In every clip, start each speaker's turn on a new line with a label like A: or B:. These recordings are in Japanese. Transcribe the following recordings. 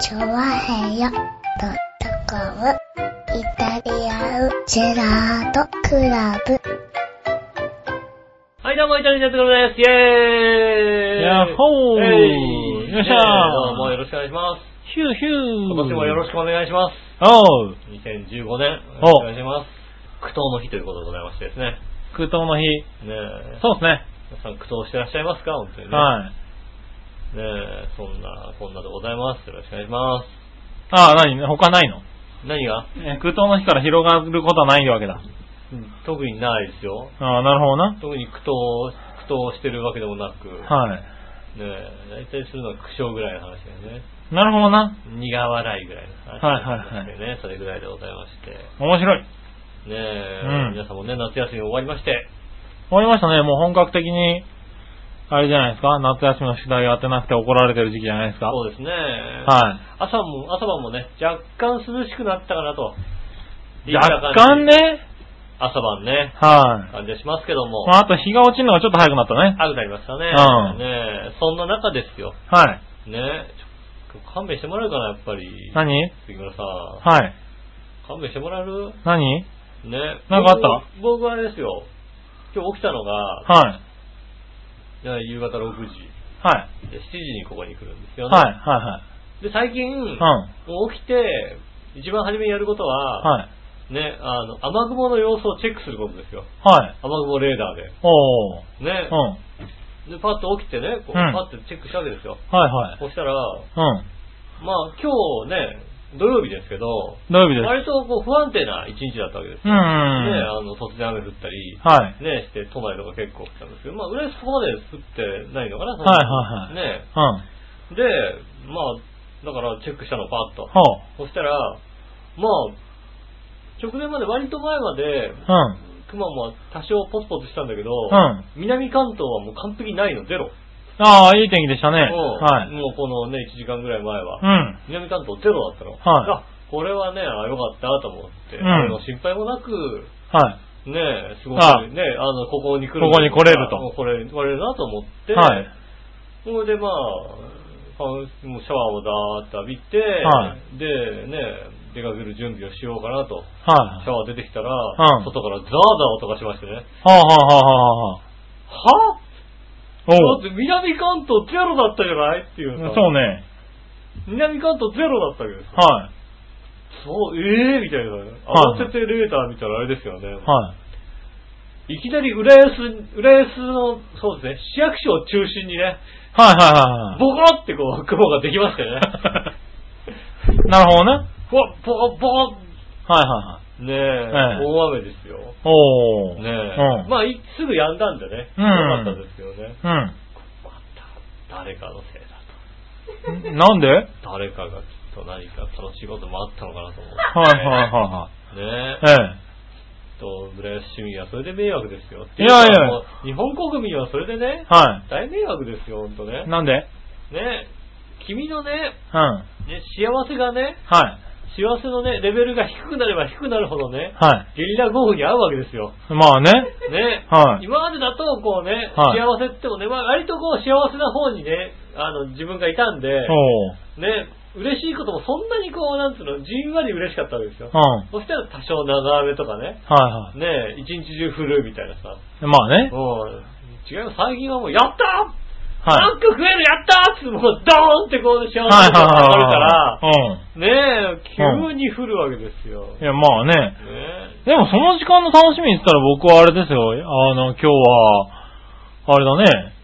A: チョワヘヨドットコムイタリアンジェラートクラブ。
B: はい、どうも、イタリアンジェットクラブです。イェーイ
C: やっほー
B: えい
C: よっ
B: ねえ
C: しゃー
B: どうもよろしくお願いします。
C: ヒューヒュー。
B: 今年もよろし
C: く。
B: くお願いします。
C: おう。
B: 2015年、
C: お
B: よろしくお願いします。苦闘の日ということでございましてですね。
C: 空洞の日。
B: ねえ。
C: そうですね。
B: 皆さん苦闘してらっしゃいますか本当にね。ね
C: はい。
B: え、そんな、こんなでございます。よろしくお願いします。
C: ああ、何他ないの
B: 何が
C: え空洞の日から広がることはないわけだ。
B: 特にないですよ。
C: ああ、なるほどな。
B: 特に苦闘、苦闘してるわけでもなく、
C: はい。
B: ねえ、大体するのは苦笑ぐらいの話だよね。
C: なるほどな。
B: 苦笑いぐらいの話なんですけどね、それぐらいでございまして。
C: 面白い。
B: ねえ、
C: うん
B: 皆さんもね、夏休み終わりまして、
C: 終わりましたね。もう本格的に、あれじゃないですか。夏休みの宿題やってなくて怒られてる時期じゃないですか。
B: そうですね、
C: は
B: 朝も、朝晩もね、若干涼しくなったかなと。
C: い。若干。ね。
B: 朝晩ね、
C: はい。
B: 感じはしますけども、
C: まあ、あと日が落ちるのがちょっと早くなったね。
B: あ、くなりましたね。
C: うん
B: ねえそんな中ですよ。
C: はい。
B: ねえ、ちょ勘弁してもらえるかな、やっぱり。
C: 何
B: 杉村さん。
C: はい。
B: 勘弁してもらえる
C: 何
B: ね
C: なんかあった
B: 僕僕はあれですよ。今日起きたのが、
C: はい。
B: いや夕方6時。
C: はい。
B: で7時にここに来るんです
C: は
B: よ
C: い。
B: ね。
C: はい。は
B: で、最近、
C: い。うん。
B: もう起きて、一番初めにやることは、
C: はい。
B: ね、あの、雨雲の様子をチェックすることですよ。
C: はい。
B: 雨雲レーダーで。
C: おー。
B: ね
C: う、ん。
B: で、パッと起きてね、こう、
C: うん
B: パッとチェックしたわけですよ。
C: はいはい。
B: そしたら、
C: うん。
B: まあ今日ね、土曜日ですけど、
C: 土曜日です。
B: 割とこう不安定な一日だったわけです
C: う
B: よ。
C: んう
B: ね、
C: ん
B: あの、
C: うん。
B: 突然雨降ったり、
C: はい。
B: ね、して、都内とか結構降ったんですけど、まあ、浦安そこまで降ってないのかな、そん
C: はいはい
B: なね。
C: うん。
B: で、まあ、だからチェックしたの、パッと。そ
C: ほう。
B: したら、まあ、直前まで割と前まで、
C: うん。
B: 熊も多少ポツポツしたんだけど、
C: うん
B: 南関東はもう完璧にないの、ゼロ。
C: ああ、いい天気でしたね。
B: もう
C: はい。
B: もうこのね、1時間ぐらい前は。
C: うん。
B: 南関東ゼロだったの。
C: は
B: あこれはね、あよかったと思って、
C: うん
B: あの心配もなく、
C: はい。
B: ねえ、すご
C: ああ
B: くね、あの、ここに来る。
C: ここに来れると
B: もうこれ、来れるなと思って、
C: はい。
B: それでまあ、あのもうシャワーをだーって浴びて、
C: は
B: で、ね、出かける準備をしようかなと。シ
C: はい。
B: ャワー出てきたら、
C: ん
B: 外からザーザー音がしましてね。は
C: はあはあはあはあはあ。お
B: ぁ
C: う
B: だ。って南関東ゼロだったじゃないっていうさ
C: そう。ね。
B: 南関東ゼロだったわけですよ。
C: は
B: そう、えぇ、みたいなね。
C: はい
B: 慌ててレーダー見たらあれですよね。、
C: い。はい
B: きなり浦安、浦安の、そうですね、市役所を中心にね、
C: い。はいはいはいは
B: ボコってこう、雲ができましてね。
C: い。なるほどね。はい
B: ボコボコボコ
C: はいはい。
B: ねえ、
C: ええ
B: 大雨ですよ。
C: おー。
B: ねえ。
C: うん。
B: まあ、いすぐ止んだんでね。
C: うん
B: よかったんですけどね。
C: う
B: また、誰かのせいだと。
C: ん。なんではい
B: 誰かがきっと何か楽しいこともあったのかなと思う。。
C: はいはいはい
B: ねえ、
C: い。え
B: と、浦安市民はそれで迷惑ですよ。
C: いやいや
B: ってうかもう日本国民はそれでね
C: え。、は
B: 大迷惑ですよ、ほんとね
C: い。。なんでうん。
B: ねえ、君のね、
C: はい。
B: ね、幸せがね、幸せのね、レベルが低くなれば低くなるほどね、
C: は
B: ゲリラ豪雨に合うわけですよ。
C: い。まあね。
B: ね、
C: はい
B: 今までだと、こうね、
C: はい
B: 幸せってもね、まあ、割とこう、幸せな方にね、あの、自分がいたんで、
C: おー。
B: ね、嬉しいこともそんなにこう、なんつうの、じんわり嬉しかったわけですよ
C: うん。。はい
B: そしたら多少長雨とかね、
C: は
B: ね、一日中降るみたいなさ、
C: い。まあね。
B: もう、違う、最近はもう、やったー
C: は
B: なんか増える、やったーって、もう、ドーンってこう、幸せ
C: い。
B: が
C: はい
B: 上
C: はい
B: がるから、
C: はいはい。
B: ね急に降るわけですよ。
C: うん。いや、まあね。
B: ね
C: でもその時間の楽しみにしたら僕はあれですよ。あの、今日は、あれだね。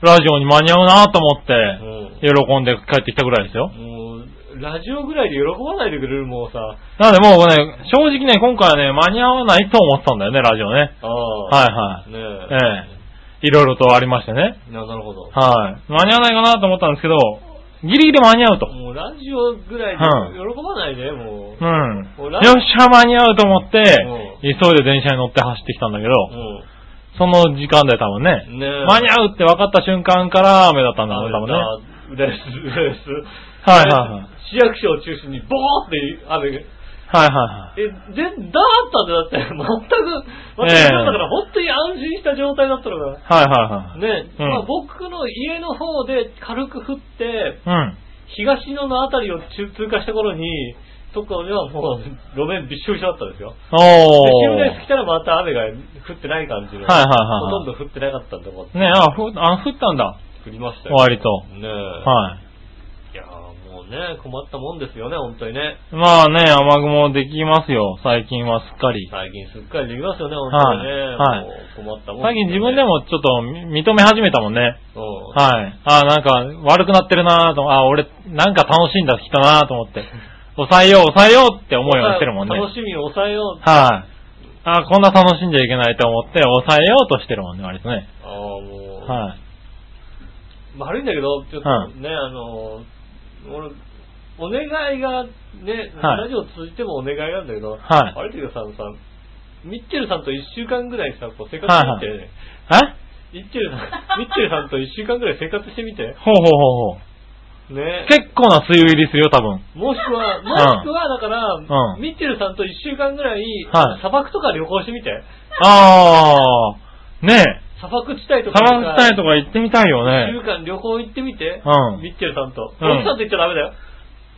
C: ラジオに間に合うなと思って、
B: うん
C: 喜んで帰ってきたぐらいですよ。
B: もう、ラジオぐらいで喜ばないでくれる、もうさ。
C: なのでもうね、正直ね、今回はね、間に合わないと思ってたんだよね、ラジオね。
B: ああ。。
C: はいはい
B: ね
C: えいろいろとありましてね。
B: ななるほど。
C: はい。間に合わないかなと思ったんですけど、ギリギリ間に合うと。
B: もうラジオぐらいで喜ばないで、もう。
C: うん。
B: もう
C: よ
B: ラ
C: っしゃ、間に合うと思って、急いで電車に乗って走ってきたんだけど、
B: う
C: その時間で多分ね、
B: ん。ねえ。
C: 間に合うって分かった瞬間から雨だったんだろうね、多分ね。
B: うだ、うだです、うだです。
C: はいはいはい
B: 市役所を中心にボーって雨が。
C: はいは
B: え、全だったんだ、だって。全く、
C: ええ
B: 私だから本当に安心した状態だったのが。
C: いはい。はいはいはい。
B: ねえ、
C: うん
B: まあ僕の家の方で軽く降って、
C: うん。
B: 東野のあたりを通通過した頃に、とかではもう路面びっしょびしょだったんですよ。
C: お
B: で昼のやつ
C: ー。
B: 来たらまた雨が降ってない感じの。
C: はいはいはいはい
B: ほとんど降ってなかったんで、こう
C: ねあ、ふ、あ、降ったんだ。
B: 降りましたよ。
C: 割と。
B: ねえ。
C: はい。
B: いやーもうね、困ったもんですよね、本当にね。
C: まあね、雨雲できますよ。最近はすっかり。
B: 最近すっかりできますよね、本当にね。
C: はい
B: もう困ったもん、
C: 最近自分で、もちょっとみ認め始めたもんね。
B: うん、
C: はい。あなんか悪くなってるなぁと、あ俺なんか楽しいんだ人なぁと思って。抑えよう抑えようって思いをしてるもんね。はい。
B: 楽しみを抑えよう。
C: あこんな楽しんじゃいけないと思って抑えようとしてるもんね、割とね。
B: ああ、もう、
C: はい。
B: まあ悪いんだけど、ちょっ
C: は
B: とね、あの、俺、お願いが、ね、
C: はい
B: ラジオ通じてもお願いなんだけど、
C: はい
B: あれというかさ、さ、ミッチェルさんと一週間ぐらいさ、こう生活してみて、
C: はいえ
B: ミッチェルさん、ミッチェルさんと一週間ぐらい生活してみて、
C: ほうほうほうほ
B: ね
C: う。。結構な梅雨入りするよ、多分。
B: もしくは、もしくは、だから、
C: うん
B: ミッチェルさんと一週間ぐらい、
C: はい
B: 砂漠とか旅行してみて、
C: あー。ねえ。
B: 砂漠地帯とか
C: サ
B: にさ、
C: マンスタイとか行ってみたいよ
B: 一週
C: ね。
B: 間旅行行ってみて、
C: うん
B: ミッチェルさんと。
C: うん
B: 奥さんと言っちゃダメだよ。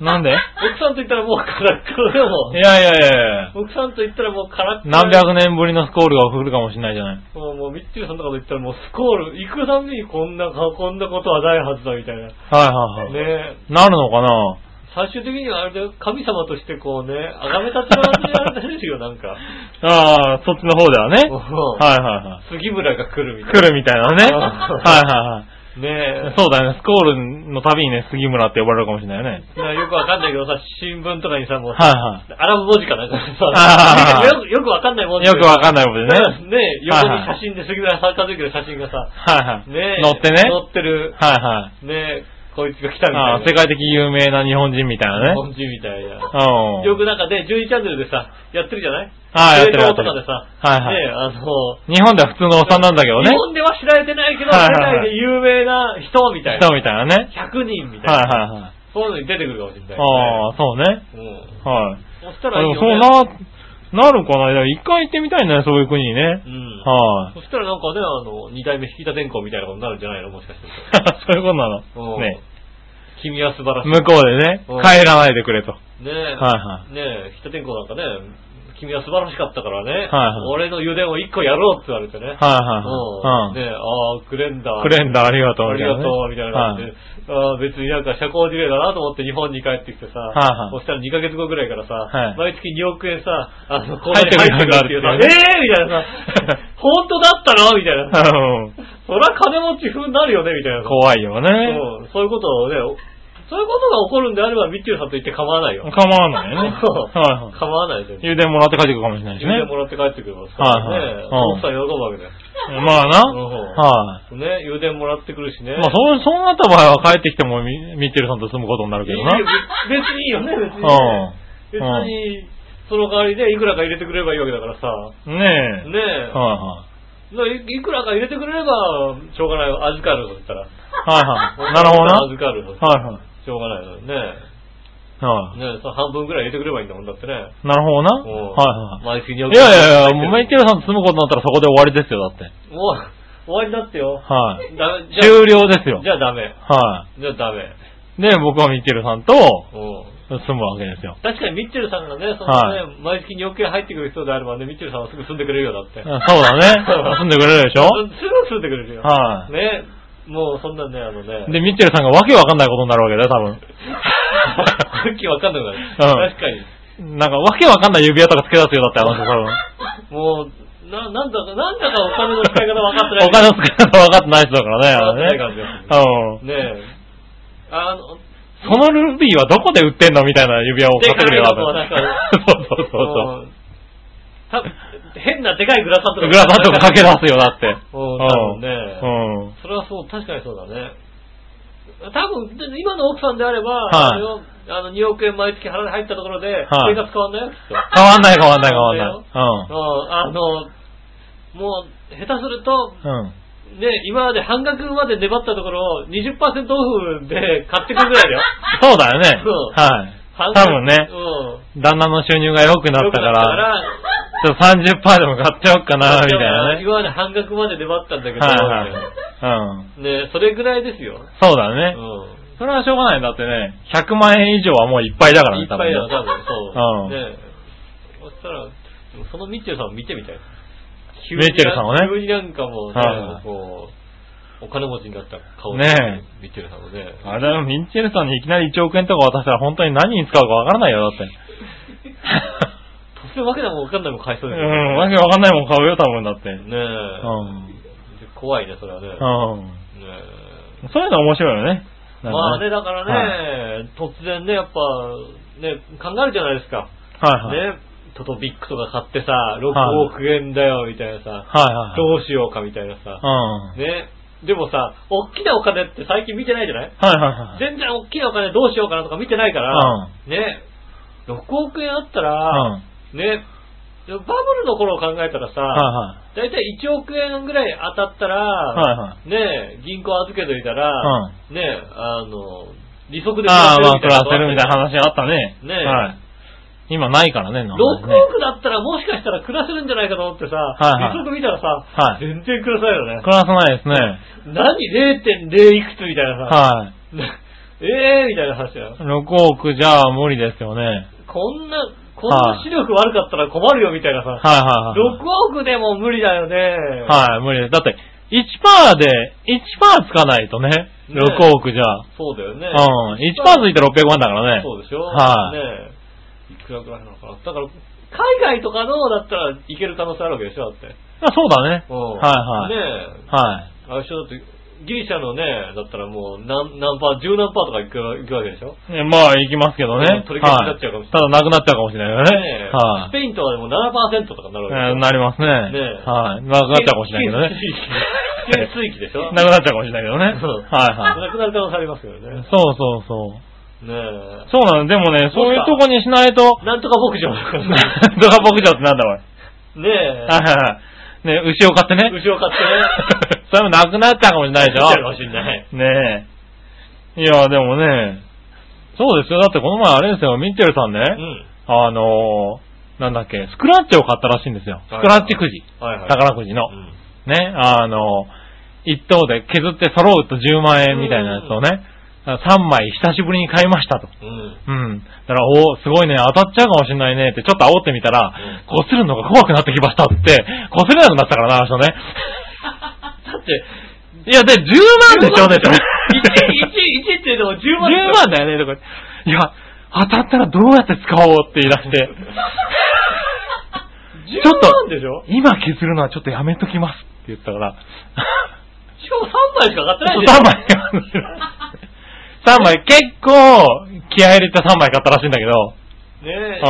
C: なんでい
B: 奥さんと言ったらもうカラッカラだよ、もう
C: やいやいやいや。
B: 奥さんと言ったらもうカラッカラ。
C: 何百年ぶりのスコールが降るかもしれないじゃない。
B: もう、もうミッチェルさんとかと言ったらもうスコール、行くたびにこんな、こんなことはないはずだみたいな。ね
C: はいはいはい。
B: え。
C: なるのかな
B: 最終的にはあれだよ、神様としてこうね、崇め立てられてられてるよ、なん か。
C: ああ、そっちの方ではね。
B: うん
C: はいはいは
B: 杉村が来るみ
C: い。
B: たいな。
C: 来るみたいなね。
B: うん
C: は
B: ね
C: いはいは
B: え
C: い。。そうだよね。スコールの旅にね、杉村って呼ばれるかもしれないよね。
B: なよくわかんないけ どさ、新聞とかにさ、もう
C: はいは
B: アラブ文字かなんか
C: あ
B: さ、
C: ー
B: よくよくわかんない文
C: い。
B: 字
C: よくわかんないことでね。
B: ね。ね横に写真で杉村さん和之の写真がさ、
C: はいはい。
B: ね
C: 乗ってね。
B: 乗ってる、
C: はいはい。
B: ねこいつが来たみたい
C: あ
B: な
C: あ。世界的有名な日本人みたいな
B: 日
C: ね。
B: 本人みたいな。
C: うん。
B: よくなんかね、12チャンネルでさ、やってるじゃない
C: はいやってる
B: テレ東とかで
C: やっ
B: さ、
C: てる
B: ねあの、
C: 日本では普通のおっさんなんだけどね
B: 日。本では知られてないけど、世
C: はいはいは
B: 界
C: い
B: で有名な人みたいな。
C: 人みたいなね。
B: 100人みたい
C: はい
B: な。
C: はいはい。
B: そういうのに出てくるかもしれない。
C: ああ、そうね。
B: うん。
C: はい。
B: そした
C: あ
B: ら
C: で
B: いい
C: も
B: よ、ね。
C: そうな、なるかな。一回行ってみたいね、そういう国にね
B: う。ん。
C: は
B: そ
C: い。
B: したらなんかね、あの、二代目引田天功みたいなことになるんじゃないのもしかして。
C: そういうことな
B: う
C: の。
B: ん
C: ね。
B: 君は素晴らしい。
C: 向こうでね、
B: うん
C: 帰らないでくれと。
B: ねえ。
C: はい
B: ねえ、引田天功なんかね、君は素晴らしかったからね。
C: はいはい
B: 俺の油田を一個やろうって言われてね。うん。
C: はいはいはい。
B: ねえ、ああ、クレンダー。
C: うん。クレンダーありがとう
B: あ
C: み
B: り
C: たいな
B: がとう、
C: ね。
B: みたいな感じで。ああ別になんか社交辞令だなと思って日本に帰ってきてさ、
C: はいはい
B: そしたら2ヶ月後ぐらいからさ、
C: はい
B: 毎月2億円さ、あの、口
C: 入ってくるようにな
B: っていう
C: る
B: さ、
C: って
B: ええみたいな
C: いうね
B: さ、本当だったのみたいな。
C: はい。うん
B: そりゃ金持ち風になるよね、みたいな。
C: 怖いよね。
B: うんそういうことをね、おそういうことが起こるんであれば、ミッチェルさんと言って構わないよ。
C: 構わないよね。
B: そう
C: はいはい。
B: 構わないですよ。
C: 油田もらって帰ってくるかもしれないし
B: 自
C: ね
B: 分で。もらって帰ってくるから
C: はい
B: ね
C: はい。うん
B: 奥さん喜ぶわけだよ。
C: まあな。
B: うん
C: はい。
B: ね、油田もらってくるしね。
C: まあそう、そうなった場合は帰ってきてもミミッチェルさんと住むことになる
B: いい
C: けど
B: よ
C: な。
B: べ別にいいよね、別にね。別に、その代わりでいくらか入れてくれればいいわけだからさ。
C: うん。ねえ。
B: ねえ。
C: はい
B: だからいいくらか入れてくれれば、しょうがないよ。預かるとったら。
C: はい。はいはい。なるほどな。
B: 預かると
C: はいはい。
B: しょうがないよ。ね
C: は
B: え。ねえ、さ半分くらい入れてくればいいんだもんだってね。
C: い。なるほどな。
B: うん
C: はいは
B: 毎月に
C: い。いやいやいや、もうメイケルさんと住むことになったらそこで終わりですよ、だって。
B: もう、終わりだってよ。
C: はい。
B: だじゃ
C: 終了です
B: あ、
C: よ
B: じ。ゃあダメ。
C: は
B: じゃあダメ。
C: い。で、僕はミッチェルさんと
B: うん。
C: 住むわけ ですよ。
B: 確かにミッチェルさんがね、そのね、
C: は
B: 毎月に億円入ってくる人であればね、ミッチェルさんはすぐ住んでくれるよ、だって。
C: そうだね。 住んでくれるでしょ
B: すぐ住んでくれるよ。
C: は
B: ね、もうそんなんね、あの
C: い。
B: ね。
C: で、ミッチェルさんがわけわかんないことになるわけだよ、
B: さっきわかんなくなる。
C: うん
B: 確かに。
C: 多分。なんか、わけわかんない指輪とかつけ出すよ、だって、あの人多分。
B: もう、な、なんだか、なんだかお金の使い方分かってない。
C: お金の使い方分かってない人だからね、
B: 分かっ
C: あ
B: てない感じ
C: のね。うん。
B: ねえ。あの、
C: そのルビーはどこで売ってんのみたいな指輪を買ってくれよ、多分
B: でかいやつ
C: そうそうそうそう。
B: うんた変なでかいグラサンとか。
C: グラサンとかかけ出すよ、だって。
B: うん多分ね
C: うん。
B: それはそう、確かにそうだね。多分、で今の奥さんであれば、
C: はい
B: あれをあの2億円毎月払い入ったところで、
C: はい
B: 生活変わんないよ、きっと。
C: 変わんない変わんない変わんない。
B: うんあの、もう、下手すると、
C: うん。うん。
B: ね、今まで半額まで粘ったところを20%オフで買ってくるぐらい だよ。
C: そうだよね
B: そう。
C: はい。
B: 半額
C: 多分ね
B: う、
C: 旦那の収入が良く
B: ん。
C: なったから、
B: よく
C: ちょっと30%でも買っちゃおうか
B: なった
C: な、みたい
B: から
C: なね。
B: 今まで半額まで粘ったんだけど、
C: はいはい。うん。
B: ね、それぐらいですよ。
C: そうだね。
B: う
C: それはしょうがない。だってね、100万円以上はもういっぱいだから
B: い
C: ね、
B: っぱいだよ、
C: ね
B: 多分、そう。
C: うん
B: ねそしたら、でもそのミッチェルさんを見てみたい。急に
C: ミッチェルさんをね
B: 急になんかもうね
C: はい、
B: こう、お金持ちになった顔
C: ね
B: ミッチェルさんをね。
C: あれだよ、ミンチェルさんにいきなり1億円とか渡したら本当に何に使うかわからないよ、だって。
B: 突然わけでもわかんないもん買いそう
C: う
B: で
C: ん
B: すよね。、
C: わけわかんないもん買うよ、多分だって。う
B: ねえ。怖いね、それはね。ね
C: ん。うん。
B: え
C: そういうの面白いよね。なんか
B: まあね、だからね、突然ね、やっぱ、ね、考えるじゃないですか。
C: はいはい。
B: ね、トトビックとか買ってさ、6億円だよ、みたいなさ、
C: はいはい。
B: どうしようか、みたいなさ。
C: うん。はい
B: ね。でもさ、大きなお金って最近見てないじゃない
C: はいはい。
B: 全然大きなお金どうしようかなとか見てないから、ね。6億円あったら、
C: うん。
B: ね。バブルの頃を考えたら
C: は
B: さ、
C: い
B: だいたい1億円ぐらい当たったら、
C: はいは
B: ね、銀行預けといたら、ね、あの、利息で
C: ああ、まあ、暮
B: 暮ら
C: ら
B: せ
C: せる
B: る
C: み
B: み
C: た
B: たい
C: いな
B: な。
C: 話あったね。
B: ねえ
C: はい。今ないからね、なん
B: 6
C: かね。
B: 億だったらもしかしたら暮らせるんじゃないかと思ってさ、
C: はいはい
B: 利息見たらさ、
C: はい
B: 全然暮らせないよね。
C: 暮らさないですね。
B: 何 ?0.0 いくつみたいなさ、
C: はい。
B: ええー、みたいな話だよ。
C: 6億じゃ無理ですよね。はい
B: こんな、こんな視力悪かったら困るよ、みたいなさ。
C: はいはい。
B: 6億でも無理だよね。
C: はい、無理です。だって、1%で、1%つかないとね、6億じゃ。
B: そうだよね。
C: うん。1%ついて600万だからね。
B: そうでしょ
C: はい
B: ねえいくらぐらいなのかな。だから、海外とかのだったらいける可能性あるわけでしょ、だって。
C: あそうだね。
B: うん
C: はいはい
B: ねえ、
C: は
B: あれでしょ、だって、ギリシャのね、だったらもう何、何パー、十何パーとか行く行くわけでしょ
C: い。ねまあ、行きますけどね。は
B: うん取り消しになっちゃうかも
C: い。
B: した
C: だなくなっちゃうかもしれないよね。
B: ねえ
C: は
B: ス
C: い。
B: ペインとかでも7%とかになるわけ
C: えー
B: でしょ。
C: なりますね。
B: え
C: はい。なくなっちゃうかもしれないけ
B: 危険水域でし
C: ど
B: ょ
C: ね。なくなっちゃうかもしれないけどね。
B: そう
C: はいは
B: なくなる可能性ありますけどね
C: い。。そうそうそう。
B: ね
C: そうなの、でもね、
B: そ
C: そうう
B: か
C: いうとこにしないと
B: え。、なんとか牧場。
C: なんとか牧場ってなんだ、おい。
B: ねえ。
C: はいはい はい。ね、牛を買ってね。
B: 牛を買ってね。
C: それもなくなっちゃうかも しれないでし ょ。
B: なっちゃうかもしんない
C: ねえ。いや、でもね、そうですよ。だってこの前あれですよ、ミッチェルさんね、
B: うん。
C: あのー、なんだっけ、スクラッチを買ったらしいんですよ。スクラッチくじ。
B: はいはい。
C: 宝くじの
B: う。ん
C: ね、あの、一等で削って揃うと10万円みたいなやつをね、3枚久しぶりに買いましたと。
B: うん。
C: うん。だから、おーすごいね、当たっちゃうかもしれないねって、ちょっと煽ってみたら、こするのが怖くなってきましたって、こすれなくなったからな、あ の人ね。
B: だって、
C: いや、で、10万でしょうね、と。
B: 1、1、1って言うても10万
C: 10万だよね、とか。いや、当たったらどうやって使おうって言い出して、
B: 10
C: ちょっと
B: 万でしょ
C: 今削るのはちょっとやめときますって言ったから、
B: しかも3枚しか買ってないでしょ
C: 3枚、3枚、結構、気合い入れて3枚買ったらしいんだけど、
B: ね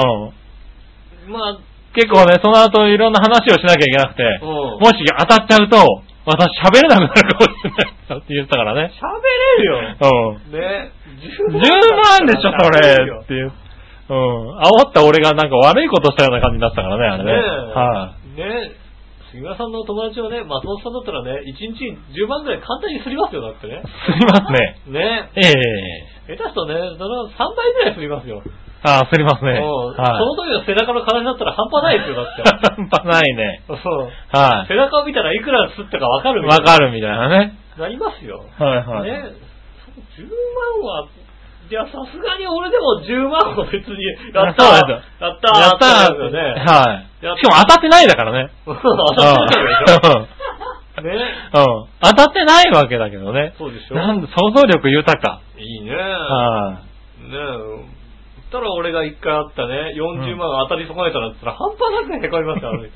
B: え。
C: うん。
B: まあ、
C: 結構ね、その後いろんな話をしなきゃいけなくて、
B: うん
C: もし当たっちゃうと、私喋れなくなるかもしれないって言ってたからね。
B: 喋れるよ。
C: うん。
B: ね10
C: 10万でしょ、それっていう。うん。煽った俺がなんか悪いことしたような感じになってたからね、あれね。はい、
B: ねえ。ねえ。杉村さんのお友達をね、松本さんだったらね、1日に10万ぐらい簡単にすりますよ、だってね。
C: すりますね。
B: ね
C: ええ
B: え。下手すとね、その3倍ぐらいすりますよ。
C: ああ、すりますね。
B: もうその
C: は
B: 時の背中の形だったら半端ないですよ、だ
C: い。
B: って。
C: 半端ないね。
B: そう。
C: は
B: 背中を見たらいくら吸ったかわかる
C: い。
B: みたい
C: わ
B: な。
C: かるみたいなね。
B: なりますよ。
C: はいはい。
B: ね10万は、いや、さすがに俺でも10万は別に、やったー
C: そうです
B: やったー
C: やった
B: ってなるよ
C: ー、
B: ね。
C: はい。
B: やった
C: しかも当たってないだからね。
B: 当たってるでし
C: うん
B: ょね
C: うん。当たってないわけだけどね。
B: そうでしょ
C: なんで想像力豊か。
B: いいね。
C: は
B: ねえ。言ったら俺が一回あったね、40万が当たり損ねたらって言ったら半端なくへこみます よ、あれきっ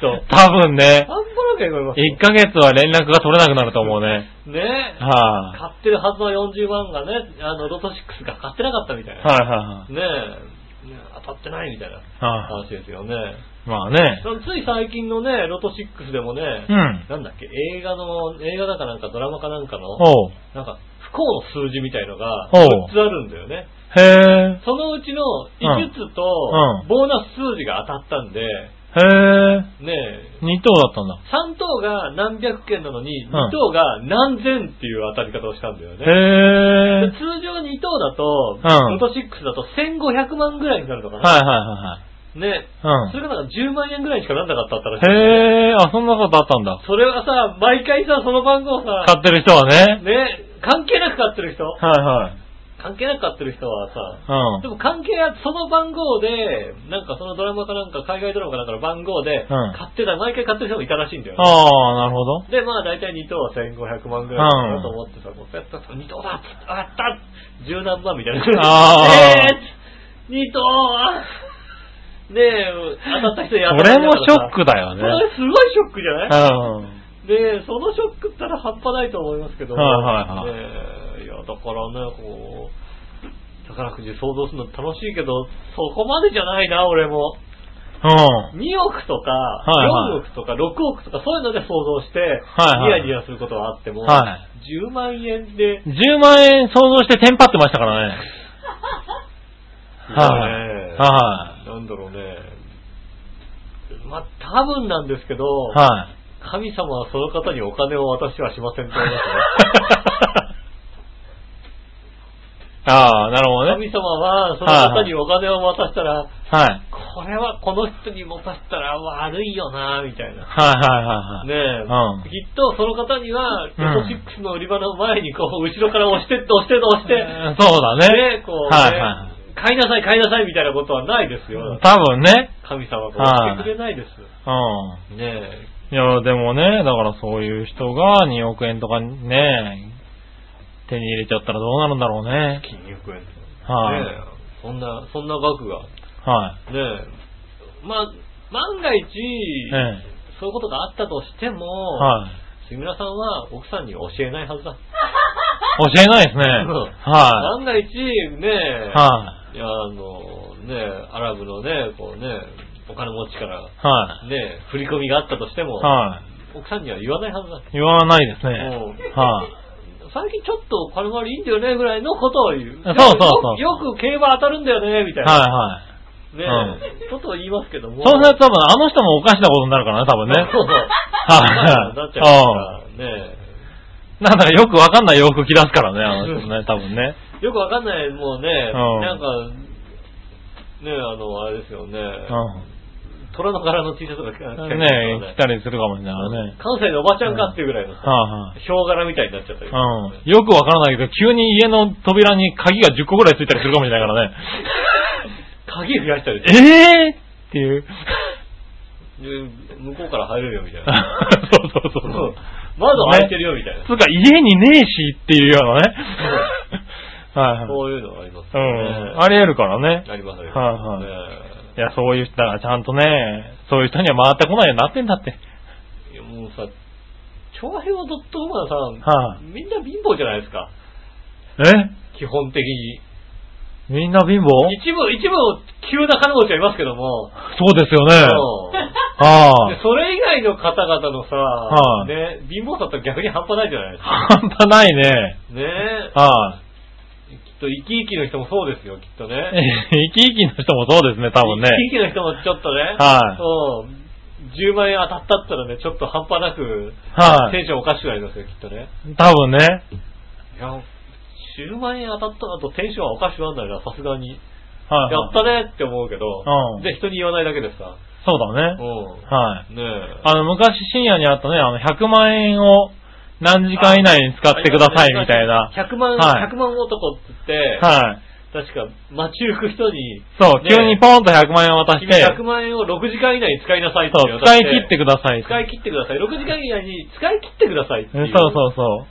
B: と。
C: い。多分ね、
B: 半端なくへこみますよ
C: 1ヶ月は連絡が取れなくなると思うね。
B: ねえ。
C: はい。
B: 買ってるはずの40万がね、あの、ロト6が買ってなかったみたいな。
C: はいは
B: ねえ。ねえ当たってないみたいない
C: はい。は
B: 話ですよね。
C: い。まあね。
B: つい最近のね、ロト6でもね、
C: うん。
B: なんだっけ、映画の、映画だかなんかドラマかなんかの、
C: おう。
B: なんか不幸の数字みたいのが、
C: おう
B: 6つあるんだよね。
C: へえ。
B: そのうちの
C: うん
B: 5つと
C: う、ん
B: ボーナス数字が当たったんで、
C: へえ。
B: ねえ、
C: 二等だったんだ。
B: 3等が何百件なのに、
C: うん
B: 2等が何千っていう当たり方をしたんだよね。
C: へ
B: で
C: え。
B: 通常2等だと、
C: う
B: ロ
C: ん
B: ト6だと1500万ぐらいになるのかな。
C: はいは
B: ね
C: いは
B: そ
C: いは
B: れ
C: い。
B: がなんか10万円ぐらいにしかなんなかったらしいんだよね。
C: うん。へえ。あ、そんなことあったんだ。
B: それはさ、毎回さ、その番号さ、
C: 買ってる人はね。
B: ね、関係なく買ってる人
C: はいはい。
B: 関係なく買ってる人はさ、
C: うん。
B: でも関係なく、その番号で、なんかそのドラマかなんか、海外ドラマかなんかの番号で、
C: うん
B: 買ってた、毎回買ってる人もいたらしいんだよね。
C: ああ、なるほど。
B: で、まあ大体2等は1500万ぐらいだなと思ってさ、こうやった2等だっつって、あやった十何万みたいな。
C: あー
B: えー、2等はねえ、当たった人や
C: それもショックだよ
B: だ
C: ね。
B: それすごいショックじゃない
C: うん。
B: で、そのショックったら半端ないと思いますけど、
C: はいはいはい
B: ねえいや、だからね、こう、宝くじ想像するの楽しいけど、そこまでじゃないな、俺も。
C: うん。はい
B: 2億とか、
C: い
B: 4
C: はい
B: 億とか、6億とか、そういうので想像して、
C: はいはい
B: ニヤニヤすることはあっても、
C: は
B: 10万円で、ね
C: 10万円想像してテンパってましたからね。はい。は
B: なんだろうね、まあ、多分なんですけど、
C: い。はい。
B: 神様はその方にお金を私はしませんと思い ますね
C: ああ、なるほどね。
B: 神様はその方にお金を渡したら、
C: はい。
B: これはこの人に持たせたら悪いよな、みたいな。
C: はいはいはいはい。
B: ねえ、
C: うん
B: きっとその方には、ロト6の売り場の前にこう、後ろから押してって押してって押して、
C: えーそうだね。
B: ね、こう、ね
C: はいは
B: 買いなさい買いなさいみたいなことはないですよ
C: い。。多分ね。
B: 神様が押してくれないです。
C: うん。
B: ねえ。
C: いや、でもね、だからそういう人が2億円とかね、手に入れちゃったらどうなるんだろうね。
B: 金億円と
C: はい
B: ねえそんな、そんな額が。ね
C: は
B: え。まあ、万が一、
C: い。え
B: そういうことがあったとしても、
C: え。はい。
B: 杉村さんは奥さんに教えないはずだ。
C: 教えないですね。は
B: 万が一、ね
C: い。
B: え、
C: はい
B: や、あの、ね、アラブのね、こうね、お金持ちから、
C: い。は
B: ね、振り込みがあったとしても、
C: い。は
B: 奥さんには言わないはずだ。
C: い。言わないですね。
B: うん
C: はい。
B: 最近ちょっとお金回りいいんだよね、ぐらいのことを言う。
C: そうそうそう
B: よくよく競馬当たるんだよね、みたいな。
C: は
B: ね、ことを言いますけど
C: いは
B: も。
C: い。そうすると多分あの人もおかしなことになるからね、多分ね。
B: そうそう。
C: はい
B: なっちゃうから、ね
C: なんだかよくわかんない洋服着出すからね、あの人ね、多分ね。
B: よくわかんない、もうね、
C: うん
B: なんか、ねあの、あれですよね、
C: う
B: 虎の柄の T シャツとか着たりとか
C: ん。ね着たりするかもしれないからね。
B: 関西のおばちゃんかっていうぐらいのさ、
C: はい
B: ヒョウ柄みたいになっちゃったりとか
C: はい。うん。よくわからないけど、急に家の扉に鍵が10個ぐらいついたりするかもしれないからね。
B: 鍵増やしたりして
C: ええー、っていう。
B: で 向こうから入れるよみたい
C: そ
B: な。
C: うそうそうそう。
B: 窓開いてるよみたいな。
C: つうか家にねえしっていうようなね。はいはい。
B: そういうのがあります
C: う
B: よね。
C: ん。あり得るからね。
B: ありますよね。
C: はいいや、そういう人、だからちゃんとね、そういう人には回ってこないようになってんだって。
B: いやもうさ、長編をドットコムはさ、
C: は
B: みんな貧乏じゃないですか。
C: え
B: 基本的に。
C: みんな貧乏
B: 一部、一部、急な金持ちはいますけども。
C: そうですよね。
B: う
C: あ
B: んで
C: あ。
B: それ以外の方々のさ、
C: はい
B: ね、貧乏さと逆に半端ないじゃないですか。
C: 半端ないね。
B: ね
C: はい。
B: きっと生き生きの人もそうですよ、きっ とね。
C: え生き生きの人もそうですね、多分ね。
B: 生き生きの人もちょっとね、
C: はい
B: うん10万円当たったったらね、ちょっと半端なく、
C: はい
B: テンションおかしくなりますよ、きっとね。
C: 多分ね。
B: いや、10万円当たったらとテンションはおかしくなんだよな、さすがに。や
C: は
B: っ
C: い、はい。
B: たねって思うけど、
C: うん
B: で、人に言わないだけでさ、
C: そうだね。
B: う
C: はい。
B: ん。ねえ。
C: あの、昔深夜にあったね、あの、100万円を何時間以内に使ってくださいみたいな。
B: 100万、
C: はい
B: 100万男って言って、
C: はい。
B: 確か街行く人に、
C: そう、
B: ね
C: 急にポーンと100万円を渡し
B: 君
C: て、
B: 100万円を6時間以内に使いなさいって
C: そう、使い切ってください。
B: 使い切ってください。6時間以内に使い切ってくださいって
C: うん
B: いう。
C: そうそうそう。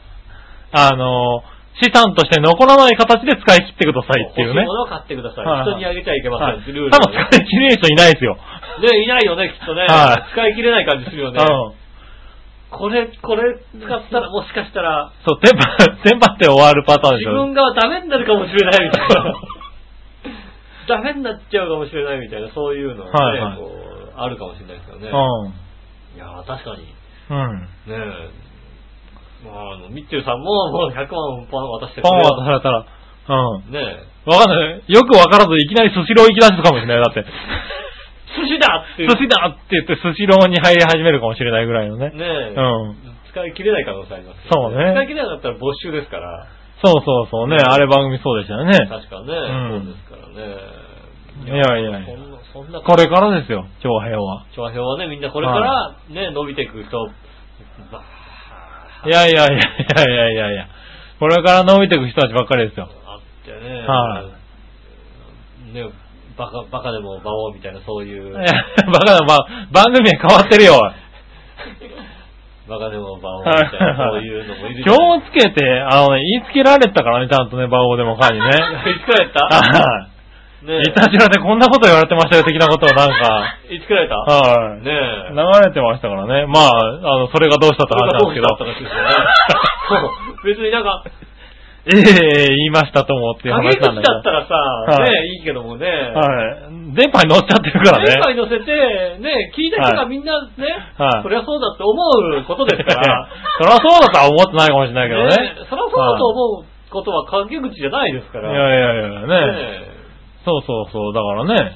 C: あの、資産として残らない形で使い切ってくださいっていう
B: 欲し
C: ね
B: いも。のを買ってください。
C: はいはい
B: 人にあげちゃいけま
C: はい
B: せん。ってルール
C: 多分使い切れる人いないですよ。
B: ね、いないよね、きっとね。
C: はい
B: 使い切れない感じするよ
C: う
B: ね。
C: ん。
B: これ、これ使ったらもしかしたら、
C: そう、テンパ、 テンパって終わるパターン
B: 自
C: でしょ。
B: 分がダメになるかもしれないみたいな。ダメになっちゃうかもしれないみたいな、そういうのがね、
C: はいはい
B: こう、あるかもしれないですよね。いやー確かに。ね
C: うん。うん。
B: え。まあ、あの、ミッチェルさんも、もう100万パン渡してく
C: パン
B: れ
C: を渡されたら、うん。
B: ねえ。
C: わかんない。よくわからずいきなりスシロー行き出すかもしれない。だって。
B: 寿司だっていう。
C: 寿司だって言ってスシローに入り始めるかもしれないぐらいのね。
B: ねえ。
C: うん。
B: 使い切れない可能性あります、
C: そうね
B: 使い切れなかったら没収ですから。
C: そうそうそうね。あれ番組そうでしたよね。
B: 確かね、
C: うん
B: そうですからね。
C: いやいやいや
B: そんな、そんな、
C: これからですよ、長編は。
B: 長編はね、みんなこれからね、伸びていく人、ば
C: いやいやいやいやいやいや。これから伸びていく人たちばっかりですよ。
B: あってね。
C: は
B: ね、バカ、バカでも馬王みたいな、そうい
C: いうや、バカだ、まあ、番組は変わってるよ。
B: バカでも馬王みたいな、そういうのもいるじ
C: 今
B: ゃない
C: 日つけて、あのね、言いつけられてたからね、ちゃんとね、番号でも会にね。
B: いつくらいやった
C: はい。
B: ねえ
C: いたじらでこんなこと言われてましたよ、的なことをなんか。
B: いつくらいやった
C: はい。
B: ねえ。
C: 流れてましたからね。まあ、あの、それがどうしたって話なんです
B: それがどうしたって話ですよねそう別になんか、
C: けど。 ええ言いましたともっていう
B: 影
C: 話
B: 口だ
C: なんだけ
B: った
C: ど。
B: らさ、
C: はい
B: ねえ、いいけどもね。
C: はい。電波に乗っちゃってるからね。
B: 前回乗せて、ね、聞いた人が
C: はい
B: みんなね、
C: はい
B: そりゃそうだって思うことですから、
C: そりゃそうだとは思ってないかもしれないけどね。
B: そりゃそうだと思うことは関係口じゃないですか
C: はいい
B: ら、ね
C: やいやいや、ねそうそうそう、だからね、
B: ね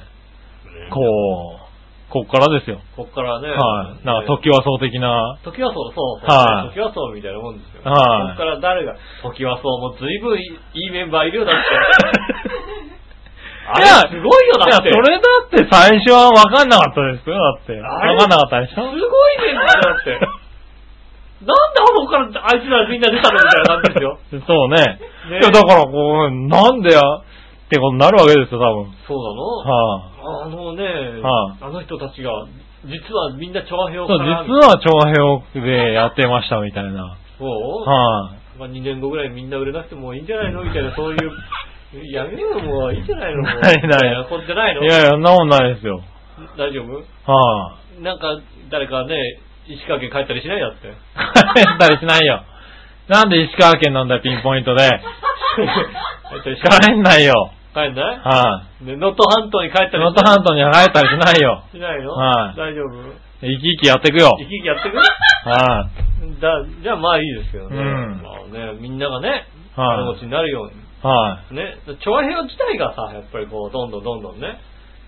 C: こう、こっからですよ。
B: こっからね、
C: はい。なんか、
B: 時
C: 時はそう的な、
B: 時はそう、そう、そう
C: はい
B: 時はそうみたいなもんですよ。
C: はい
B: こっから誰が、時はそうも随分いいいいメンバーいるよ だって。 あれ
C: いや
B: すごいよだって。
C: いや、それだって最初は分かんなかったですよ、だって。
B: あれ
C: 分かんなかったでし
B: すご
C: ょ
B: いメンバー だって。なんであそこからあいつらみんな出たのみたいな感じですよ。
C: そうね。
B: ね
C: いや、だからこう、なんでや、ってことになるわけですよ、多分。
B: そうなの
C: は
B: あのね、
C: はい
B: あの人たちが、実はみんな調和表か
C: い。そう、実
B: ら、
C: は長平でやってましたみたいな。
B: そう、
C: はい。
B: まあ、2年後ぐらいみんな売れなくてもいいんじゃないのみたいな、そういう、やめようもういいんじゃないのもう
C: ないない
B: みたなことじゃないの
C: いやいや、そんなもんないですよ。
B: 大丈夫
C: は
B: なんか、誰かね、石川県帰ったりしないだ って。
C: い。帰ったりしないよ。なんで石川県なんだよ、ピンポイントで。
B: 帰ったりしない
C: 帰んないよ。
B: 帰んな
C: はい
B: ね能登半島に帰っ
C: い。
B: たり
C: 能登半島には帰ったりしないよ。
B: しないの
C: はい
B: 大丈夫
C: 生き生きやってくよ。
B: 生き生きやってく
C: は
B: だ、じゃあまあいいですけどね。
C: うん
B: まあね、みんながね、
C: い。は
B: 金持ちになるように。
C: い。は
B: ね、調和平和自体がさ、やっぱりこう、どんどんどんどんね、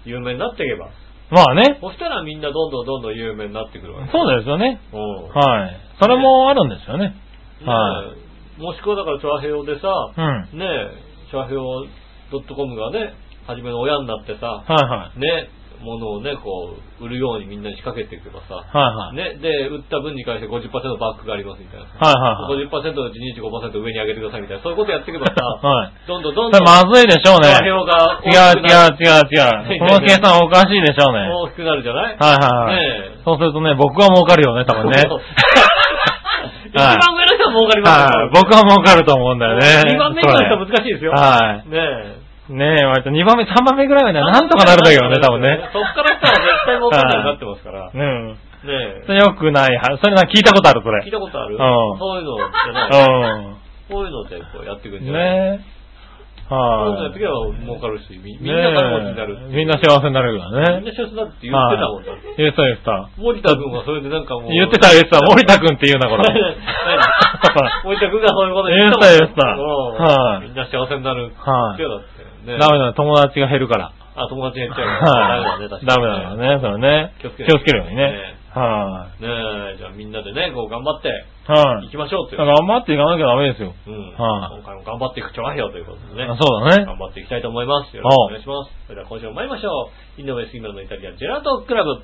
B: 有名になっていけば。
C: い。まあね。
B: そしたらみんなどんどんどんどん有名になってくるわけ。
C: そうですよね。
B: うん。
C: はい。それもあるんですよ
B: ね
C: ね。は
B: もしくはだから調和平和でさ、
C: うん。はい
B: ね調和平和 .com がね、初めの親になってさ、
C: はい。
B: ね、物をね、こう、売るようにみんなに仕掛けていけばさ、
C: はいはい。
B: ね、で、売った分に関して50%バックがありますみたいな。
C: はいはいはい。、
B: 50%のうち25%上に上げてくださいみたいな、そういうことやっていけばさ
C: はい。
B: どんどんどん
C: そ
B: どん、
C: れまずいでしょう
B: 調
C: ね。
B: 和平和が
C: 違う
B: 大きく
C: 違
B: なる
C: う違う違 う。この計算おかしいでしょうね。
B: 大きくなるじゃない
C: はいはいはい
B: ねえ。
C: そうするとね、僕は儲かるよね、多 分ね。
B: そう一番上の人は儲かります
C: はい。僕は儲かると思うんだよね。
B: 2番目以降の人は難しいですよ。。
C: はい
B: ねえ。
C: い。ねえ、割と2番目、3番目ぐらいまではなんとかなるんだけどね、多分ね。
B: そっからしたら絶対儲かんないようになってますから。ね
C: うん。そ
B: え。
C: れ良くないは。それな、聞いたことある、それ
B: 聞い。たことある
C: ん
B: そういうのじゃない。
C: う
B: こういうのでこうやっていくん
C: ん。
B: じゃない
C: ねえ。
B: そういうのやっ
C: は
B: ていけ
C: い。
B: ば儲かるし、みみん
C: ね
B: な
C: え
B: 金持ちになるっていう。
C: みんな幸せになるから
B: みん
C: ね。
B: な幸せだって言ってたもんだ。
C: はい言ってた言ってた。
B: 森田君はそれでなんかもう。
C: 言ってた言ってた。森田くんって言うな、こ れ。
B: 森田君がそういうこと言って
C: 言ってた言ってた
B: もん
C: はい
B: うんみんな幸せになる。
C: はい
B: ってよだって。ね
C: ダメだ、友達が減るから。
B: あ、友達が言っちゃう
C: は
B: から。ダメだね、確
C: い。
B: か
C: ダ
B: に
C: メだから。ね、それね。
B: 気をつけ
C: 気
B: る
C: をつけるようにね。はい。
B: ねえ、じゃあみんなでね、こう頑張って
C: はい
B: 行。きましょうっていう。
C: 頑張っていかなきゃダメですよ。
B: うん。
C: はい
B: 今回も頑張っていく調和票ということでね。
C: あそうだね。
B: 頑張っていきたいと思います。よろしくお願いします。それでは今週も参りましょう。井上杉村のイタリアンジェラートクラブ。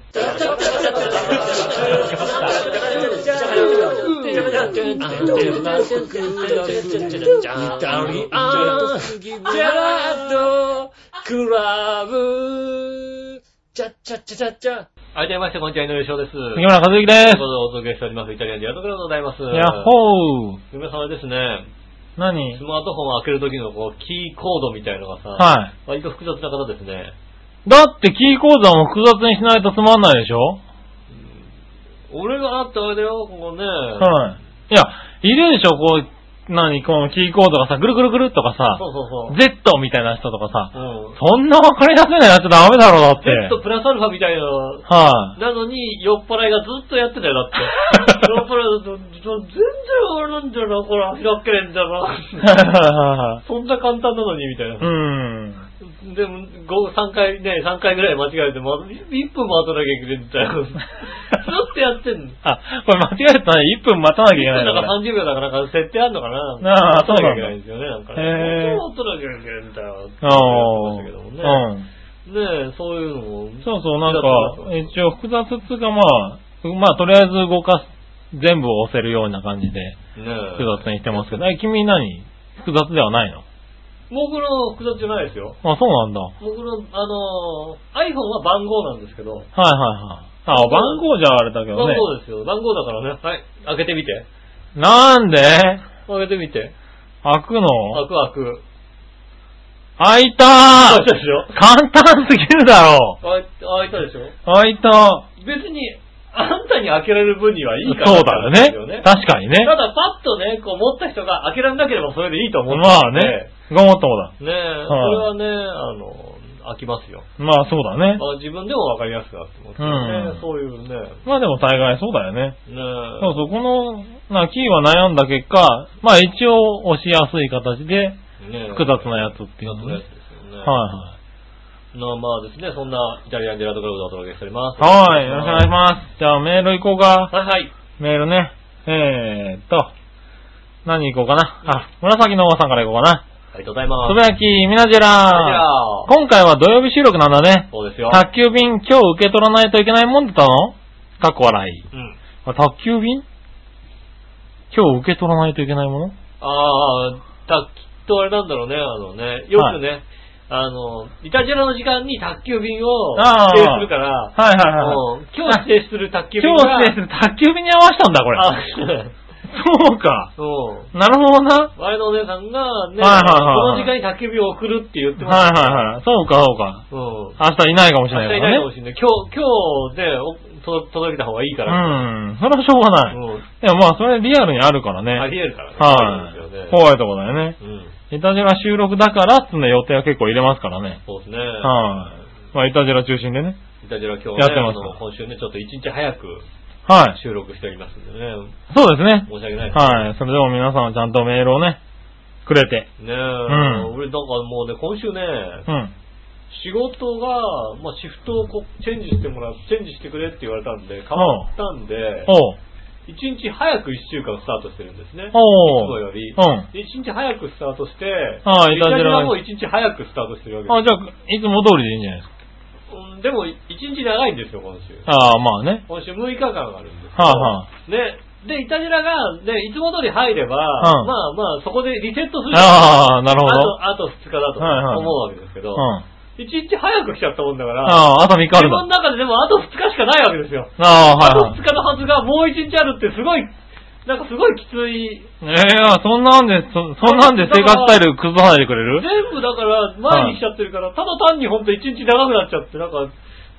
B: 改めまして、こんにちは、井上翔です。
C: 杉村和之で
B: とい
C: す
B: うこと。でお届けしております。イタリアンジェラートクラブでございます。
C: やっほー。
B: 杉村さんはですね、
C: 何
B: スマートフォンを開ける時のこうキーコードみたいのがさ、
C: は
B: 割と複雑な方ですね。
C: い。だってキー講座も複雑にしないとつまんないでしょ
B: 俺があってあれだよ、ここね。
C: はい。いや、いるでしょ、こう、何、このキーコードがさ、ぐるぐるぐるっとかさ、
B: そうそうそう。
C: Z みたいな人とかさ、
B: うん。
C: そんな分かり出せないやつダメだろ、だって。
B: Z プラスアルファみたいな。
C: はい。
B: なのに、酔っ払いがずっとやってたよ、 だって。酔っ払いがずっと、全然俺なんだよな、これ、開けれんだ
C: はい
B: な。
C: は
B: そんな簡単なのに、みたい
C: いはいは
B: な。
C: い。うん。
B: でも、ご3回ね、3回ぐらい間違えて、まず1分も後だけいけないんだ よ。ずっとやってんの。
C: あ、 これ間違えたね。1分待たなきゃいけない
B: だ
C: の
B: か
C: からら。
B: 30秒だからなんか設定あんのかな
C: ああそ
B: な
C: うなんだ
B: きゃいけないんですよね、なんかね。
C: へえ
B: そうなきゃいけないんだよ。って
C: あ
B: 言ってましたけど
C: あ。
B: も
C: うん。
B: ね。ねえ、そういうのも。
C: そうそう、なん
B: 複雑
C: か、
B: です
C: 一応複雑っつうかまあ、まあとりあえず動かす、全部を押せるような感じで、
B: ね
C: 複
B: え。
C: 雑にしてますけど、え、君何複雑ではないの
B: 僕の複雑じゃないですよ。
C: あ、そうなんだ。は
B: 僕の、あのー iPhone は番号なんですけど、
C: いはいはい。あ、番号じゃあれだけ
B: 番
C: どね。
B: 号ですよ。番号だからね。はい。開けてみて。
C: なんで
B: 開けてみて。
C: 開くの
B: 開く開く。
C: 開いた
B: 開いた
C: ー
B: でしょ
C: 簡単すぎるだろ
B: 開い開いたでしょ
C: 開いた。
B: 別に、あんたに開けられる分にはいいから。
C: そうだよね。確かにね。
B: ただ、パッとね、こう持った人が開けられなければそれでいいと思う。
C: まあね。。ごもっともだ。
B: ねえ、それはね、あの、開きますよ。
C: まあそうだね。
B: あ自分でもわかりやすくなってますよね。
C: うん
B: そういうね。ね
C: まあでも大概そうだよね。
B: え。
C: そうそう、この、な、キーは悩んだ結果、まあ一応押しやすい形で
B: ねえ
C: 複雑なやつっていう
B: 複雑な
C: のね。
B: や
C: は
B: つ
C: い
B: ですよね。。
C: はい
B: まあまあですね、そんなイタリアンジェラートクラブでお届けしております。
C: い。はい、よろしくお願いします。じゃあメール行こうか。
B: はいはい。
C: メールね。えーっと、何行こうかな。あ、紫のおばさんから行こうかな。
B: ありがとうございます。
C: つぶやき、みなじら
B: あ
C: 今回は土曜日収録なんだね。
B: そうですよ。
C: 宅急便今日受け取らないといけないもんだったのかっこ笑い。
B: うん。
C: あ宅急便今日受け取らないといけないもの
B: ああ、た、きっとあれなんだろうね、あのね、よくね、あの、イタジェラの時間に宅急便を指
C: あー
B: 定するから、
C: はいはいはい。
B: うん今日指定する宅急便
C: 今
B: が
C: 日、ですね、宅急便に合わせたんだ、これ。
B: あ、
C: そうか。
B: そう。
C: なるほどな。
B: 我のお姉さんがね、
C: はいはい
B: この
C: はいはい
B: 時間に宅急便を送るって言ってま
C: は
B: し
C: い
B: た。
C: はいはい。そうか、そうか。
B: うん。
C: 明日いないかもしれ
B: 明日
C: ない
B: い
C: か
B: ない
C: ら
B: かも
C: ね。
B: しれない。今日、今日でおと届けた方がいいから。
C: うん。それはしょうがない。
B: うん。
C: いや、まあ、それリアルにあるからね。
B: あり得るからね。
C: はい
B: そうですよね。
C: 怖いとこだよね。
B: うん。
C: いたじら収録だからっつうの予定は結構入れますからね。
B: そうですね。
C: はい。まあ、いたじら中心でね。
B: イタジェラ今日ね、
C: やってます
B: あ
C: か
B: の今週ね、ちょっと一日早く
C: はい。
B: 収録しておりますんでね、
C: そうですね。
B: 申し訳ないです。
C: はい。それでも皆さんはちゃんとメールをね、くれて。
B: ねえ、
C: ん
B: 俺なんかもうね、今週ね、
C: うん。
B: 仕事が、まあ、シフトをこうチェンジしてもらう、チェンジしてくれって言われたんで、変わったんで、
C: おう。
B: 一日早く一週間スタートしてるんですね。
C: お
B: い
C: う
B: つもより。
C: うん
B: で一日早くスタートして、
C: ああ
B: イ
C: いた
B: タ
C: じら
B: ジェラも一日早くスタートしてるわ
C: あ、
B: けで
C: じゃあ、いつも通りでいいんじゃないですか。
B: す。うんでも、一日長いんですよ、今週。
C: ああ、まあね。
B: 今週6日間あるんですけど
C: はいは
B: ね、で、イタジェラが、ね、いつも通り入れば、
C: ん
B: まあまあ、そこでリセットするじゃ
C: ああ、なるほ
B: ない
C: ど。
B: あと、あと2日だと
C: はいはい
B: 思うわけですけど、
C: うん。
B: 一日早く来ちゃったもんだから、
C: ああ、あと3日あ
B: 自
C: る
B: 分の
C: だ。
B: 中ででもあと2日しかないわけですよ。
C: ああ、
B: あと
C: は
B: 2
C: い
B: 日のはずがもう1日あるってすごい、なんかすごいきつい。
C: はい。ええそんなんで、そそんなんで生活スタイル崩さないでくれる
B: 全部だから前に来ちゃってるから、ただ単にほんと1日長くなっちゃって、なんか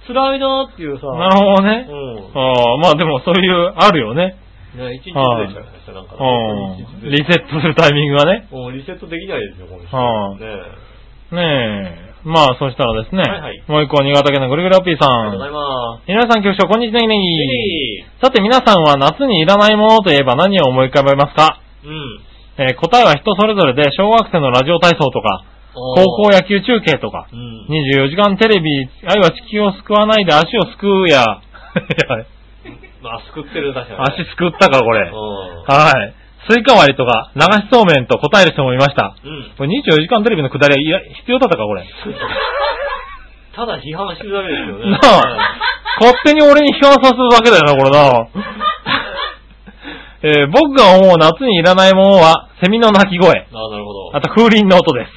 B: 辛いなーっていうさ。
C: なるほどね。
B: うん。
C: ああ、まあでもそういう、あるよね。
B: ね、1日ずれちゃいました、なんか、ね。一日
C: う
B: ず
C: ん。
B: れ
C: リセットするタイミングがね。
B: もうリセットできないですよ、この人。
C: はい
B: ねえ
C: ねえ。まあ、そしたらですね。
B: はいはい
C: もう一個、新潟県のぐるぐるアッピーさ
B: ありがとうござい
C: ん。
B: ま
C: 皆さん局長、こんにちは、ネギネ
B: す。
C: ギ。
B: いい
C: さて皆さんは夏にいらないものといえば何を思い浮かべますか
B: うん。
C: えー答えは人それぞれで、小学生のラジオ体操とか、高校
B: や、
C: 野球中継とか
B: う、ん。
C: 24時間テレビ、あるいは地球を救わないで足を救うや、いやあれ
B: まあ、すくってる、確かに。
C: 足救ったか、これ。
B: う
C: はい。スイカ割りとか、流しそうめんと答える人もいまし
B: ん。
C: た。
B: うん。
C: これ24時間テレビのくだりはいや必要だったか、これ。
B: ただ批判してるだけですよね。
C: なあ勝手に俺に批判させるだけだよな、これ な。えー僕が思う夏にいらないものは、セミの鳴き声、
B: ああ、なるほど。
C: あと風鈴の音です。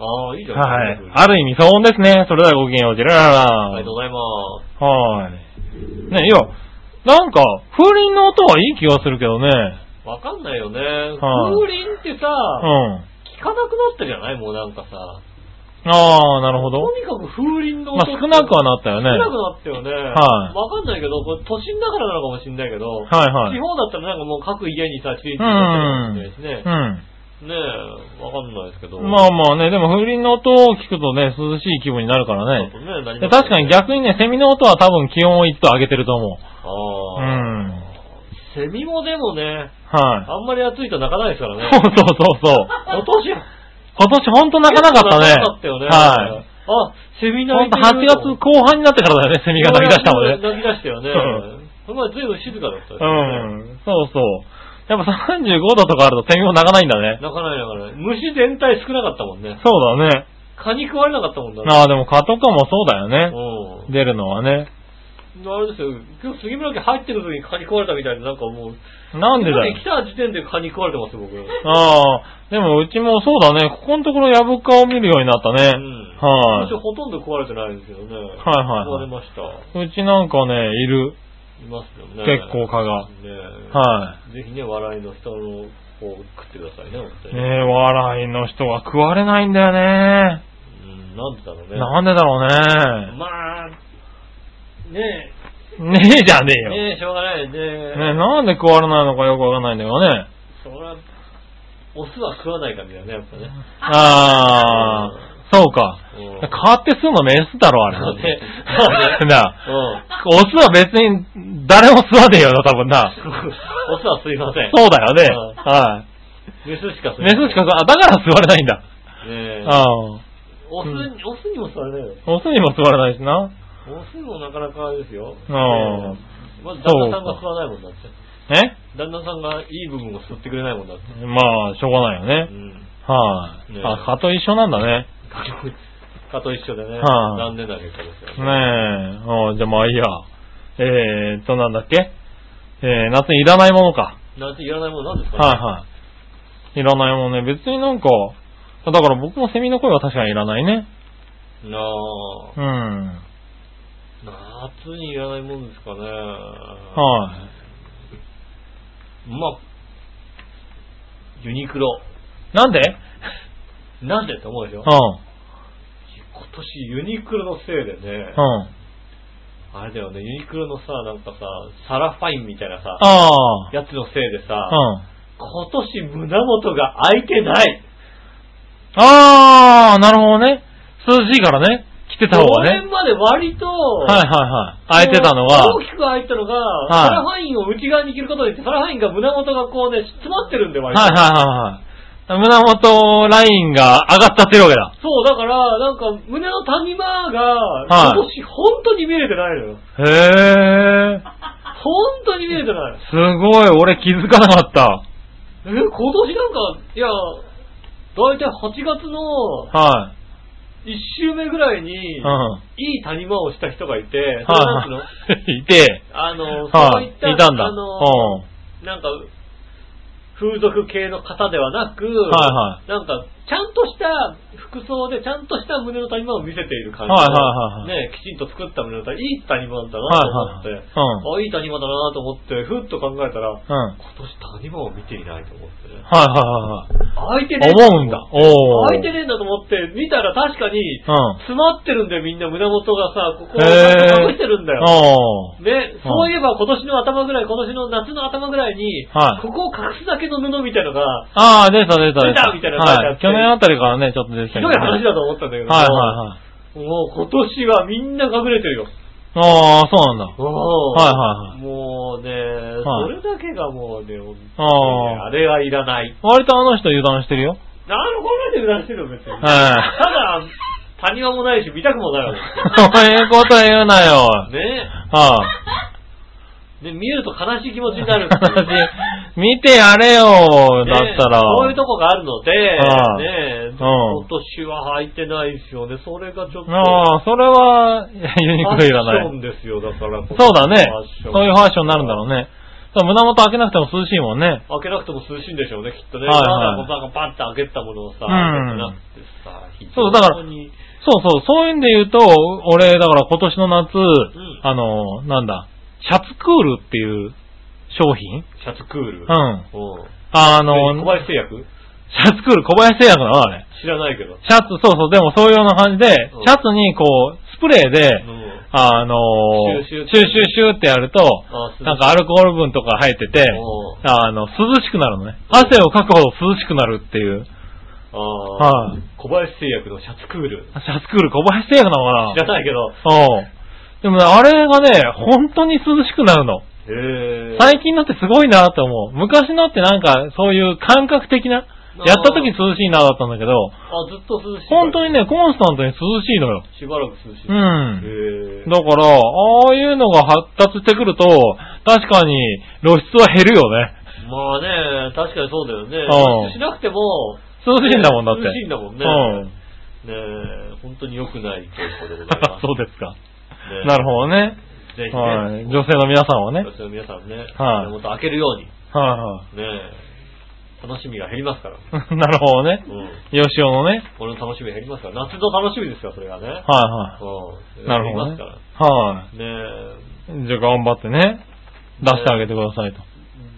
B: ああ、いいじゃな
C: はいい
B: です。か。
C: ある意味騒音ですね。それではごきげんよう、ジェララ
B: ありがとうございま
C: ラ。はい。ね、いや、なんか、風鈴の音はいい気がするけどね。
B: す。わかんないよね。
C: はい
B: 風鈴ってさ、
C: うん。
B: 聞かなくなったじゃないもうなんかさ。
C: ああ、なるほど
B: と。にかく風鈴の
C: まあ
B: 音、
C: 少なくはなったよね。
B: 少なくなったよね。
C: はい
B: わかんないけど、これ都心だからなのかもしんないけど、
C: はいはい
B: 地方だったらなんかもう各家にさ、チリチリ
C: う
B: なっ
C: ん
B: てるかもしれないしね。ねえ、わかんないですけど。
C: うん。まあまあね、でも風鈴の音を聞くとね、涼しい気分になるから
B: ちょっ
C: ね
B: と。ね、何も
C: で確かに。逆にね、セミの音は多分気温を一度上げてると思う。う
B: ああ、
C: ん。
B: セミもでもね、
C: は
B: あんまり暑いと鳴かないですから
C: い。
B: ね。
C: そうそうそうそう。
B: 今年、
C: 今年ほんと泣かなかったね。
B: 鳴かなかったよね。
C: はい。
B: あ、セミ鳴
C: ほん
B: い
C: と
B: て
C: 8
B: る
C: 月後半になってからだよね、セミが鳴き出したの ね。
B: 泣き出したよね
C: うん。
B: この前随分静かだったです
C: う
B: よね。
C: ん。そうそう。やっぱ35度とかあるとセミも鳴かないんだね。
B: 泣かない泣かない。虫全体少なかったもんね。
C: そうだね。
B: 蚊に食われなかったもんだね。
C: ああ、でも蚊とかもそうだよね。
B: うん。
C: 出るのはね。
B: あれですよ、今日杉村家入ってる時に蚊に食われたみたいで、なんかもう、
C: なんでだ
B: 来
C: よ。
B: た時点で蚊に食われてますよ、僕。う
C: ああ、でもうちもそうだね、ここのところやぶかを見るようになったね。
B: ん。
C: はい
B: 私ほとんど食われてないんですけどね。はい
C: はいはい
B: 食われました。
C: うちなんかね、いる。
B: いますよね。
C: 結構蚊が
B: ねえ
C: は
B: ぜひね、笑いの人の方を食ってくださいね、本当
C: い。
B: に。
C: ねえ、笑いの人は食われないんだよね。
B: うん、なんでだろうね。
C: なんでだろう
B: まあ、ね
C: ね。ねえじゃねえ
B: え、
C: よ。
B: ねえ、しょうがないね。ね
C: ねえ、なんで食われないのかよくわかんないんだけどね。
B: そら、オスは食わないからだよね、やっぱね。
C: ああ、そうか。
B: うん
C: 変わってすんのメスだろ、あれ。
B: そうね
C: なんだ。
B: うん。
C: オスは別に誰も吸わねえよな、多分な。
B: オスは吸いません。
C: そうだよね。
B: うん
C: は
B: メスしか吸
C: い。
B: い
C: メ
B: ま
C: ス
B: せん。
C: しか吸わ、あだから吸われないんだ。
B: ねえ
C: うん。
B: オス
C: う
B: に、オスにも吸われないよ。
C: オスにも吸われないしな。
B: オスもなかなかですよ。
C: うん
B: ねえまず旦那さんが吸わないもんだって。
C: え
B: 旦那さんがいい部分を吸ってくれないもんだって。
C: まあ、しょうがないよ
B: う
C: ね。
B: ん。
C: はい、
B: ねえ
C: あ、蚊と一緒なんだね。
B: 蚊と蚊と一緒でね。
C: はい
B: 残念な結果ですよね。
C: ねえ。あじゃあまあいいや。えーっと、なんだっけえー、夏にいらないものか。
B: 夏いらないものなんですかね。
C: はいはい。いらないもんね。別になんか、だから僕もセミの声は確かにいらないね。
B: なあ
C: うん。
B: 夏にいらないもんですかね。
C: はい。
B: まあ、ユニクロ。
C: なんで
B: なんでって思うでしょ
C: うん。う
B: 今年ユニクロのせいでね、
C: ん。
B: あれだよね、ユニクロのさ、なんかさ、サラファインみたいなさ、
C: あ
B: やつのせいでさ、
C: あ。うん。
B: 今年胸元が開いてない
C: ああ、なるほどね。涼しいからね。来てた方
B: 去
C: がね
B: 年。まで割と、
C: はいはいはい。空いてたのは
B: 大、きく開いたのが、
C: い
B: サラファインを内側に切ることによって、サラファインが胸元がこうね、詰まってるんで
C: はい
B: 割と。
C: はいはいはい。胸元ラインが上がっちゃってるわけだ。
B: そう、だから、なんか、胸の谷間が、
C: い
B: 今年本当に見れてないのよ。
C: へえ。
B: 本当に見れてない。
C: すごい、俺気づかなかった。
B: え、今年なんか、いや、だいたい8月の
C: は
B: 1週目ぐらいに、
C: い。うん。
B: いい谷間をした人がいて、それなんていうの
C: はい。いて、
B: あの、そ
C: は
B: う
C: い
B: いった、。
C: いたんだ。
B: あ
C: うん。
B: の、なんか、風俗系の方ではなく、
C: は
B: なんか、ちゃんとした服装で、ちゃんとした胸の谷間を見せている感じの、
C: はいはいは
B: ね、
C: い
B: きちんと作った胸の谷間、いい谷間だなと思っ
C: はい
B: て、
C: は
B: あ、
C: い
B: いい谷間だなと思って、ふっと考えたら、
C: うん。はい
B: 今年谷間を見ていないと思って、ね、
C: はいはいはい。
B: 開いてねえ
C: 思うんだ。おー。
B: 開いてねえんだと思って、見たら確かに、
C: うん。
B: 詰まってるんだよ、みんな胸元がさ、ここを
C: へー
B: 隠してるんだよ。
C: おー。
B: ね、そういえば今年の頭ぐらい、今年の夏の頭ぐらいに、
C: はい
B: ここを隠すだけの布みたいのが、
C: ああ、出た出た
B: 出たみたいな感じにな
C: は
B: っ
C: い。
B: て
C: 去年あたりからね、ちょっと出てき
B: ひ
C: た
B: どい話だと思ったんだけど、
C: はいはいはい。
B: もう今年はみんな隠れてるよ。
C: ああ、そうなんだ。
B: は
C: はいはいはい
B: もうね、
C: はい
B: それだけがもうね、本当にね
C: あ
B: あ
C: あ。
B: れはいらない。
C: 割とあの人油断してるよ。
B: あの、こんなで出してるの別に。た
C: はい。
B: だ、谷間もないし、見たくもないわ
C: そういうこと言うなよ。
B: け。ね
C: は
B: で、見えると悲しい気持ちになる。
C: い。見てやれよ、 だったら。
B: ねそういうとこがあるので、
C: ああ
B: ねえ、
C: ん
B: 今年は履いてないですよね。それがちょっと。
C: ああ、それは、 ユニクロいらな
B: ファッション
C: い。
B: ですよ、だから。そう
C: そうだね。そういうファッションになるんだろうね。そう胸元開けなくても涼しいもんね。
B: 開けなくても涼しいんでしょうね、きっとね。
C: はいはい
B: まだこうなんかパンって開けたものをさ、
C: うん
B: 開けてなくてさ、非常に
C: そうだからそうそう、そういうんで言うと、俺、だから今年の夏、
B: ん
C: あの、なんだ、シャツクールっていう商品
B: シャツクール。うん。
C: う。ん。あ
B: あの、小
C: の、
B: 林製薬
C: シャツクール小林製薬なのあれ。
B: 知らないけど。
C: シャツ、そうそう、でもそういうような感じで
B: うん、
C: シャツにこう、スプレーで、
B: うん。
C: あのー、
B: シ
C: シ
B: ュ
C: ュ
B: ー
C: ー
B: シ
C: シ
B: ュー
C: ューシューってやると、
B: あ
C: なんかアルコール分とか入ってて、
B: おう
C: あの、涼しくなるのね。汗をかくほど涼しくなるっていう。
B: ああ、
C: はい
B: 小林製薬のシャツクール。
C: シャツクール小林製薬なのか
B: 知らないけど。
C: なおうでもね、あれがね、本当に涼しくなるの。
B: へえ。
C: 最近のってすごいなと思う。昔のってなんか、そういう感覚的な、やった時涼しいなだったんだけど、
B: あ、ずっと涼しい。
C: 本当にね、コンスタントに涼しいのよ。
B: しばらく涼しい。へえ。
C: うん。だから、ああいうのが発達してくると、確かに露出は減るよね。
B: まあね、確かにそうだよね。
C: うん
B: しなくても、
C: 涼しいんだもんだって。
B: 涼しいんだもんね。
C: うん。
B: ねえ、本当に良くない傾向でございます。
C: そうですか。
B: ね
C: なるほどね。
B: ぜひね、
C: はい。女性の皆さんはね。はい
B: 女性の皆さんね、
C: はい
B: 胸元開けるように、
C: は
B: ねえ楽しみが減りますから。
C: い。 なるほどね
B: う。ん。
C: 吉尾のね。
B: 俺の楽しみが減りますから。夏の楽しみですから、それがね。
C: は
B: う
C: いはい。
B: ん。
C: なるほど
B: 減り
C: ね
B: ます。から。
C: は
B: ねえ
C: い。じゃあ頑張ってね。出してあげてくださいと。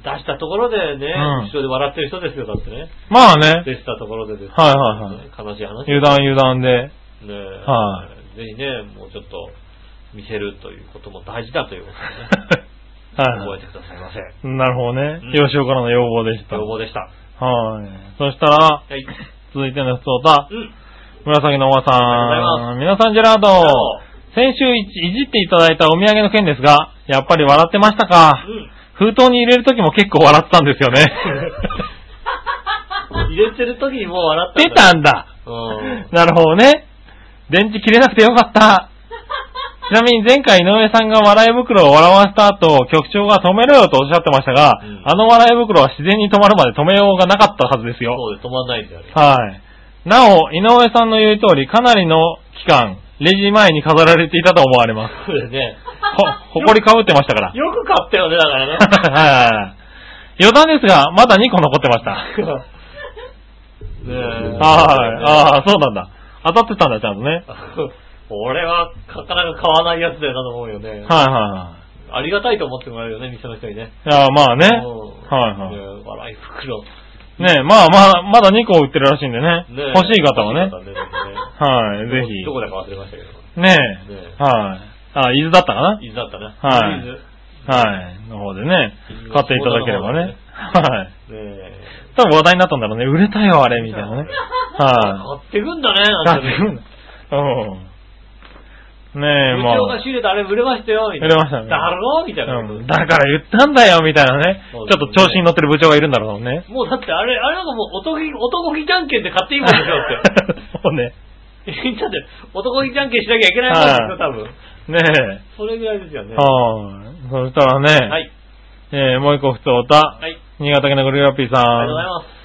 B: 出したところでね、
C: うん
B: 後ろで笑ってる人ですよ、だってね。
C: まあね。
B: 出したところでですね
C: はいはいはい
B: 悲しい話。
C: 油断油断で。
B: ねえ
C: は
B: ぜひね、もうちょっと見せるということも大事だということ
C: はい
B: をね、
C: は
B: 覚
C: い
B: えてくださいませ。
C: なるほどね
B: うん。
C: 吉尾からの要望でした。
B: 要望でした。は
C: はい。そしたら、
B: い。
C: 続いての普通歌
B: う、ん。
C: 紫のおばさん。皆さんジェラード。先週いいじっていただいたお土産の件ですが、やっぱり笑ってましたか
B: うん。
C: 封筒に入れる時も結構笑ってたんですよ ね。
B: 入れてる時にもう笑った
C: 出
B: んだ
C: た
B: よ。
C: んだ
B: うん。
C: なるほどね。電池切れなくてよ かった。ちなみに前回井上さんが笑い袋を笑わせた後、局長が止めろよとおっしゃってましたが、
B: うん
C: あの笑い袋は自然に止まるまで止めようがなかったはずですよ。
B: そうで止まんないんだよね。
C: はい。なお、井上さんの言う通り、かなりの期間、レジ前に飾られていたと思わ れます。
B: そうだよね。
C: ほ、ほこりかぶってましたから。
B: よく買ったよね、だか らね。
C: はい。余談ですが、まだ2個残ってました。 はい。
B: ねえ。
C: ああ、そうなんだ。当たってたんだ、ちゃんとね。
B: 俺はなかなか買わないやつだよなと思うよね。
C: はいは
B: ありがたいと思ってもらえるよね、店の人にね。
C: いはい。いや、まあ
B: う
C: ね。
B: ん
C: はいはい
B: ね笑い袋。ね
C: ねまあまあ、まだ2個売ってるらしいんでね。
B: え
C: 欲しい方はね。
B: 欲しい方ね
C: はい、ぜひ
B: ど。こだか忘れましたけど。
C: ね
B: ね
C: え。はい。あ、伊豆だったかな
B: 伊豆だったね。
C: はい
B: 伊豆
C: はい。の方でね
B: 伊、豆
C: 買っていただければね。はい。
B: ねえ。
C: 多分話題になったんだろうね。売れたよ、あれ、みたいなね。は
B: 買ってくんだね、
C: い。
B: なんてね。
C: うん。ねえ、ま
B: 部長が
C: あ。
B: 仕入れたあれ売れましたよ、みたいな。
C: 売れましたね
B: だろみたいなこと
C: うん、だから言ったんだよ、みたいなね。ち
B: そ
C: ょ
B: う
C: っ
B: ですね
C: と調子に乗ってる部長がいるんだろうね。
B: もうだってあれ、あれなんかもう男気、男気じゃんけんで買っていいもんでしょだ っ
C: そうね。
B: て。だって、男気じゃんけんしなきゃいけないもんですよ、多分。
C: ね
B: それぐらいですよね。
C: え。はい。そしたらね、
B: はい。
C: えーもう一個普通おた、
B: はい。
C: 新潟県のグリラピー
B: あ
C: さん。
B: りがとうございます。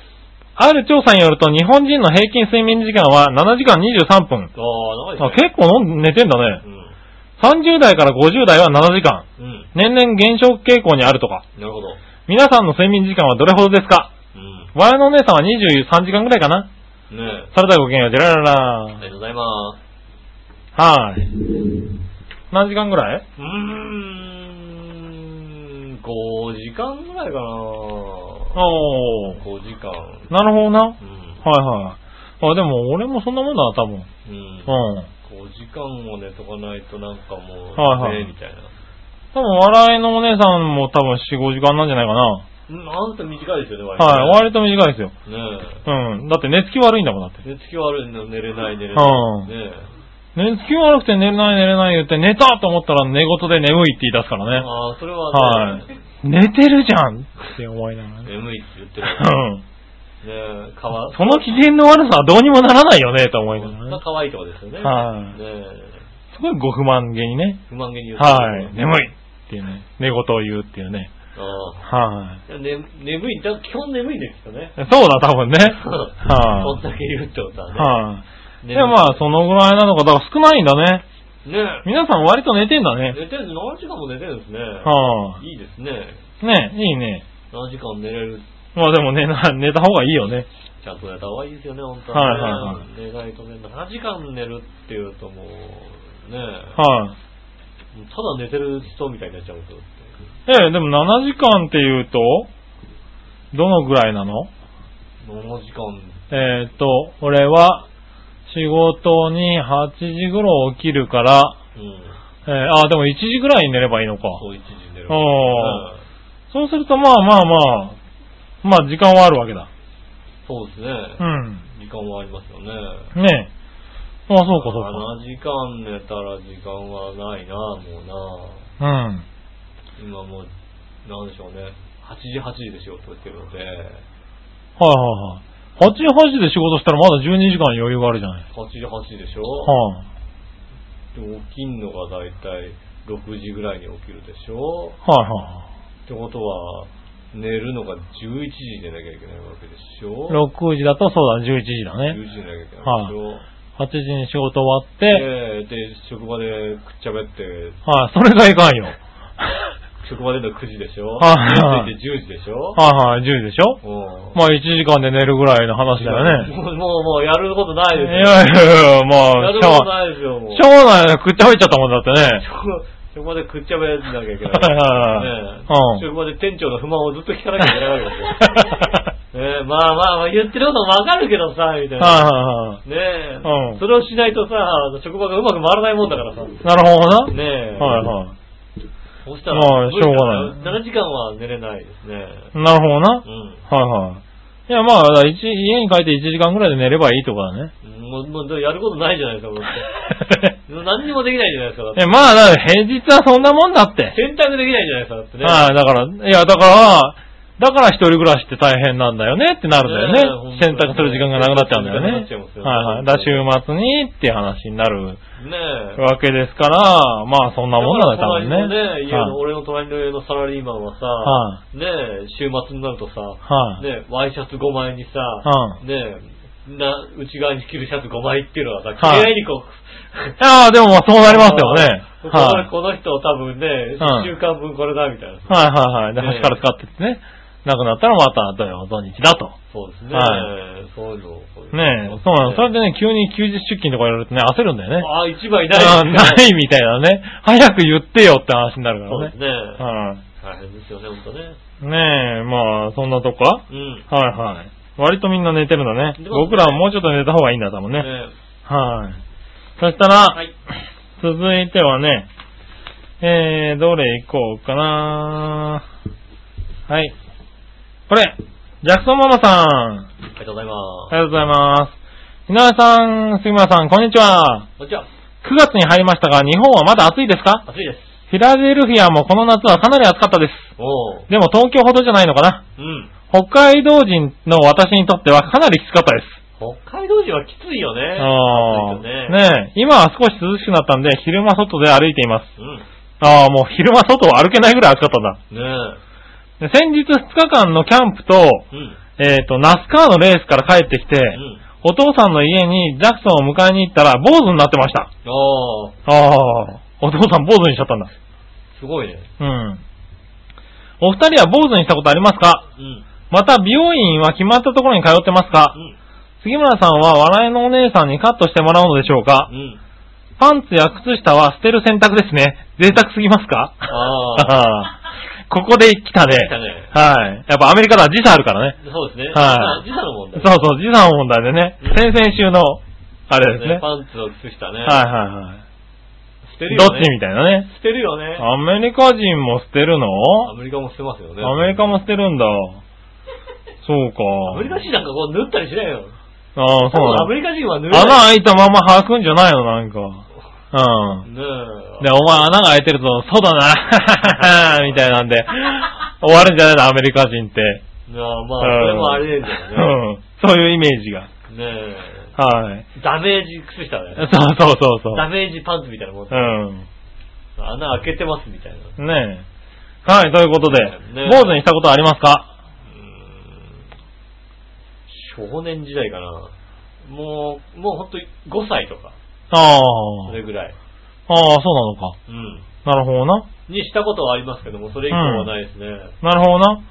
C: ある調査によると、日本人の平均睡眠時間は7時間23分。
B: ああ、長
C: あ
B: いですね。
C: 結構飲ん寝てんだね。
B: う
C: 30代から50代は7時間。
B: ん。うん。
C: 年々減少傾向にあるとか。
B: なるほど。
C: 皆さんの睡眠時間はどれほどですか
B: うん。
C: 我々のお姉さんは23時間ぐらいかな
B: ねえ。
C: それではごきげんよう、じゃらら
B: ありが
C: ら
B: とうございます。
C: はーい。何時間ぐらいう
B: ーん。5時間ぐらいかな
C: おー。
B: 5時間。
C: なるほどな。は
B: うん。
C: いはい。あ、でも俺もそんなもんだな、多分。うん。
B: うん。5時間も寝とかないとなんかもう、
C: はいはい
B: ねえみたいな。
C: 多分笑いのお姉さんも多分4、5時間なんじゃないかな。
B: うん、あんた短いですよね、割
C: はい。割と短いですよ。
B: と。ね
C: うん。だって寝つき悪いんだもん、だって。
B: え。寝つき悪いの寝れない寝れない。ね
C: 寝つき悪くて寝れない寝れない言って寝たと思ったら寝言で眠いって言い出すか
B: え。
C: らね。
B: ああ、それは
C: は
B: ね、
C: い。寝てるじゃんって思いながらね。
B: 眠いって言ってる。
C: う
B: ね
C: ん。
B: え、かわ、
C: その機嫌の悪さはどうにもならないよね、と思いなが
B: そん
C: ら
B: な
C: ね。
B: 可愛いとこですよね。
C: はい
B: ねえ。
C: すごいご不満げにね。
B: 不満げに言う
C: はい。眠いっていうね。寝言を言うっていうね。
B: あ
C: は
B: あ。ね、眠い、だ基本眠いんですよね。
C: い。そうだ、多分ね。
B: そん
C: は
B: だけ言うってこと
C: い。
B: はね。
C: はい。
B: 眠い
C: で、まあ、そのぐらいなのか。だから少ないんだね。
B: ね
C: 皆さん割と寝てんだ
B: え
C: ね。
B: 寝てるの何時間も寝てるんですね。
C: はい
B: いですね。
C: い。ねいいね。
B: 何時間も寝れる。
C: まあでもね、 な寝た方がいいよね。
B: ちゃんと寝た方がいいですよね、本当
C: はいはい
B: は
C: は
B: ね。寝ないとね、7時間寝るっていうともう、ねえ、
C: はい。
B: ただ寝てる人みたいになっちゃうと。
C: ええ、でも7時間って言うと、どのぐらいなの
B: 7時間。
C: えーっ、と、俺は仕事に8時頃起きるから、
B: うん。
C: えーあ、でも1時ぐらいに寝ればいいのか。
B: そう、一時寝る。
C: ああ
B: ね
C: そうすると、まあまあまあ、まあ時間はあるわけだ。
B: そうですね。
C: うん。
B: 時間はありますよね。
C: ねえ。あ、そうかそうか。
B: 7時間寝たら時間はないな、もうな。
C: うん。
B: 今もう、なんでしょうね。8時、8時で仕事してるので、
C: はいはいはい。8時8時で仕事したらまだ12時間余裕があるじゃない。
B: 8時、8時でしょ、
C: はい、
B: で起きんのがだいたい6時ぐらいに起きるでしょ
C: はいはい
B: ってことは、寝るのが11時に寝なきゃいけないわけでしょ
C: はい。6時だとそうだ、11時だね。
B: 10時に寝なきゃいけないでしょ、
C: はい8時に仕事終わって、
B: えー、で、職場でくっちゃべって、
C: はい、それがいかんよ。
B: 職場での9時でしょ
C: は
B: で
C: い
B: 10時でしょ
C: はいはい、10時でしょ
B: うん。
C: まあ1時間で寝るぐらいの話だよね。
B: もう、もう、もうやることない
C: い
B: で
C: や
B: す
C: い
B: よ。
C: やいや、ま
B: や
C: あ、
B: る
C: し
B: こ
C: か
B: と
C: も、
B: ないですよ、もう。
C: しょうがないよ、くっちゃべっちゃったもんだってね。
B: 職場でくっちゃべんなきゃいけない。
C: はいはいはい
B: ね
C: うん
B: 職場で店長の不満をずっと聞かなきゃいけないわけですよ。 ねえ、まあまあまあ、言ってることもわかるけどさ、みたい
C: はい
B: な。
C: はいは
B: ねえ、
C: うん
B: それをしないとさ、職場がうまく回らないもんだからさ。ね
C: い。なるほどな。
B: え。
C: はいはい。
B: そうしたら、
C: まあしょうが
B: 無理だ7時間は寝れないですね。
C: なるほどな
B: う。
C: はいはい。いや、まあ、だから一家に帰って1時間ぐらいで寝ればいいとか ね。
B: ん。もう、もう、やることないじゃないですか、もう何にもできないじゃないですか、だって
C: え、まあ、だから平日はそんなもんだって。
B: 選択できないじゃないですか、だってね。
C: はい、だから、いや、だから、だから一人暮らしって大変なんだよねってなるんだよ
B: ね
C: ね。
B: え
C: 洗濯する時間がなくなっちゃうんだよね。
B: なくなっちゃいますよね
C: はいはい。だから週末にっていう話になる
B: ねえ。
C: わけですから、まあそんなもんなんだよ、多分
B: だ
C: ね。
B: から隣のね、家の、
C: はい
B: 俺の隣の家のサラリーマンはさ、
C: は
B: ねえ、週末になるとさ、
C: はい
B: ねえ、ワイシャツ5枚にさ、
C: う
B: ねえ、な、内側に着るシャツ5枚っていうのはさ、
C: は
B: 綺
C: い
B: 麗にこう、
C: ああ、でも まあそうなりますよね。
B: この
C: はい、
B: この人多分ね、1週間分これだみたいな。
C: はいはいはい。で、
B: ねえ
C: 端から使ってってね。なくなったらまた土曜、土日だと。
B: そうですね。
C: は
B: そういうのをこういうの
C: ねえ、そうなの。それでね、急に休日出勤とか言われるとね、焦るんだよね。
B: ああ、1枚
C: あ
B: な
C: あ
B: い
C: な
B: ですね
C: いみたいなね。早く言ってよって話になるか
B: そう
C: ら
B: です
C: ね。
B: ね。
C: はい、
B: 大変ですよね、ほんとね。
C: ねえ、まあ、そんなとこか
B: うん。
C: はいはい。割とみんな寝てるんだね。
B: 寝てますね
C: 僕らはもうちょっと寝た方がいいんだ、多分ね。
B: ね
C: はい。そした
B: えは
C: ら、
B: い。
C: 続いてはね、えー、どれ行こうかなはい。これジャクソンママさん
B: ありがとうござい
C: あ
B: ま
C: りがとうございます。井上さん、杉村さん、こんにちは。
B: す。こんにちは。
C: 9月に入りましたが、日本はまだ暑いですか
B: 暑いです。
C: フィラデルフィアもこの夏はかなり暑かったです。
B: おう。
C: でも東京ほどじゃないのかな
B: うん。
C: 北海道人の私にとってはかなりきつかったです。
B: 北海道人はきついよね。
C: あ
B: 暑
C: あ
B: いよね。
C: ねえ今は少し涼しくなったんで、昼間外で歩いています。
B: うん。
C: ああ、もう昼間外を歩けないぐらい暑かったん
B: ね
C: だ。で先日2日間のキャンプと、
B: え。うん。
C: えっ、と、ナスカーのレースから帰ってきて、
B: うん。
C: お父さんの家にジャクソンを迎えに行ったら坊主になってました。
B: ああ、
C: ああ、お父さん坊主にしちゃったんだ。
B: すごいね。
C: うん。お二人は坊主にしたことありますか
B: うん。
C: また、美容院は決まったところに通ってますか
B: うん。
C: 杉村さんは笑いのお姉さんにカットしてもらうのでしょうか
B: うん。
C: パンツや靴下は捨てる選択ですね。贅沢すぎますか
B: あ
C: ここで来たね。
B: 来たね
C: はい。やっぱアメリカでは時差あるからね。
B: そうですね。
C: は
B: 時差時
C: い
B: 差の問
C: そう
B: 題。
C: そう、時差の問題でね
B: うん。
C: 先々週の、あれですね。は
B: パンツを靴下ね。
C: いはいは
B: 捨てる
C: い。
B: よ
C: ど
B: ね。
C: っちみたいなね。
B: 捨てるよね。
C: アメリカ人も捨てるの
B: アメリカも捨てますよね。
C: アメリカも捨てるんだ。そうか。
B: アメリカ人なんかこう縫ったりしないよ。
C: ああ、そう
B: ア
C: な
B: メ
C: の。
B: リカ人は縫う。
C: 穴開いたまま履くんじゃないのなんか。うん。
B: ねえ。
C: で、お前穴が開いてると、そうだな、 みたいなんで、終わるんじゃないの、アメリカ人って。
B: なあまあ、
C: う
B: そ
C: ん
B: れもあれですよ
C: うん。そういうイメージが。
B: ね。ねえ。
C: はい。
B: ダメージ靴下だ
C: そう
B: よね。
C: そうそうそ
B: ダ
C: う。
B: メージパンツみたいなもん。
C: う
B: 穴開けてますみたいな。
C: ん。ねえ。はい、ということで、
B: ねえ
C: 坊主にしたことはありますか
B: うーん少年時代かな。もう、もうほんと5歳とか、
C: ああ。
B: それぐらい。
C: ああ、そうなのか。
B: うん。
C: なるほどな。
B: にしたことはありますけども、それ以降はないですね。
C: なるほどな。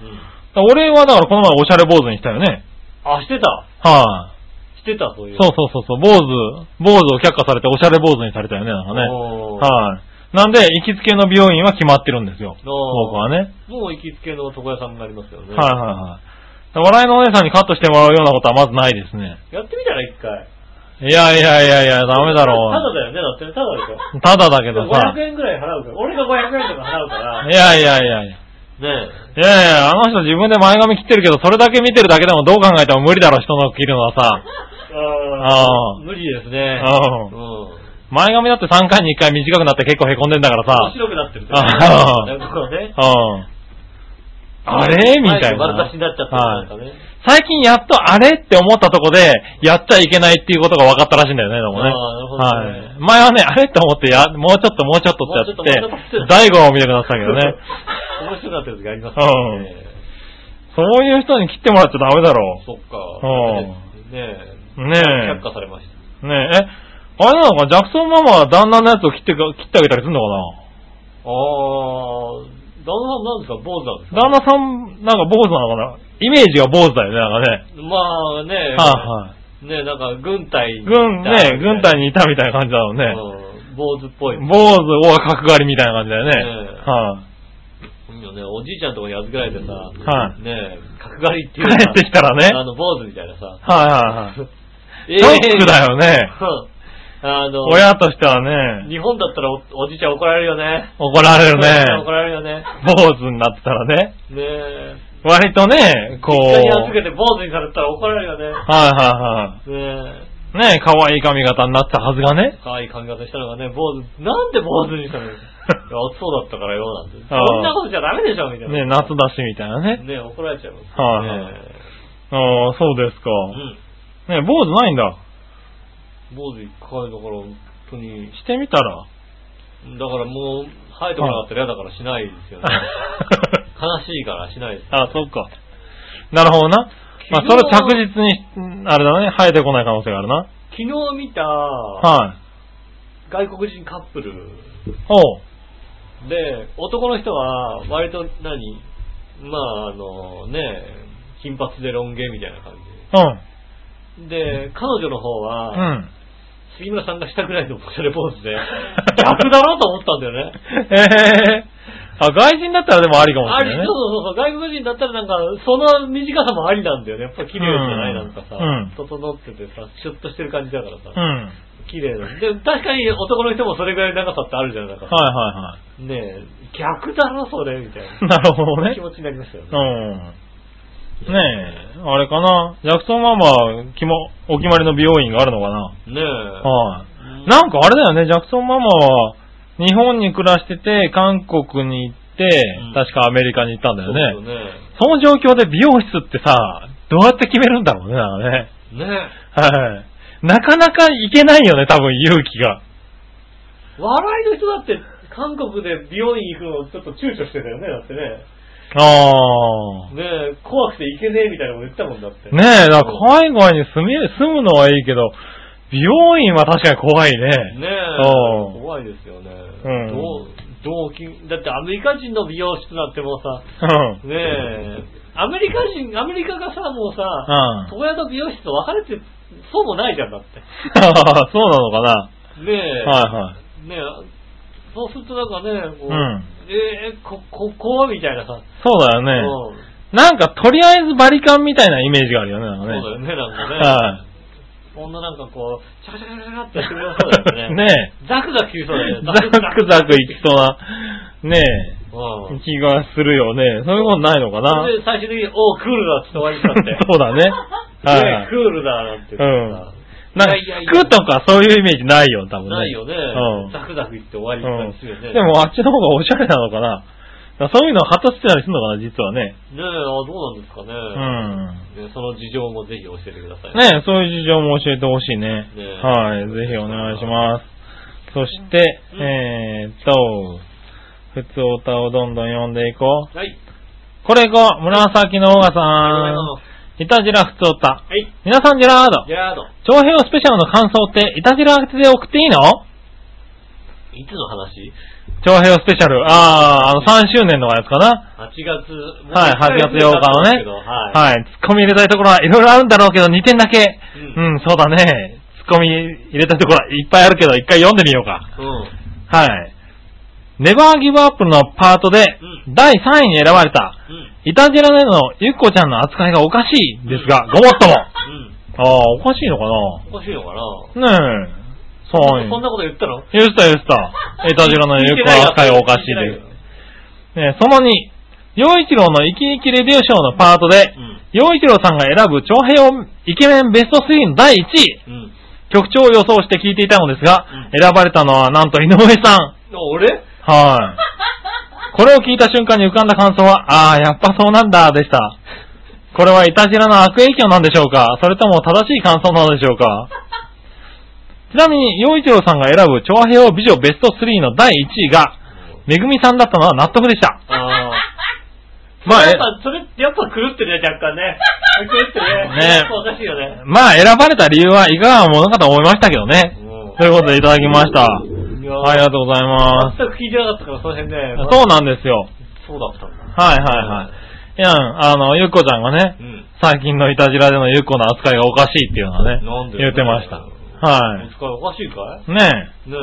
B: うん。
C: 俺はだからこの前おしゃれ坊主にしたよね。
B: あ、してた
C: は
B: してた、そうい
C: い、
B: う。
C: そうそうそうそう、坊主、坊主を却下されておしゃれ坊主にされたよね、なんかね。
B: おー
C: はい、なんで、行きつけの美容院は決まってるんですよ。
B: おー
C: 僕はね。
B: もう行きつけの床屋さんになりますよね。
C: はいはいはい。笑いのお姉さんにカットしてもらうようなことはまずないですね。
B: やってみたら一回。
C: いやいやいやいや、ダメだ
B: ただ
C: ろ
B: だよね、だってね、ただでしょ。
C: う。ただだけどさ。
B: 500円くらい払うから。俺が500円とか払うから。
C: いやいやいやいや。
B: ね
C: いやいや、あの人自分で前髪切ってるけど、それだけ見てるだけでもどう考えても無理だろ、人の切るのはさ。
B: え。あ
C: あ
B: ー無理ですね。
C: うん
B: うん。
C: 前髪だって3回に1回短くなって結構凹んでんだから
B: 面
C: さ。
B: 白くなってるってことね。
C: あ
B: なるほどね。
C: うん。あれみたい
B: 丸
C: な
B: 出し。になっちゃった
C: はい
B: なんかね。
C: 最近やっとあれって思ったとこで、やっちゃいけないっていうことが分かったらしいんだよね、でもね。
B: ああなるほどね
C: はい。前はね、あれって思ってや、もうちょっともうちょっとってや
B: もうちょっともうちょっ
C: って
B: と、
C: 大悟を見たくなってたけ どね。
B: 面白くなってる時ありますよね。
C: そういう人に切ってもらっちゃダメだろ
B: そっか。
C: うん
B: ねえ。
C: ねえ
B: 却下されました。
C: ねえ、え、あれなのか、ジャクソンママは旦那のやつを切ってか、切ってあげたりするのか
B: ああ、旦那さんなんですか坊主なんですか
C: な旦那さん、なんか坊主なのかなイメージが坊主だよね、なんかね。
B: まあね、
C: はいはい。
B: ねなんか軍隊にいた
C: 軍、ね、軍隊
B: ね、
C: にいたみたいな感じだろうね。
B: うん坊主っぽい。
C: 坊主は角刈りみたいな感じだよね。
B: ええいいよね、おじいちゃんとかに預けられてさ、
C: はい
B: ね角刈りっていう
C: はい。
B: か
C: 帰ってきたらね。
B: あの、坊主みたいなさ。
C: はいはいはい。
B: え
C: ショックだよね。
B: よ。 あの、
C: 親としてはね、
B: 日本だったらおおじいちゃん怒られるよね。
C: 怒られる
B: 怒
C: ね。
B: られるよね。
C: 坊主になってたらね。
B: ねえ。
C: 割とね、こう。
B: 人に預
C: はい
B: けて坊主にされたら怒られるよね。
C: は
B: ねえ。
C: いはい。ね可愛い髪型になったはずがね。
B: 可愛い髪型したのがね、坊主、なんで坊主に したのいや暑そうだったからよ、なんて。
C: ああ
B: そんなことじゃダメでしょ、みたいな。
C: ね夏だしみたいなね。
B: ねえ怒られちゃいますよ
C: はい
B: ね。
C: はいああ、そうですか。
B: うん。
C: ね坊主ないんだ。
B: 坊主一回だから、本当に、
C: してみた ら。
B: だからもう、生えてこなかったら嫌だからしないですよね。悲しいからしないです。
C: あ、そっか。なるほどな。まあ、それは着実に、うんあれだね、生えてこない可能性があるな。
B: 昨日見た、
C: は
B: 外国人カップル
C: い。おう。
B: で、男の人は、割と何、まあ、あのね、金髪でロン毛みたいな感
C: う
B: じ。
C: ん。
B: で、彼女の方
C: う
B: は、
C: ん。
B: 杉村さんがしたくらいのおしゃれポー ズで、逆だろと思ったんだよね。
C: ええあ、外人だったらでもありかも
B: あ
C: しれ
B: り、
C: ないね。
B: そうそうそう、外国人だったらなんか、その短さもありなんだよね。やっぱ綺麗じゃない、
C: うん
B: なんかさ、
C: うん
B: 整っててさ、シュッとしてる感じだからさ、
C: うん。はい
B: 綺麗だ。で、確かに男の人もそれぐらい長さってあるじゃないですか。
C: は
B: ねえ、逆だろ、それ、みたい
C: いはい。 なるほど
B: な
C: ね
B: 気。持ちになりましたよね。
C: うん。ねえ、あれかな。ジャクソンママ、きも、お決まりの美容院があるのかな。
B: ねえ。
C: はい。
B: うん
C: なんかあれだよね、ジャクソンママは、日本に暮らしてて、韓国に行って、
B: うん
C: 確かアメリカに行ったんだよ
B: そうで
C: ね。
B: すよ
C: その状況で美容室ってさ、どうやって決めるんだろうね、なんかね。
B: ね。ね
C: はい。なかなか行けないよね、多分勇気が。
B: え。笑いの人だって、韓国で美容院行くのちょっと躊躇してたよね、だってね。
C: あ
B: ねえ、怖くて行けねえみたいなこと言ってたもんだって。
C: ー。ねえ、だから海外に住み、住むのはいいけど、美容院は確かに怖いね。
B: ねえ
C: う、ん
B: 怖いですよね。
C: うん
B: どう、どうき、だってアメリカ人の美容室なんてもうさ、
C: うん。
B: ねえ、アメリカ人、アメリカがさ、もうさ、
C: うん。
B: 床屋と美容室と分かれて、そうもないじゃんだって。
C: そうなのかな。
B: ねえ、
C: はいはい。
B: ねえ、そうするとなんかね、こう、
C: うん
B: えー、こ、こ、こうみたいなさ、
C: そうだよね。
B: うん
C: なんか、とりあえずバリカンみたいなイメージがあるよね、なん
B: そ
C: か
B: うだ
C: ね。
B: よね、なんかね。
C: はい。
B: こんななんかこう、チャカチャカチャカってやってくれなそうだよね。
C: ね
B: ザクザク切りそう だよね。
C: ザクザクいきそうな、ね
B: う
C: え
B: ん、。
C: 気がするよね。そういうことないのかな
B: で、最終的に、おう、クールだって終わりだ って。
C: そうだね。はいは
B: ね
C: い
B: ク。ールだなんて言って
C: なん
B: いや
C: か
B: いやい、や
C: 服とかそういうイメージないよ、多
B: さ、
C: 分ね。
B: ないよね
C: うん。
B: ザクザク言って終わり
C: う
B: なんんですよね。
C: でもあっちの方がおしゃれなのかな。だからそういうの果たしてたりするのかな、実はね。
B: ねえ、あどうなんですかね。
C: うん。
B: ねその事情もぜひ教えてください。
C: ねえそういう事情も教えてほしいね。
B: ね
C: はい。ぜひお願いします。そして、
B: うん
C: えーっと、普通お歌をどんどん読んでいこう。
B: はい。
C: これが紫のオガさ。
B: ありがとうんござい
C: いたじらふつおた。
B: ますはい。
C: 皆さん、ジェラード
B: ジ。ェラード、
C: 長編スペシャルの感想って、いたじらで送っていいの
B: いつの話
C: 長編スペシャル。あー、あの、3周年のやつかな。
B: ?8 月、
C: はい、8月8日のね。
B: は
C: はい、ツッコミ入れたいところはいろいろあるんだろうけど、2点だけ。
B: う
C: うん、そうだね。ツッコミ入れたいところはいっぱいあるけど、一回読んでみようか。
B: い。うん。
C: はい。ネバーギブアップのパートで、
B: う
C: 第3位に選ばれた、
B: うん。
C: いたじらでのゆっこちゃんの扱いがおかしいです が、ごもっと
B: う
C: も。
B: ん。
C: ああ、おかしいのか
B: 欲しいのかな
C: なねえ。そう
B: そんなこと言ったの
C: 言ってた言ってた。えたじらのよく扱いがおかしいで
B: う
C: す。ねえその2、洋一郎の生き生きレディオショーのパートで、
B: ん。
C: 洋一郎さんが選ぶ長平イケメンベスト3の第1位、
B: うん。
C: 曲調を予想して聞いていたのですが、
B: うん
C: 選ばれたのはなんと井上さん。
B: 俺
C: はい。これを聞いた瞬間に浮かんだ感想は、ああ、やっぱそうなんだ、でした。これはいたじらの悪影響なんでしょうかそれとも正しい感想なのでしょうかちなみに、洋一郎さんが選ぶ調和平和美女ベスト3の第1位が、めぐみさんだったのは納得でした。
B: ああ。
C: まあ
B: やっぱ、それ、やっぱ狂ってるね、若干ね。狂ってるね。
C: ね
B: やっぱおかしいよね。
C: まあ、選ばれた理由はいかがなものかと思いましたけどね。
B: うん
C: ということでいただきました。
B: いや
C: ありがとうございます。
B: 全く聞いてなかったから、その辺ね。
C: そうなんですよ。
B: そうだったんだ。
C: はいはいはい。いや、あの、ゆっこちゃんがね
B: う、ん。
C: 最近のいたじらでのゆっこの扱いがおかしいっていうのはね、
B: なんで
C: 言ってました。
B: は。
C: はい
B: いつからおかしいか
C: い。ね
B: いね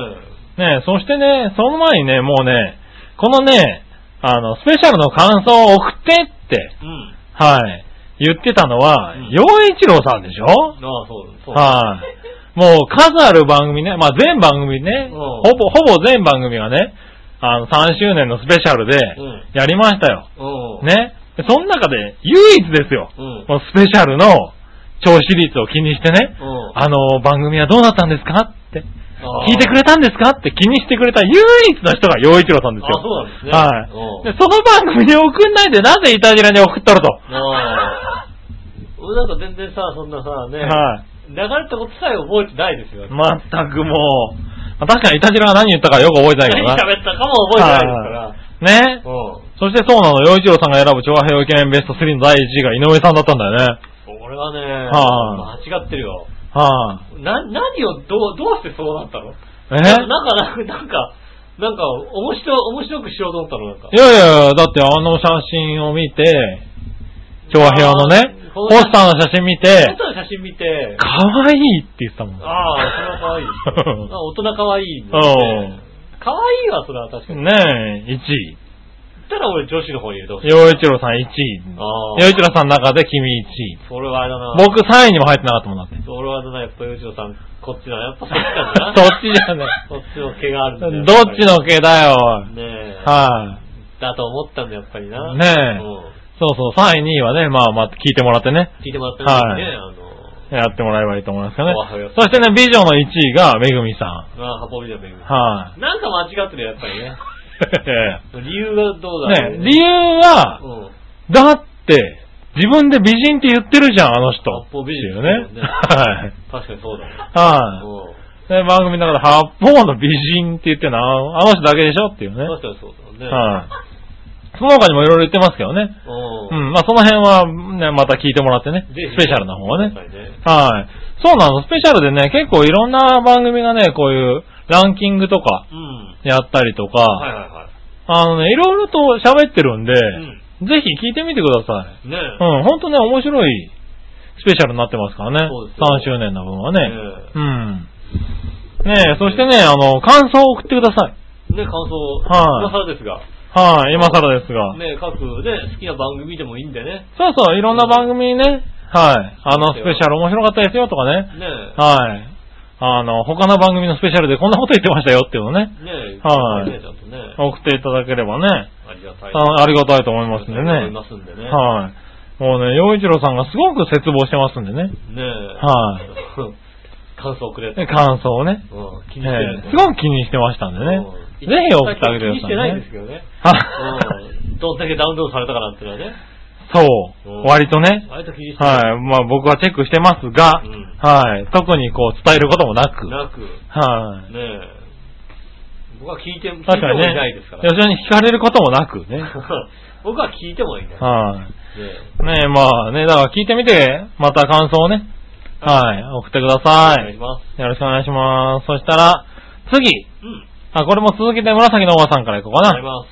C: え、ねえ、そしてね、その前にね、もうね、このね、あの、スペシャルの感想を送ってって、
B: え。うん。
C: はい、言ってたのは
B: うん、
C: 洋、一郎さんでしょ
B: ああ、そうそう。
C: はい。もう数ある番組ね、まあ全番組ね、
B: うん
C: ほぼ、ほぼ全番組がね、あの、3周年のスペシャルで
B: うん、
C: やりましたよ。
B: うん。。
C: ね。でその中で、唯一ですよ。
B: うん。
C: このスペシャルの聴取率を気にしてね、
B: うん
C: あの、番組はどうだったんですかって、
B: あー
C: 聞いてくれたんですかって気にしてくれた唯一の人が陽一郎さんですよ。
B: あそうなんですね
C: はい。
B: うん
C: でその番組に送んないで、なぜイタジラに送ったろと。
B: ああ。俺なんか全然さ、そんなさ、ね、
C: はい。
B: 流れたことさえ覚えてないですよ。
C: まったくもう、まあ確かにイタジラが何言ったかよく覚えてないけど
B: 何
C: な。
B: 喋ったかも覚えてないですから。
C: ね。
B: う
C: そしてそうなの、洋一郎さんが選ぶ調和平イケメンベスト3の第1位が井上さんだったんだよね。
B: ん。俺はね、
C: は
B: 間違ってるよ。
C: は
B: な、何をどう、どうしてそうなったの
C: い。え
B: なんか、なんか、なんか、なんか、面白、面白くしようと思ったの、なんか
C: い。やいや、だってあの写真を見て、調和平和のね
B: あー、
C: ポスターの写真見て、
B: 外の写真見て、
C: かわいいって言ってたも
B: あ
C: ん。
B: あ、それは可愛 い。あ大人可愛い、ね。
C: うん
B: 可愛いわ、それは確かに。
C: ねえ、1位。
B: ったら俺女子の方に入れてほしい。
C: 洋一郎さん1位。
B: あ
C: 洋
B: あ。
C: 一郎さんの中で君1位。
B: それはあれだな。
C: 僕3位にも入ってなかったもんだって。
B: それはあれだな、やっぱ吉野さん、こっちだな。やっぱそっちなんだ な。
C: どっちじゃね
B: こっちの毛があるんだよ
C: どっちの系だよ、おい
B: ねえ。
C: はい。
B: だと思ったんだ、やっぱりな。
C: ねえそうそう、3位、2位はね、まあまあ聞いてもらってね、
B: うん聞いてもらったんでね、
C: はい
B: あの、
C: やってもらえばいいと思いますけどね
B: おはよう。
C: そしてね、美女の1位がめぐみさん。
B: まあ、運びじゃめぐみ。
C: は
B: なんか間違ってるよ、やっぱりね。
C: い。
B: 理由がどうだろう
C: ね、理由は、
B: うん。
C: だって、自分で美人って言ってるじゃん、あの人。
B: 八方美人
C: っていうね。はい。
B: 確かにそうだ。。
C: はいい。で番組の中で、八方の美人って言ってるのは、あのあの人だけでしょっていうね。
B: うん。確かにそうだね。
C: はい。その他にもいろいろ言ってますけどね。
B: うん。
C: うん。まあ、その辺は、ね、また聞いてもらってね。
B: ぜひ
C: スペシャルな方はね。
B: くださいね
C: はい。そうなの、スペシャルでね、結構いろんな番組がね、こういうランキングとか
B: うん。
C: やったりとか、
B: はいはいはい。
C: あのね、いろいろと喋ってるんで、ぜひ聞いてみてください。
B: ねえ。
C: うん、ほんとね、面白いスペシャルになってますからね。
B: そうですよ
C: 3周年の分はね。
B: ね
C: うん。ねえ、そしてね、あの、感想を送ってください。
B: ね感想、
C: はい
B: 今更ですが、
C: はい、今更ですが。
B: ね各ね、好きな番組でもいいんでね。
C: そうそう、いろんな番組ね、はい、あの
B: そうで
C: ス
B: すよ
C: ペシャル面白かったですよとかね、
B: ね
C: はい、あの、他の番組のスペシャルでこんなこと言ってましたよっていうのね、
B: ね
C: はい
B: ねちゃんとね、
C: 送っていただければね、
B: ありがたい。
C: あありがたいと思いますんでね。
B: 思いますんでね。
C: はい。もうね、洋一郎さんがすごく絶望してますんでね。
B: ね
C: はい
B: 感想くれ
C: で
B: て。
C: 感想をね。
B: うん、気
C: え
B: にしてるんだ
C: えすごく気にしてましたんでね。ぜ
B: うん
C: ひ送ってあげて
B: 気にし
C: くださ
B: て
C: い、ね。
B: ないですけどね。
C: は
B: うんどんだけダウンロードされたかなんてのはね。
C: そう
B: うん。
C: 割とね。
B: あれと気にしてい。
C: はい。まあ僕はチェックしてますが、
B: うん
C: はい。特にこう伝えることもなく。
B: なく、ね
C: はい。
B: 僕は聞いて、聞いても
C: 確かに
B: いない
C: ね
B: ですか、ら。
C: 吉田に聞かれることもなくね。
B: 僕は聞いてもいない。ね
C: はい。ねえ、まあね、だから聞いてみて、また感想をね、はい、送ってくださ
B: お願いします。
C: い。よろしくお願いします。そしたら、次。
B: うん。
C: あ、これも続けて紫のおばさんからいこうか
B: あ
C: な。
B: ります。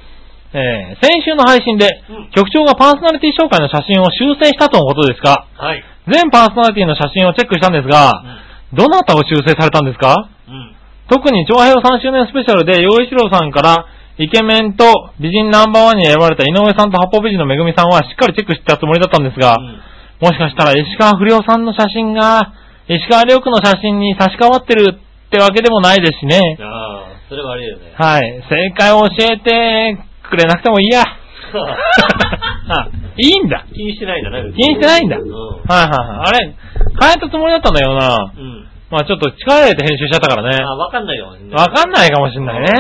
C: えー、先週の配信で
B: うん、
C: 局長がパーソナリティ紹介の写真を修正したとのことですが、
B: はい。
C: 全パーソナリティの写真をチェックしたんで
B: う
C: すが、
B: ん
C: どなたを修正されたんですか
B: うん。
C: 特に長平3周年スペシャルで、洋一郎さんから、イケメンと美人ナンバーワンに選ばれた井上さんと八方美人のめぐみさんはしっかりチェックしたつもりだったんですが、
B: うん
C: もしかしたら石川不良さんの写真が、石川良区の写真に差し替わってるってわけでもないですしね。
B: ああ、それはありだよね。
C: はい。正解を教えてくれなくてもいいや。 あいいんだ。
B: 気にしてないんだね。別
C: 気にしてないんだ。
B: う
C: は
B: ん。
C: いはいはい。あれ、変えたつもりだったんだよな。
B: うん。
C: まあちょっと力入れて編集しちゃったからね
B: あ。わかんないかもしれない。
C: わかんないかもしんないね。は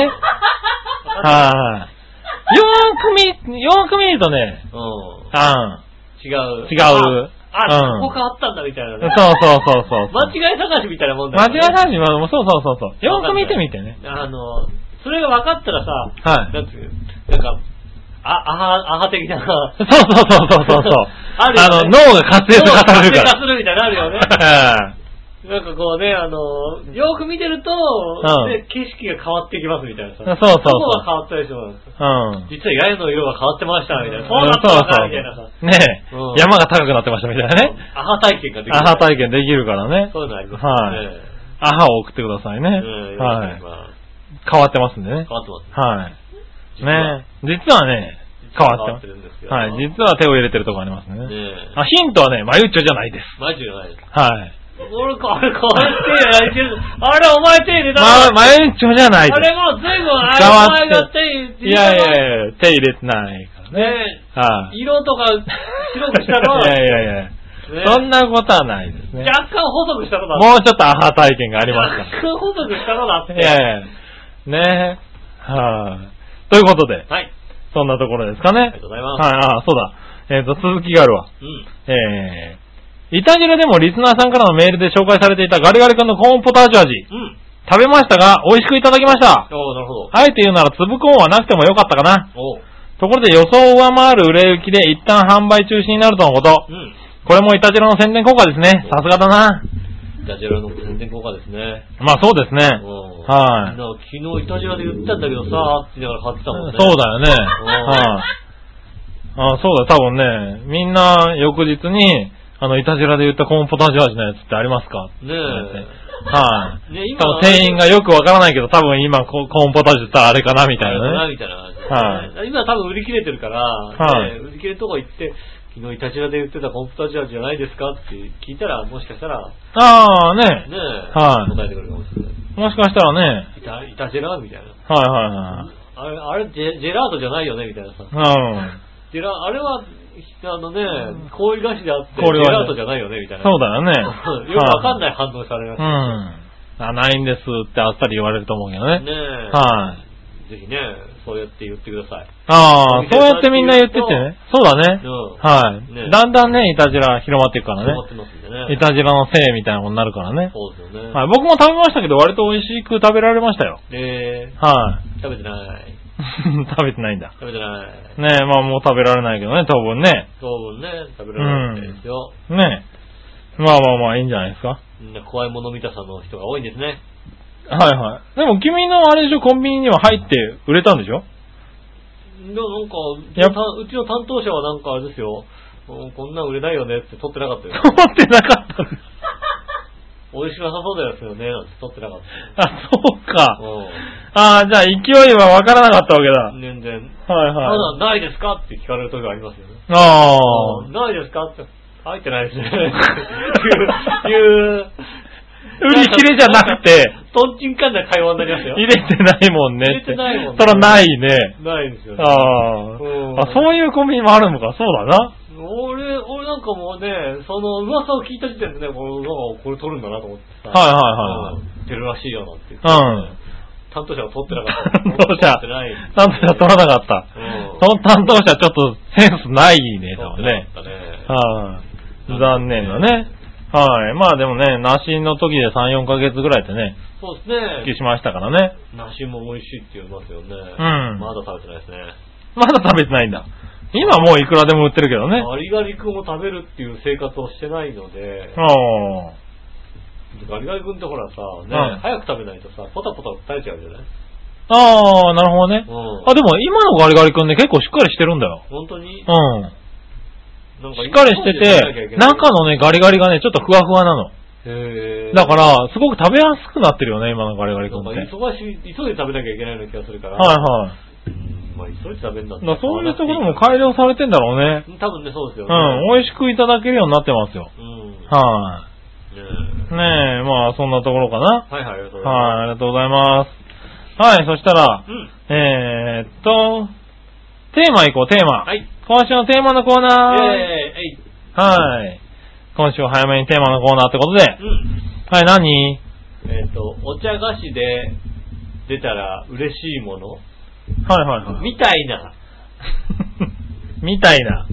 C: い。よーく見、よーく見るとね、
B: うん。
C: あ
B: 違う。
C: 違う
B: ああ、
C: うん
B: ここ変わったんだみたいな
C: ん。
B: ね。
C: そうそうそうそう。
B: 間違い探しみたいなもんだ
C: 間
B: よ
C: 違
B: ね
C: いないし、まあそうそうそうそう。よーく見てみてね。。
B: あの、それが分かったらさ、
C: はい
B: なんていう、なんか、あ、あは、あは 的な。
C: そうそうそうそうそうそう。
B: あるよね
C: の、脳が活性化されるか
B: 活性化するみたいなのある よね。
C: ら。
B: なんかこうね、あの、よく見てると、
C: うん
B: ね景色が変わってきますみたいなさ。
C: そうそうそう
B: ここが変わったりします。
C: うん。うん。
B: 実は屋根の色が変わってましたみたいな。そう
C: そ
B: だっ
C: う
B: たのかみたいなさ。
C: そう。ねえ、
B: うん
C: 山が高くなってましたみたいなね。
B: アハ体験ができる。
C: アハ体験できるからね。
B: そういうのあります
C: はい
B: ね。
C: アハを送ってくださいね。
B: うん、よ
C: は
B: ろしくお願いし
C: い。
B: ます
C: 変わってますんでね
B: 変。わってます。
C: はい。
B: 実は
C: ねえ。実はね、変わって
B: るんですけ
C: ま
B: ど
C: す。はい。実は手を入れてるとこありますね。
B: ねえ。
C: あ、ヒントはね、マユッチョじゃないです。
B: マジじゃないです。
C: はい。
B: 俺、あれ、こうやってやられてる。あれ、お前手入れた
C: ま、マユッチョじゃないで
B: あ
C: す。
B: れもう随分、あれ、
C: 変わ
B: お
C: っ
B: 前
C: て
B: が手入れて
C: いやいやいや、手入れてないからね。
B: ね
C: はい。
B: 色とか白くしたの
C: いやいやいや、
B: ね
C: そんなことはないですね。
B: 若干細くしたのだ
C: もうちょっとアハ体験がありまし。
B: 若干細くしたのだったて。
C: いやいや、ねはい、ということで、
B: はい。
C: そんなところですかね。
B: ありがとうございます。
C: はい、ああ、そうだ。えっ、と、続きがあるわ。
B: うん。
C: えー、イタジラでもリスナーさんからのメールで紹介されていたガリガリ君のコーンポタージュ味。
B: うん。
C: 食べましたが、美味しくいただきました。
B: おーなるほど。
C: あえて言うなら粒コーンはなくてもよかったかな。
B: おう
C: ところで予想を上回る売れ行きで一旦販売中止になるとのこと
B: う。ん。
C: これもイタジラの宣伝効果ですね。さすがだな。
B: イタジェラの宣伝効果ですね。
C: まあそうですね。
B: うん
C: はい
B: な昨日イタジェラで言ったんだけどさ、って言いながら買ってたもんね。
C: そうだよね。
B: うん
C: はい。あそうだ、多分ね、みんな翌日に、あの、いたじらで言ったコーンポタージュ味のやつってありますかって言われて
B: ね
C: はい。
B: ね
C: 多分店員がよくわからないけど、多分今ココーンポタージュってあれかなみ
B: みた
C: たい
B: いな
C: なね。
B: みたいな感じ。今多分売り切れてるから、
C: はい
B: ね売り切れるとこ行って、昨日イタジェラで言ってたコンプタジアじゃないですかって聞いたら、もしかしたら、ね
C: ああ、ね。はい
B: 答えてくれるかもしれない。
C: もしかしたらね、
B: イタイタジェラみたいな。
C: はいは
B: あれ、あれジェ、ジェラートじゃないよねみたいなさ。
C: いはい。
B: ジェラ、あれは、あのね、氷菓子であって、ジェ
C: 氷菓子
B: ラートじゃないよねみた
C: う
B: い
C: ん。
B: な。。
C: そうだよね
B: よくわかん
C: い。
B: ない反応されま
C: う
B: し
C: ん。あ、ないんですってあっさり言われると思うけど
B: た。
C: ね。
B: ねえ。
C: はい。
B: ぜひね、そうやって言ってください。
C: あ
B: お
C: あ、
B: 店
C: そうやってみんな言っててね。そうだね。
B: うん
C: は
B: ね
C: い。だんだんね、いたじら広まっていくから
B: 思っ
C: ね。
B: てますんでね。
C: いたじらのせいみたいなことになるからね。
B: そうですよね。
C: はい。僕も食べましたけど、割と美味しく食べられましたよ。
B: で、
C: はい。
B: 食べてない。
C: 食べてないんだ。
B: 食べてない。
C: ねえ、まあもう食べられないけどね、当分ね。
B: 当分ね、食べられないですよ。
C: ねえ。まあまあまあ、いいんじゃないですか。
B: みんな怖いもの見たさの人が多いんですね。
C: はいはい。でも君のあれでしょ、コンビニには入って売れたんでしょ
B: でもなんか、うち
C: や
B: の
C: っ
B: 担うちの担当者はなんかあれですよ、もうこんなん売れないよねって取ってなかった よ。
C: 思ってなかったんだ
B: 美味しくなさそうですよね、なんて取ってなかった。
C: あ、そうか。
B: う
C: ああ、じゃあ勢いはわからなかったわけだ
B: ん。。全然。
C: はい
B: た
C: はい。
B: だ、ないですかって聞かれる時がありますよね。
C: ああ。
B: ないですかって。入ってないです ね。いう、いう、
C: 売り切れじゃなくて、
B: とんちんかんな会話になりますよ。
C: 入れてないもんねって。
B: 入れてないもんね
C: そらないね。
B: ないですよね。
C: ああ
B: うん。
C: あ、そういうコンビニもあるのか。そうだな。
B: 俺、俺なんかもうね、その噂を聞いた時点でね、もう、なんかこれ取るんだなと思ってさ。。
C: はいはいはい。
B: 出るらしいよなって。うん担当者は取ってなかった。
C: 担当者
B: 取ってない。、
C: 担当者取らなかった。
B: うん
C: その担当者ちょっとセンスないね、多分
B: 取って
C: ね
B: な。かったね。
C: はい。残念だね。はい。まあでもね、梨の時で3、4ヶ月ぐらいでね、
B: そうです
C: 復帰
B: ね。
C: しましたからね。
B: 梨も美味しいって言いますよね。
C: ん
B: まだ食べてないですね。
C: まだ食べてないんだ。今もういくらでも売ってるけどね。
B: ガリガリ君を食べるっていう生活をしてないので、
C: ああ。
B: ガリガリ君ってほらさ、
C: うん
B: ね、早く食べないとさ、ポタポタ耐えちゃうじゃない
C: ああ、なるほどね
B: う。ん。
C: あ、でも今のガリガリ君ね、結構しっかりしてるんだよ。
B: 本当に
C: うん。
B: なん
C: しっかりしてて、中
B: の、
C: のね、ガリガリがね、ちょっとふわふわなの。
B: へー
C: だから、すごく食べやすくなってるよね、今のガリガ
B: な
C: リ君
B: ん
C: っ
B: か
C: て。
B: 忙しい、急いで食べなきゃいけないような気がするから。。
C: はいはい
B: まあ、急いで食べるんだっ
C: い。だ
B: た
C: かららそういうところも改良されてんだろうね。
B: 多分ね、そうですよね。
C: うん、美味しくいただけるようになってますよ。
B: うん。
C: は
B: ね
C: い。ねえ、まあそんなところかな。
B: えはいはい、ありがとうござい
C: はい、
B: ま
C: ありがとうございます。はい、そしたら
B: す。、うん。
C: えーっと、テーマいこう、テーマ。
B: はい。
C: 今週のテーマのコーナ
B: え
C: ー。
B: ー、えい。
C: はい。今週は早めにテーマのコーナーってことで。
B: うん。
C: はい、何
B: えっ、と、お茶菓子で出たら嬉しいもの
C: はいはいはい。
B: みたいな
C: みたいな。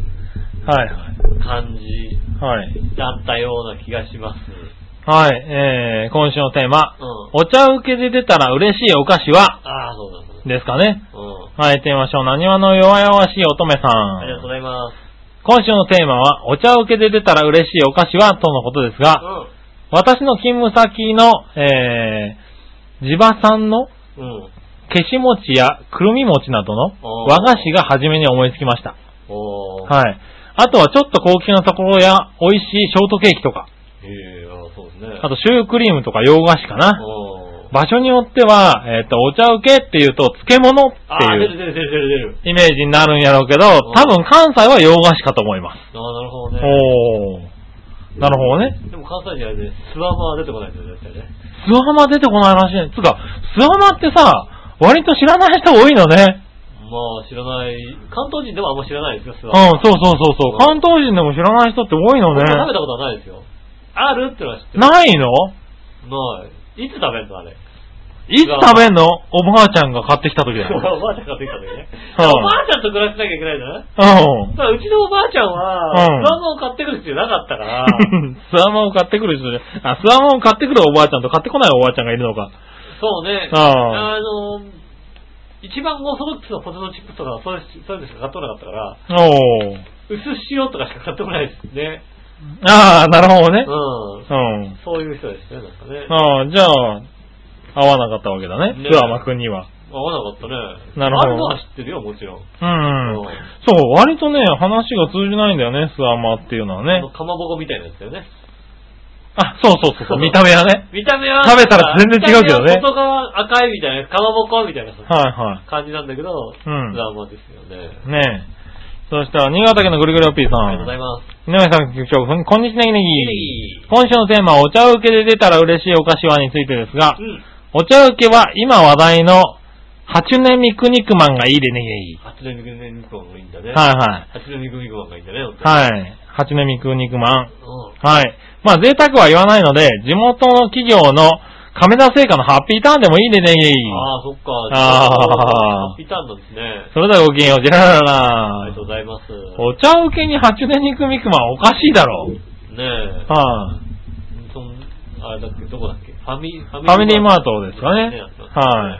C: はいはい。
B: 感じ
C: はい。
B: だったような気がします。
C: はい、えー、今週のテーマ。
B: うん。
C: お茶受けで出たら嬉しいお菓子は
B: ああ、そうだそうだ。
C: ですかね。
B: うん。
C: はい、行ってみましょう。何話の弱々しい乙女さ
B: ありがとうご
C: ん。
B: ざいます。
C: 今週のテーマは、お茶受けで出たら嬉しいお菓子はとのことですが、私の勤務先の、えー、地場産の
B: うん。うん。
C: 消し餅やくるみ餅などの
B: おー
C: 和菓子が初めに思いつきました。
B: おー。
C: はい。あとはちょっと高級なところや美味しいショートケーキとか、
B: ええあそうですね。
C: あとシュークリームとか洋菓子かな。
B: おー。
C: 場所によっては、えっ、と、お茶受けっていうと漬物っ
B: あ
C: て
B: ー、出
C: い
B: る
C: う
B: 出る出る出る出る。
C: イメージになるんやろうけど、多分関西は洋菓子かと思います。
B: あー、なるほどね。
C: おー。なるほどね。
B: でも関西にあれね、スワマは出てこないですよ、絶対ね。
C: スワマ出てこないらしいね。つうか、スワマってさ、割と知らない人多いのね。
B: まあ、知らない。関東人でもあんま知らないですよ、ス
C: うん
B: ワマ。、
C: そうそうそうそう。関東人でも知らない人って多いの
B: 僕は食べ
C: ね。
B: たことはないですよ。あるってのは知ってる。
C: ないの
B: ない。いつ食べるのあ れ。
C: いつ食べんのおばあちゃんが買ってきた時だ
B: お
C: よ。
B: ばあちゃんが出てきたんだよね。
C: うん
B: おばあちゃんと暮らしなきゃいけないんだな。
C: うん
B: た。だうちのおばあちゃんは、
C: うん
B: スワマを買ってくる必要なかった から、
C: スワマを買ってくる人じゃ、あ、スワマを買ってくるおばあちゃんと買ってこないおばあちゃんがいるのか。
B: そうね、
C: あ
B: あの、一番オーソドックスのポテトチップスとか、そういうそういうのしか買ってこなかったから、
C: おー。
B: 薄塩とかしか買ってこないですね。
C: ああ、なるほどね。
B: うん。
C: うん。
B: そういう人ですね、なんかね。
C: ああ、じゃあ、合わなかったわけだね。
B: ね
C: スワマくんには。
B: 合わなかったね。
C: なるほど
B: あるのは知ってるよ、もちろん。
C: うん
B: うん。
C: そう、割とね、話が通じないんだよね、スワマっていうのは
B: あ
C: ね
B: の。かまぼこみたいなやつだよね。
C: あ、そうそうそうそう、見た目はね。
B: 見た目は、
C: 食べたら全然違うけど
B: 見
C: ね
B: た目は外側赤いみたいな、かまぼこみたいなさ
C: はいは
B: 感じなんだけど、
C: うん
B: ラーマですよね。
C: い。ねえ。そしたら、新潟県のぐるぐるおっぴーさ
B: ありがとうござい
C: ん。
B: ます。
C: 井上さん、局長、こんにちは、ネギネギ。
B: い
C: 今週のテーマは、お茶受けで出たら嬉しいお菓子はについてですが
B: う、ん。
C: お茶受けは今話題の、ハチュネミクニクマンがいいでねぎ。
B: 初音ミクミクマンがいいんだね。
C: はいは
B: い。
C: い。
B: 初音ミクミクマンがいいんだね、い。
C: はい。ハチュネミクニクマン。
B: うん。
C: はい。まあ贅沢は言わないので、地元の企業の亀田製菓のハッピーターンでもいいでねぎ。
B: ああ、そっか。
C: あー
B: ハッピーターンなんですね。
C: それではごきげんよう、じゃらら
B: ありが
C: ら
B: とうございます。
C: お茶受けにハチュネミクニクマンおかしいだろ。
B: ねえ。
C: はい。
B: そんあれだっけ、どこだっけファミファ
C: ファミリーマートですかね
B: やってま。すね
C: は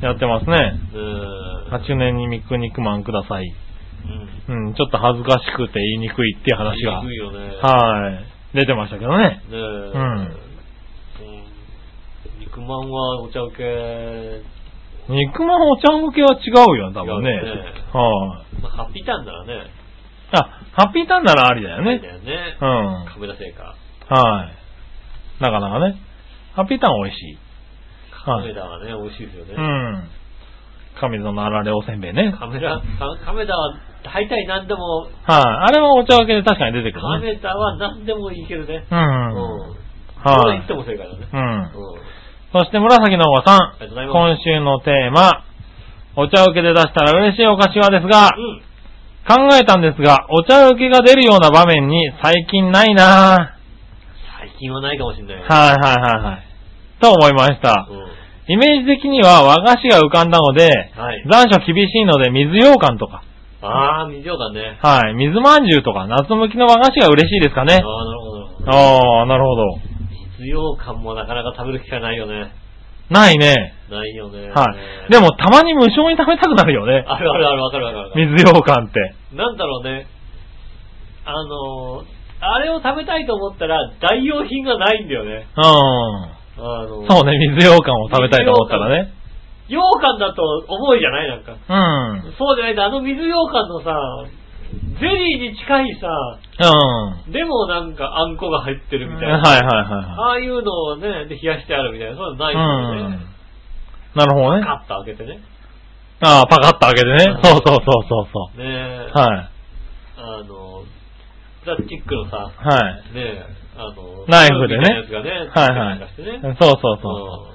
C: い。やってますね。
B: うーん
C: ハチュネミクニクマンください。
B: うん。
C: うん、ちょっと恥ずかしくて言いにくいっていう話
B: 言い
C: が
B: に。くいよね。
C: はい。出てましたけどね。
B: ねえ。うんん肉まんはお茶受け、
C: 肉まんお茶向けは違うよ、多分ね。
B: 違うね
C: はい、
B: まあ、ハッピーターンならね。
C: あ。ハッピーターンならありだよ
B: だ
C: ね。
B: よね
C: う。ん。は
B: 亀田製菓。
C: い。なかなかね。ハッピーターン美味しい。は
B: 亀
C: い。
B: 田はね、美味しいですよね。
C: うん。亀田のあられおせんべいね。はい、
B: カメラ、カカメダは大体何でも、
C: あ。れはお茶分けで確かに出てく
B: カ
C: るね。
B: メダは何でもいけるね。
C: う。
B: うんん。
C: は
B: どれ行っ
C: い
B: て。も正解だね。
C: うん
B: う。ん。
C: そして紫のおばさん
B: あ。りがとうございます。
C: 今週のテーマ、お茶受けで出したら嬉しいお菓子はですが、
B: うん。
C: 考えたんですが、お茶受けが出るような場面に最近ないなぁ。
B: 最近はないかもしれないよね。
C: はいはいはいはい。と思いました。
B: う
C: イメージ的には和菓子が浮かんだので、
B: ん。はい。
C: 残暑厳しいので水羊羹とか、
B: あー、水ようかね。
C: はい、水まんじゅうとか、夏向きの和菓子が嬉しいですか
B: あー、
C: ね。
B: なるほど、なるほど。
C: あー、なるほど。
B: 水ようかんもなかなか食べる機会ないよね。
C: ないね。
B: ないよね。
C: はい。で
B: も、
C: もたまに無償に食べたくなるよね。
B: あるあるある、わかるわかるわかる。
C: 水羊羹って。
B: なんだろうね。あのー、あれを食べたいと思ったら、代用品がないんだよね。
C: うん。
B: あのー、
C: そうね、水羊羹を食べたいと思ったらね。
B: 羊羹だと重いじゃないなんか。
C: うん。
B: そうじゃないんだ、あの水羊羹のさ、ゼリーに近いさ、
C: うん。
B: でもなんかあんこが入ってるみたいな。
C: はいはいは
B: ああいうのをね、で冷やしてあるみたいな、そういうのない
C: い
B: ん
C: はい。
B: だよ
C: うん
B: ね。。
C: なるほどね。
B: カッと開けてね。
C: ああ、パカッと開けてね。そうそうそうそうそ
B: ねえ、
C: う。はい。
B: あの、プラスチックのさ、
C: はい。
B: ねえ、あの、
C: ナイフでね
B: みたいなやつが
C: はい
B: ね、
C: は
B: つけたりなんかしてね
C: い。そうそうそ。
B: そ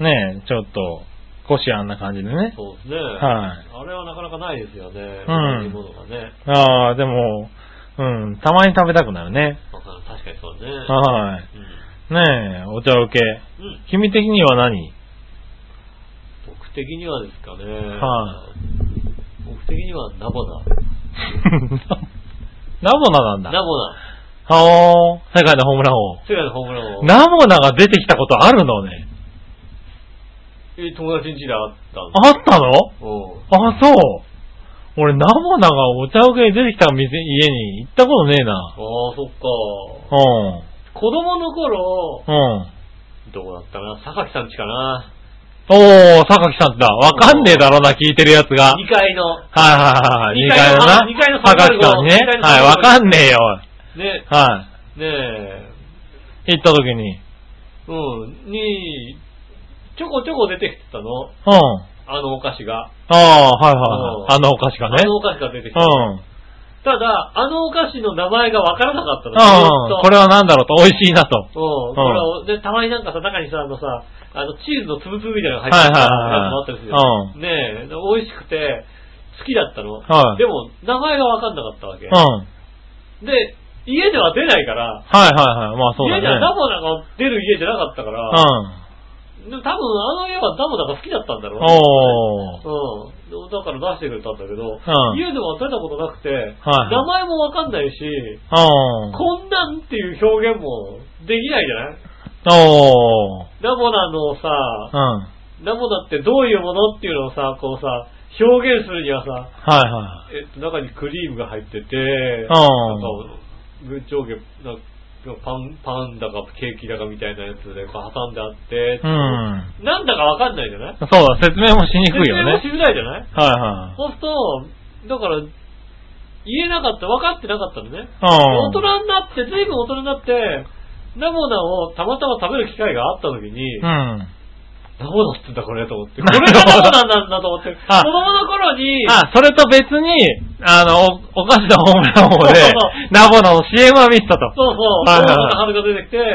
B: う
C: ねえ、ちょっと、腰あんな感じでね。
B: うですね。
C: はい
B: あれはなかなかないですよね。
C: ん
B: 同じものがね。
C: ああ、でも、うん、たまに食べたくなるね。
B: まあ確かにそうね。う
C: は
B: ん。
C: い。ねえ、お茶受け。
B: うん。
C: 君的には何
B: 僕的にはですかね。
C: は
B: 僕的にはナボナ。
C: ナボナなんだ。
B: ナボナ。
C: はあ、世界のホームラン王。
B: 世界のホームランを。
C: ナボナが出てきたことあるのね。
B: え友達ん家で会ったんだ。
C: あったの
B: うん。
C: あ、そう。俺、生田がお茶受けに出てきた店、家に行ったことねえ
B: ああ
C: な。、
B: そっか。
C: うん。
B: 子供の頃、
C: うん。
B: どこだったかな榊さん家かな
C: おー、榊さんだ。わかんねえだろうな、聞いてるやつが。
B: ?2 階の。
C: はいはいはい。
B: 二
C: 二
B: 階
C: 階
B: の
C: のな。
B: 二階の
C: 榊さん
B: 二
C: ね
B: 階。の
C: はい、わかんねえよ。
B: ね、
C: は
B: ねえ、
C: い。行った時に。
B: うん、に、ちょこちょこ出てきてたの。
C: うん。
B: あのお菓子が。
C: ああー、はいはいは
B: う
C: い。
B: ん
C: あのお菓子がね
B: あ。のお菓子が出てき
C: う
B: た。
C: ん。
B: ただ、あのお菓子の名前がわからなかったの。ずっ
C: うん。
B: と
C: これは何だろうと、美味しいなと。
B: うん、これは、で、たまになんかさ、中にさ、あのさ、あの、チーズのつぶつぶみたいなのが入ってる
C: は
B: やつもあった
C: いはいはい
B: りするよねえ、で美味しくて、好きだったの。
C: はい
B: でも、名前がわかんなかったわけ
C: うん。。はい
B: で、家では出ないから、
C: はいはい。まあそうだ
B: 家で
C: ね。
B: はダボナが出る家じゃなかったから、
C: う
B: でも多分あの家はダボナが好きだったんだろ
C: ん。
B: うねう
C: おー。
B: ん。だから出してくれたんだけど、
C: うん
B: 家でも出たことなくて、
C: はい
B: 名前もわかんないし、
C: うん。
B: こんなんっていう表現もできないじゃない
C: おー。
B: ダボナのさ、
C: うん。はい
B: ダボナってどういうものっていうのをさ、こうさ、表現するにはさ、
C: は
B: えっと、中にクリームが入ってて、なん
C: ん
B: か、ぐ上下、なんかパン、パンだかケーキだかみたいなやつでこう挟んであって、
C: い。うん。
B: なんだかわかんないじゃない
C: そうだ、説明もしにくいよね。
B: 説明もしづらいじゃない
C: はいはい。
B: そうすると、だから、言えなかった、分かってなかったのね。
C: うん。
B: 大人になって、随分大人になって、ナボナをたまたま食べる機会があった時に、
C: うん。
B: ナボナって言うんだこれと思っ て。これがナボナなんだと思って。子
C: あ
B: 供の頃に、
C: あ、それと別に、あの、お、お菓子のホームラン王
B: そうそう
C: で
B: そう、
C: ナボナの CM は見てたと。
B: そうそう、
C: はい
B: ナボナ
C: はい
B: の春が出てきて、
C: いは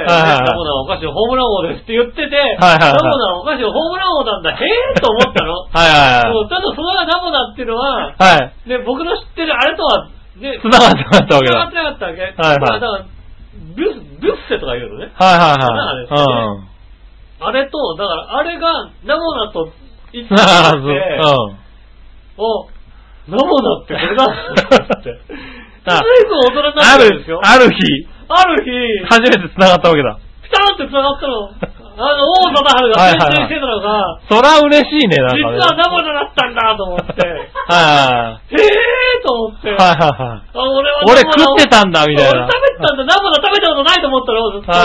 C: い
B: ナボナはお菓子のホームラン王ですって言ってて、
C: はいはい。
B: ナボナはお菓子のホームラン王なんだ、へえーと思ったの
C: はいはい
B: そうただそのナボナっていうのは、
C: はい。はい。
B: ね、僕の知ってるあれとは、ね、
C: 繋がってなかったわけ
B: 繋
C: だ。
B: が
C: は
B: っ
C: い
B: てなかったわけ。はい
C: はい
B: だから、ブッ、ブッセとか言うのね。
C: はい
B: 繋が
C: は
B: るあれと、だから、あれが、ナモナと一
C: い。うん。
B: 緒
C: 繋
B: に
C: が
B: な
C: らず、
B: って、お、ナモナってこれなんだって。
C: あ
B: 随分大人になってるんです
C: う
B: よ
C: ん。。ある、ある日、
B: ある日、
C: 初めて繋がったわけだ。
B: ピターンって繋がったの。あの、王貞治が
C: はい
B: 宣
C: はいは
B: 伝し
C: い
B: てたのが、
C: そら嬉しいね、なんかね。
B: 実はナモナだったんだと思って、
C: は
B: へーと思って、
C: いはいはい。はいはいはい。
B: あ俺は
C: 俺
B: ナモナを
C: 食ってたんだ、みたいな。
B: 俺食べてたんだ、ナモナ食べたことないと思ったの、ずっと。
C: は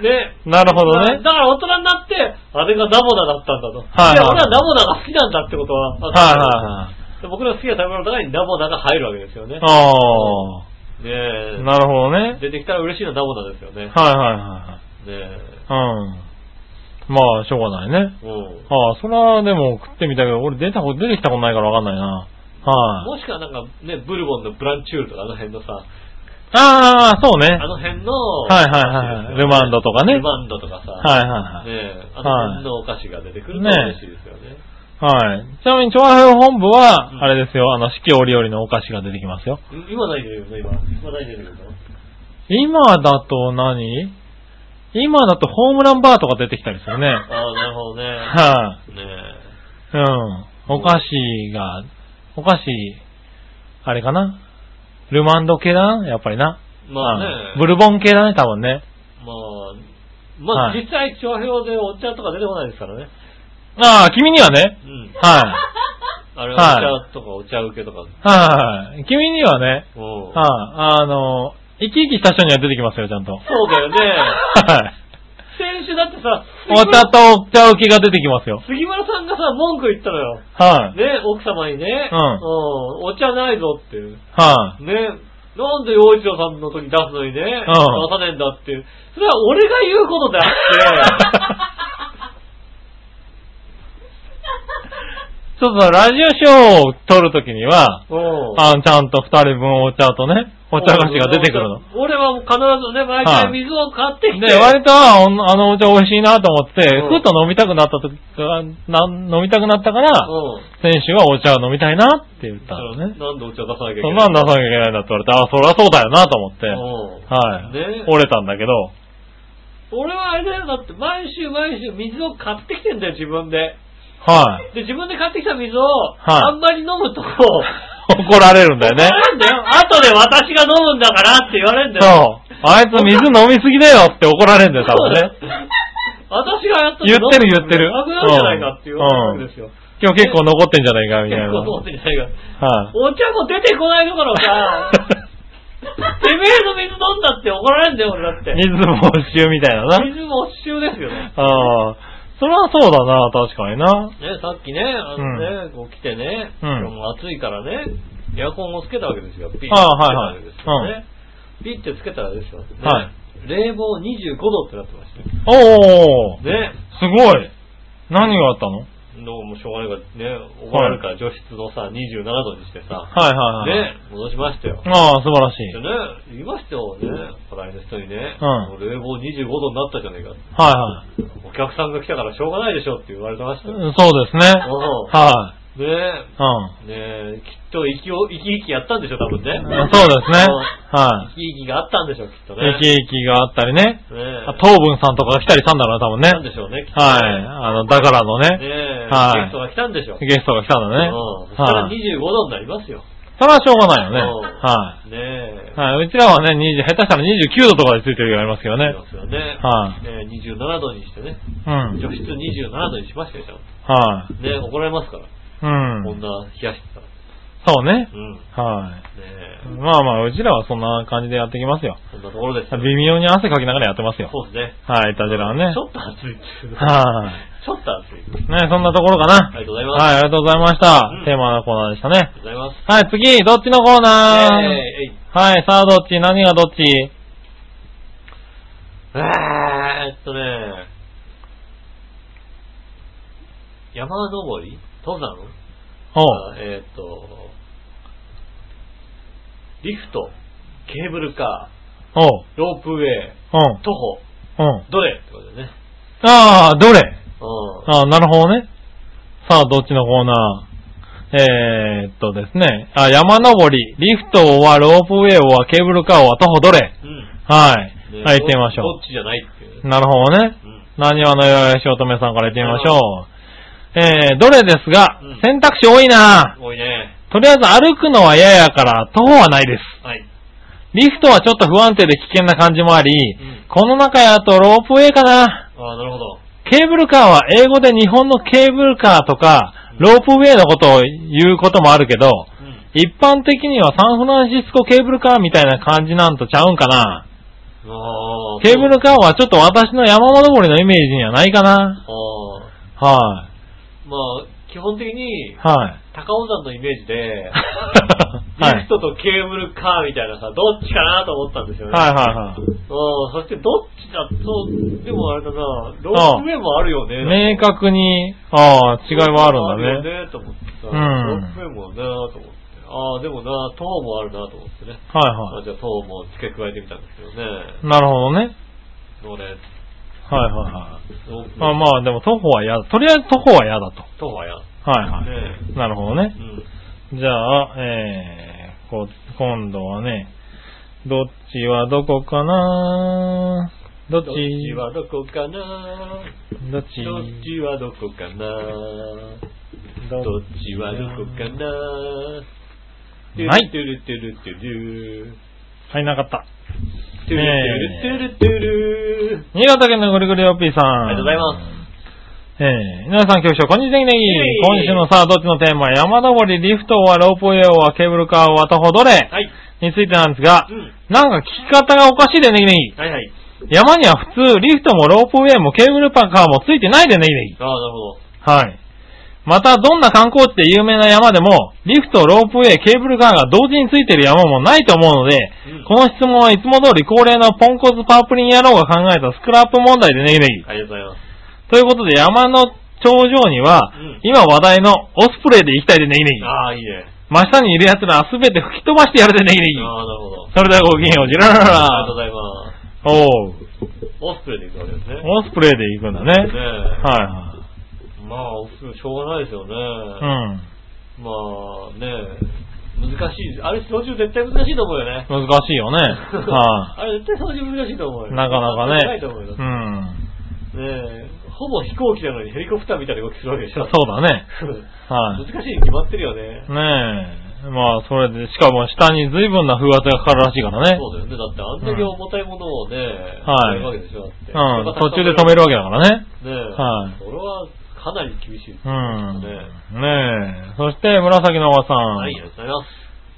C: いは
B: ね。
C: なるほどね
B: だだから大人になって、あれがナモナだったんだと。
C: はいはい
B: で俺はナモナが好きなんだってことは、
C: いはいはいはい。
B: で僕の好きな食べ物の中にナモナが入るわけですよね。
C: あ
B: ね
C: あ、
B: え
C: なるほどね。
B: 出てきたら嬉しいのはナモナですよね。ね
C: はいはいは
B: え。
C: いはい。うん。まあ、しょうがないね。
B: うん。
C: ああ、それはでも食ってみたけど、俺出たこと、出てきたことないからわかんないな。はい。
B: もしくはなんかね、ブルボンのブランチュールとかあの辺のさ、
C: ああ、そうね。
B: あの辺の、
C: はいはいはいルマンドとかね
B: ルマンドとかさ、
C: はいはいはい。
B: ねえ、あの辺のお菓子が出てくると
C: はい
B: 嬉しいですよね。
C: はい。ちなみに、調和表本部は
B: う、ん
C: あれですよ、あの、四季折々のお菓子が出てきますよ。
B: ん今何出てくるの今。今何出てくるの
C: 今だと何今だとホームランバーとか出てきたりするね。はい、
B: ああ、なるほどね。ね
C: うん。お菓子が、お菓子、あれかなルマンド系だなやっぱりな。
B: え。まあね。
C: うんブルボン系だね、多分ね。
B: まあ、まあ
C: はい
B: 実際、調表でお茶とか出てこないですからね。
C: ああ、君にはね。
B: うん。
C: はい。
B: あれはお茶とかお茶受けとか。
C: はい。君にはね、
B: うん。
C: はい。あの、生き生きした人には出てきますよ、ちゃんと。は
B: そうだよね。
C: い。
B: 先週だってさ、
C: お茶
B: 杉村
C: とお茶受けが出てきますよ。
B: 杉村さんがさ、文句言ったのよ。
C: はい。
B: ね、奥様にね、
C: うん
B: お茶ないぞっていう。
C: はい。
B: ね、なんで洋一郎さんの時出すのにね、出さねえんだっていう。それは俺が言うことであって、
C: ちょっとラジオショーを撮るときには、
B: うん
C: あのちゃんと二人分お茶とね、お茶菓子が出てくるの。。
B: 俺はもう必ずね、毎
C: は
B: 回
C: い
B: 水を買ってきて。
C: で、割と、ああのお茶美味しいなと思って、
B: うん
C: ふと飲みたくなったとき、あな飲みたくなったから、
B: うん。
C: 選手はお茶を飲みたいなって言ったのね。
B: なんでお茶出さなきゃいけ
C: そ
B: ない
C: んなん出さなきゃいけないんだって言われて、ああ、そりゃそうだよなと思って、
B: うん
C: はい、
B: ね
C: 折れたんだけど、
B: 俺はあれだよ、だって毎週毎週水を買ってきてんだよ、自分で。
C: はい、
B: で、自分で買ってきた水を、
C: い
B: あんまり飲むと、あ
C: 怒られるんだよね。
B: れんだよ。後で私が飲むんだからって言われるんだよ。
C: そう。あいつ水飲みすぎだよって怒られるんだよ、多分ね。
B: 私がやった
C: 言ってる言ってる
B: なくなるじゃないかっていう思うんですよ。
C: 今日結構残ってんじゃないか、みたい
B: 結
C: な。
B: 構思ってんじゃないか。
C: はい。
B: お茶も出てこないどころ か、てめえの水飲んだって怒られんだよ、俺だって。
C: 水没収みたいなな。
B: 水没収ですよね。
C: ああ、それはそうだな、確かにな。
B: ね、さっきね、あのね、こう来てね、
C: うん
B: 今日も暑いからね、エアコンをつけたわけですよ。ピッてつけた
C: ああ
B: わ
C: はいはい
B: けですよね。ピッてつけたらですよ。ね
C: はい
B: 冷房25度ってなってましたよ
C: おお、
B: ね。
C: すごい。何があったのはい
B: どうもしょうがないからね、怒られるから除湿のさ、27度にしてさ、
C: はいはい。
B: ね、戻しましたよ。
C: ああ、素晴らしい。
B: で
C: はい
B: ね、言いましたよね、払いの人にね、
C: うん
B: も冷房25度になったじゃねえかって。
C: はい。
B: お客さんが来たからしょうがないでしょって言われてましたよ。
C: うんそうですね。
B: うん
C: は
B: ね
C: い。うん
B: え、ねえ、きっと生きを、生き生きやったんでしょ、多分ね。
C: うん。そうですね。
B: 生
C: は
B: き生きがあったんでしょう、きっとね。
C: い。生き生きがあったりね。
B: ねえ。
C: あ東文さんとかが来たりしたんだろうな、多分ね。
B: なんでしょうね、きっとね。
C: はい。あの、だからのね、
B: ねえ、
C: は
B: ゲス
C: い
B: トが来たんでしょう。
C: ゲストが来たんだね。
B: うん。そしたら
C: は
B: 25
C: い。
B: 度になりますよ。
C: それはしょうがないよ
B: う
C: ね。
B: ん
C: は
B: ねえ。
C: い。はい。うちらはね、20、下手したら29度とかでついてるようありますけど
B: あり。
C: ね
B: ますよね。。
C: はい
B: ね27度にしてね。
C: うん。
B: 除湿27度にしましたよ、ちゃん
C: はい。
B: とね怒られますから。
C: うん。
B: こんな冷やしてたら。
C: そうね。
B: うん。ね
C: は
B: え
C: い。。まあまあ、うちらはそんな感じでやってきますよ。
B: そんなところですよ。
C: 微妙に汗かきながらやってますよ。
B: そうですね。
C: はい、イタジラはね。
B: ちょっと暑いっていう。
C: は
B: ちょっと暑い。
C: い。ね、そんなところかな。
B: ありがとうございます。
C: はい、ありがとうございました
B: うん。
C: テーマのコーナーでしたね
B: あ。りがとうございます。
C: はい、次、どっちのコーナー
B: えいえい
C: はい、さあどっち何がどっち
B: えーっとね、山登り登山
C: ほう。
B: あえーっと、リフト、ケーブルカ
C: ほう。
B: ー、ロープウェ
C: ほう
B: イ、。徒歩、
C: ほう。
B: どれってことだよね。
C: ああ、どれ
B: うん。
C: ああ、なるほどね。さあ、どっちのコーナーえー、っとですね。あ、山登り、リフトはロープウェイはケーブルカーは徒歩どれ
B: うん。
C: はい。
B: ね
C: はい、行ってみまし
B: ど
C: ょ
B: っちじゃないっていう
C: う。
B: ね。
C: なるほどね。
B: うん。
C: 何話のよよしおとめさんから行ってみましょう。えー、どれですが
B: うん、
C: 選択肢多いな
B: 多いね。
C: とりあえず歩くのは嫌やから、徒歩はないです。
B: はい。
C: リフトはちょっと不安定で危険な感じもあり、
B: ん
C: この中やとロープウェイかな。
B: ああ、なるほど。
C: ケーブルカーは英語で日本のケーブルカーとか、
B: うん
C: ロープウェイのことを言うこともあるけど、
B: うん。
C: 一般的にはサンフランシスコケーブルカーみたいな感じなんとちゃうんかな。
B: ああ。
C: ケーブルカーはちょっと私の山登りのイメージにはないかな。
B: そうああ。
C: は
B: まあ、基本的に
C: い。、はい。
B: 高尾山のイメージで、
C: は
B: リフ
C: い。
B: トとケーブルカーみたいなさ、どっちかなと思ったんですよね。
C: はいはいはい。
B: うん、そしてどっちだと、でもあれだな、ロープウェイもあるよね。
C: 明確に、ああ、違いはあるんだね。
B: あよね、と思ってさ、
C: うん
B: ロープウェイもなと思って。ああ、でもな、塔もあるなと思ってね。
C: はい
B: ま
C: は
B: あ、じゃあ塔も付け加えてみたんですけどね。
C: い。なるほどね。
B: どれ
C: はいはいはい。
B: ロープウェイ
C: まあまあ、でも徒歩は嫌だ。とりあえず徒歩は嫌だと。
B: 塔はや。
C: はいはい。
B: ね
C: なるほどね
B: う。ん。
C: じゃあ、えー、こ今度はね、どっちはどこかなど
B: ど
C: っ
B: っ
C: ち
B: ちはどこかな
C: どっち
B: どっちはどこかなどっちはどこかな
C: はい
B: トゥルトゥルトゥル
C: はい、なかった。
B: トゥルトゥルトゥルトゥル
C: 新潟県のぐるぐるよっぴーさん。。
B: ありがとうございます
C: えー、皆さん局長、こんにちは、ネギ
B: イェイ
C: 今週のさあ、どっちのテーマ、山登り、リフトはロープウェイはケーブルカーは徒歩どれ
B: はい。
C: についてなんですが、
B: うん。
C: なんか聞き方がおかしいでねぎねぎ。
B: はいはい。
C: 山には普通、リフトもロープウェイもケーブルカーもついてないでねぎねぎ。
B: ああ、なるほど。
C: はい。また、どんな観光地で有名な山でも、リフト、ロープウェイ、ケーブルカーが同時についてる山もないと思うので、
B: うん
C: この質問はいつも通り恒例のポンコツパープリン野郎が考えたスクラップ問題でねぎねぎ。
B: ありがとうございます。
C: ということで、山の頂上には、
B: うん
C: 今話題のオスプレイで行きたいでねぎねぎ。
B: ああ、いいね。
C: 真下にいる奴らは全て吹き飛ばしてやるでねぎねぎ。
B: ああ、なるほど。
C: それではごきげんよう、じららら
B: ありがとう
C: ら。
B: ございます。
C: おう、
B: オスプレイで行くわけですね。
C: オスプレイで行くんだね。
B: ね
C: はいはい。
B: え。まあ、オスプレイしょうがないですよね。
C: うん。
B: まあ、ねえ。難しい。あれ、操縦絶対難しいと思うよね。
C: 難し いよね。は
B: あれ、絶対操縦難しいと思う
C: い。
B: よ。
C: なかなか
B: ない
C: ね。
B: と思うよ。
C: うん。
B: ねえ、ほぼ飛行機なのにヘリコプターみたいな動きするわけでし
C: そう
B: ょ。
C: だね。
B: そう。
C: は
B: 難
C: い。
B: しいに決まってるよね。
C: ねえ。まあ、それで、しかも下に随分な風圧がかかるらしいからね。
B: そうだよね。だってあんだけ重たいものをね、
C: はい
B: やるわけでしょ、だって。
C: うん、途中で止めるわけだからね。
B: ねえ。
C: は
B: そ
C: い
B: れはかなり厳しいです
C: う
B: ね。
C: ん。
B: ね
C: ねえ。そして、紫のおばさん。
B: はい、ありがとうございます。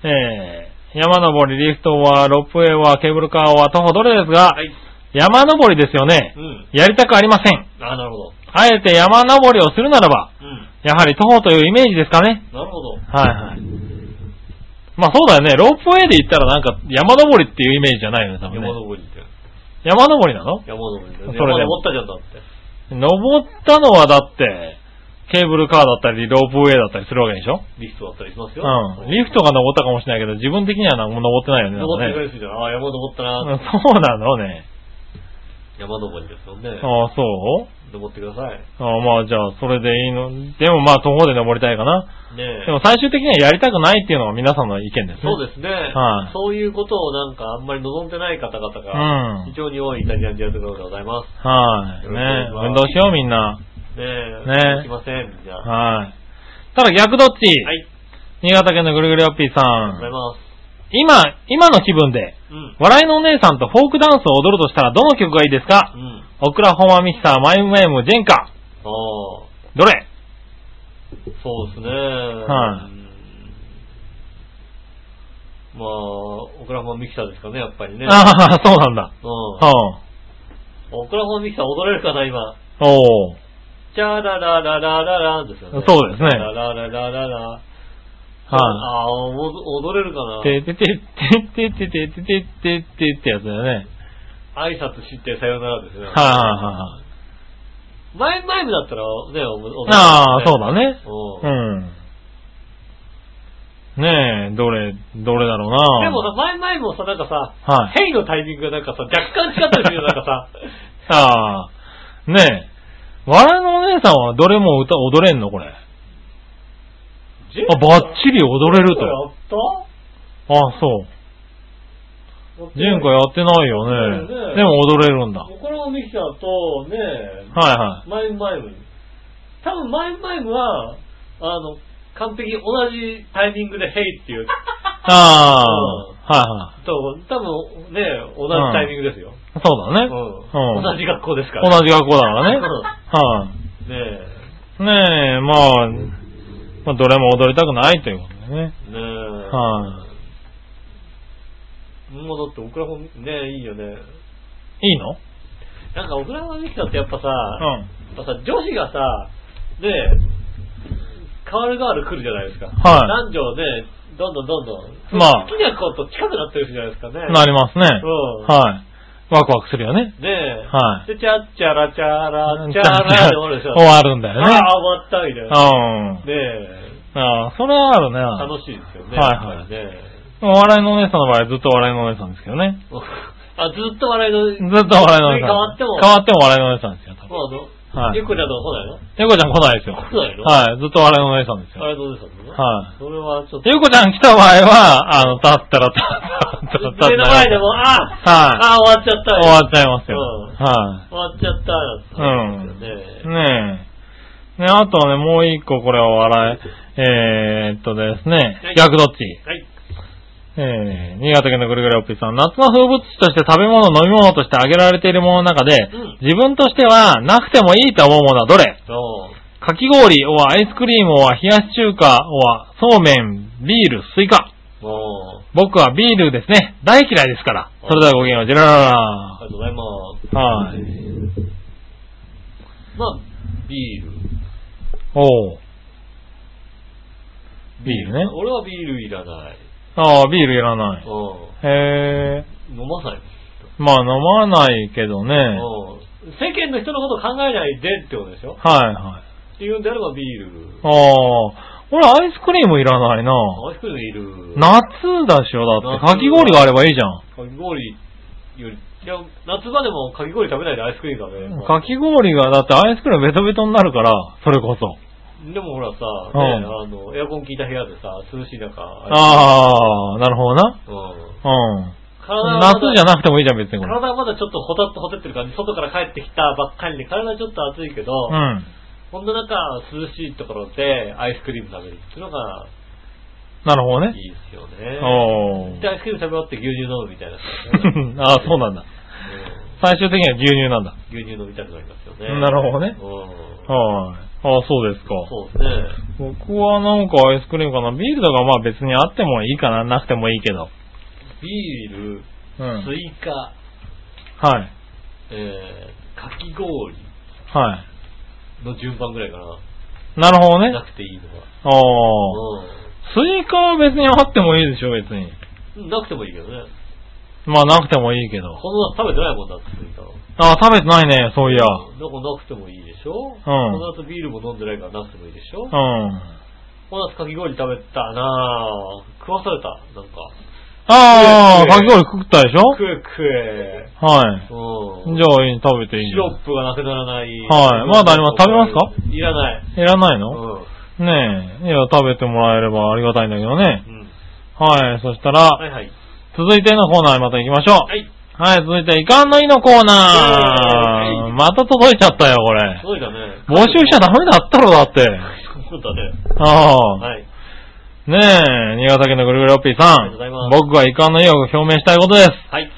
C: えー、山登り、リフトは、ロープウェイは、ケーブルカーは、徒歩どれですが、
B: はい。
C: 山登りですよね
B: う。ん。
C: やりたくありません。
B: あ、なるほど。
C: あえて山登りをするならば、
B: うん。
C: やはり徒歩というイメージですかね。
B: なるほど。
C: はいはい。まあそうだよね。ロープウェイで言ったらなんか山登りっていうイメージじゃないよね、多分
B: 山
C: ね。
B: 登りって。
C: 山登りなの
B: 山登りだよね。
C: それ
B: 山
C: で
B: 登ったじゃんだって。
C: 登ったのはだって、ケーブルカーだったり、ロープウェイだったりするわけでしょ
B: リフトだったりしますよ。
C: うん。リフトが登ったかもしれないけど、自分的には何も登ってないよね。
B: 登ってく
C: な
B: れ
C: んか
B: る人
C: ね
B: じゃん。ああ、山登った
C: う
B: な。
C: んそうなのね。
B: 山登りですよね。
C: ああ、そう
B: 登ってください。
C: ああまあじゃあ、それでいいの。でもまあ、徒歩で登りたいかな。
B: ねえ
C: でも最終的にはやりたくないっていうのが皆さんの意見ですね。
B: そうですね。
C: はい
B: そういうことをなんかあんまり望んでない方々が、
C: うん
B: 非常に多いイタリアンジェラートクラブでございます。
C: はい。ね運動しようみんな。
B: ねえ。
C: ねえ
B: すいません、じゃあ。
C: はい。ただ逆どっち、
B: はい、
C: 新潟県のぐるぐるよっぴーさ
B: ありがとうござい
C: ん。
B: ます。
C: 今、今の気分で、
B: うん。
C: 笑いのお姉さんとフォークダンスを踊るとしたらどの曲がいいですか
B: うん。
C: オクラホマミキサー、マイムマイム、ジェンカ。
B: ああ、
C: どれ
B: そうですね。
C: はい
B: うんまあ、オクラホマミキサーですかね、やっぱりね。
C: ああ、そうなんだ。
B: うん。
C: は
B: オクラホマミキサー踊れるかな、今。
C: あ、おー。
B: チャララララララですよね。
C: そうですね
B: ララララララ。
C: は
B: ああ、お踊れるかな。
C: い。てててててててててててってやつだよね。
B: 挨拶してさよならですね。
C: はいはいはいはい。
B: マイマイムだったらね、おも、お
C: ああ、そうだね。
B: う。
C: うんん。ねえ、どれ、どれだろうな
B: でもさ、マイマイムもさ、なんかさ、
C: はい。
B: ヘイのタイミングがなんかさ、若干違ったりす るよ、なんかさ。
C: ああ、ねえ。笑いのお姉さんはどれも歌、踊れんのこれ。あ、ばっちり踊れると。
B: やっ
C: あそう。ジェンコやってないよ
B: そうだよね
C: ね。でも踊れるんだ。は
B: これもミキサーと、ね
C: いは
B: マイマイム。多分マイマイムは、あの、完璧に同じタイミングでヘイっていう、
C: い。あ
B: うん
C: あ、は
B: と、多分ね、同じタイミングですよ。
C: いはい。そうだ
B: う
C: ね。
B: ん。
C: うん
B: 同じ学校ですから。
C: 同じ学校だからね。はい、
B: ねえ。
C: ねえ、まあ、まあ、どれも踊りたくないということでね。
B: ねえ。。
C: はい
B: もうだってオクラホン、ねいいよね。
C: いいのうん。
B: なんかオクラホンミキサーってやっぱさ、やっぱさ、女子がさ、ねえ、変わる変わる来るじゃないですか。
C: はい
B: 男女ね、どんどんどんどん。
C: まあ
B: 好きな子と近くなってるじゃないですかね。
C: なりますね。
B: うん
C: はい。ワクワクするよね。
B: ねえ。
C: はい
B: で、チャッチャラチャラチャラって
C: 終
B: 思うでしょ。
C: わるんだよね。
B: ああ、終わったみたいな。
C: うん。
B: ねえ、
C: ああ、それはあるね。
B: 楽しいですよね。
C: はいはい
B: やっぱりね。
C: お笑いのお姉さんの場合はずっとお笑いのお姉さんですけどね。
B: あ、ずっと笑いの。
C: ずっとお笑いのお姉さん。
B: 変わっても
C: 変わってもお笑いのお姉さんですよ、多分。
B: もうあの、
C: はい
B: ゆっくりなど来ないの
C: ゆうこちゃん来ないですよ。
B: 来ないの
C: はい、ずっとお笑いのお姉さんです
B: あ
C: よ。
B: れどうでしたの
C: はい
B: それはちょっと。
C: ゆうこちゃん来た場合は、あの、立ったら立ったら立ったら。
B: 目の前でも、あ
C: は
B: あ、終わっちゃった
C: い。
B: よ。
C: 終わっちゃいますよ。
B: うん
C: は
B: 終わっちゃったらって話です
C: い。
B: よね。
C: ねえ。ねあとはね、もう一個これを笑い、えー、っとです
B: は
C: ね
B: い、
C: 逆どっち
B: はい。
C: えー、新潟県のぐるぐるおっぴーさん、夏の風物詩として食べ物、飲み物として挙げられているものの中で、
B: うん
C: 自分としてはなくてもいいと思うものはどれ
B: そう。
C: かき氷、おはアイスクリーム、おは冷やし中華、おはそうめん、ビール、スイカ。
B: もう、
C: 僕はビールですね。大嫌いですから。それではごきげんよう、ジェララ
B: ありがとうございます。
C: ラ。はい。
B: まあ、ビール。
C: おう。ビールね
B: 俺はビールいらない。。
C: ああ、ビールいらないうへえ。
B: ん。飲まない。
C: まあ飲まないけどね。
B: う
C: は
B: ん。世間の人のこと考えないでってことでしょ
C: いはい。
B: っていうんであればビール。
C: ああ、俺アイスクリームいらないな。
B: 美味しくいる。
C: 夏だしよ、だって。
B: 夏
C: かき氷があればいいじゃん。
B: かき氷より、いや、夏場でもかき氷食べないでアイスクリーム食べない。
C: かき氷が、だってアイスクリームベトベトになるから、それこそ。
B: でもほらさ、
C: う
B: ね
C: ん、
B: あの、エアコン効いた部屋でさ、涼しい中、あ、
C: ああ、なるほどな。
B: うん。
C: うん。
B: 体はまだ
C: 夏じゃなくてもいいじゃん、別にこれ。
B: 体はまだちょっとほたっとほてってる感じ、外から帰ってきたばっかりで、体はちょっと暑いけど、
C: うん。
B: こんな中、涼しいところでアイスクリーム食べるっていうのが、
C: なるほどね。
B: いいですよね。
C: お
B: でアイスクリーム食べ終わって牛乳飲むみたいな、ね
C: ー。 ああ、そうなんだ。最終的には牛乳なんだ。
B: うん牛乳飲みたくなりますよね。
C: なるほどね
B: うん
C: はい。ああ、そうですか。
B: そうですね。
C: 僕はなんかアイスクリームかな。ビールとかまあ別にあってもいいかな。なくてもいいけど。
B: ビール、
C: うん。
B: スイカ、
C: はい。
B: えー、かき氷
C: は
B: の順番ぐらいかな。
C: い。なるほどね。
B: なくていいのは。
C: ああ。スイカは別にあってもいいでしょ、別に。
B: うん。なくてもいいけどね。
C: まあなくてもいいけど。
B: この夏食べてないもんだって、スイカは。
C: ああ、食べてないね、そういや。う
B: うんだからなくてもいいでしょうんこの後ビールも飲んでないからなくてもいいでしょ
C: ん。
B: この夏かき氷食べたなぁ。食わされた。なんか。
C: ああ、
B: 食
C: か
B: え
C: き氷食ったでしょ
B: 食え食え。
C: はい。
B: うん。
C: じゃあいい食べてい
B: シ
C: いじゃん
B: ロップがなくならない。
C: はいまだあります食べますか
B: いらない。
C: いらないうの
B: ん。
C: ねえ。いや、食べてもらえればありがたいんだけどね。
B: うん。
C: はい。そしたら、
B: はいはい。
C: 続いてのコーナーへまた行きましょう。
B: はい。
C: はい、続いて、いかんのいのコー
B: イェー
C: ナー。
B: イ
C: また届いちゃったよ、これ。
B: そうだね。
C: 募集しちゃダメだったろ、だって。
B: そうだね。
C: ああ。
B: はい。
C: ねえ、新潟県のぐるぐるおっぴーさ
B: ありがとうございま
C: ん。
B: す
C: 僕が遺憾の意を表明したいことです。
B: はい。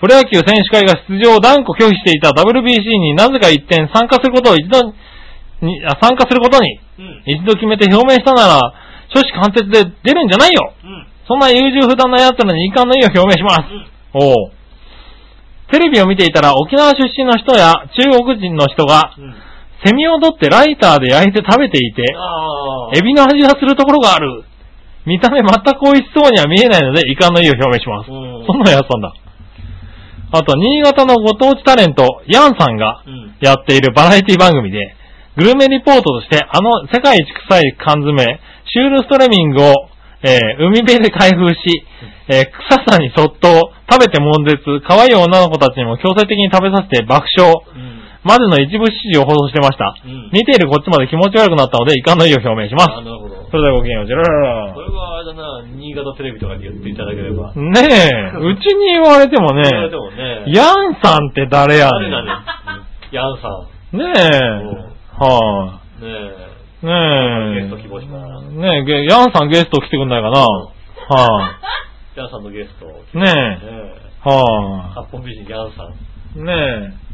C: プロ野球選手会が出場を断固拒否していた WBC になぜか一転参加することを一度に、あ参加することに
B: うん。
C: 一度決めて表明したなら、諸子貫徹で出るんじゃないよ
B: うん。
C: そんな優柔不断な奴らに遺憾の意を表明します。
B: うん。
C: おうテレビを見ていたら沖縄出身の人や中国人の人が
B: うん。
C: セミを取ってライターで焼いて食べていて、
B: ああ。
C: エビの味がするところがある。見た目全く美味しそうには見えないので、遺憾の意を表明します。
B: うん
C: そんなのやったんだ。あと、新潟のご当地タレント、ヤンさんが
B: うん。
C: やっているバラエティ番組で、グルメリポートとして、あの世界一臭い缶詰、シュールストレミングを、えー海辺で開封し、えー臭さにそっと食べて悶絶、可愛い女の子たちにも強制的に食べさせて爆笑、
B: うん。
C: までの一部指示を放送してました。
B: うん
C: 見ているこっちまで気持ち悪くなったので、遺憾の意を表明します。
B: あなるほど。
C: それではごきげんよう、じゃらら
B: こ
C: ら
B: れはあれだな、新潟テレビとかに言っていただければ。ね
C: ねえ、うちに言われてもね、
B: でもね。
C: ヤンさんって誰やね
B: 誰だね。ヤンさ
C: ん。ね
B: ん。うん
C: え、は
B: ねえ。
C: い、ね
B: ゲ
C: え。
B: スト希望します
C: ねえゲ、ヤンさんゲスト来てくんないかなは
B: ヤンさんのゲスト。ね
C: い、ねえ、
B: え。
C: は
B: 八本美人ヤンさん。
C: い、ねえ。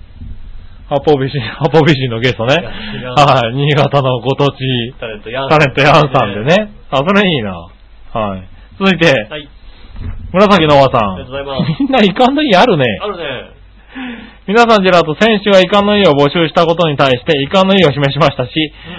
C: ハポビシン、 ハポビシンのゲストね。
B: いや
C: はい、新潟のご当地
B: タレントヤン
C: タレントヤンさんで。ね。あ、それいいな。はい。続いて、
B: はい。
C: 紫のおばさん。
B: ありがとうございます
C: みんな遺憾の意あるね。
B: あるね。
C: 皆さんジェラート、選手が遺憾の意を募集したことに対して遺憾の意を示しましたし、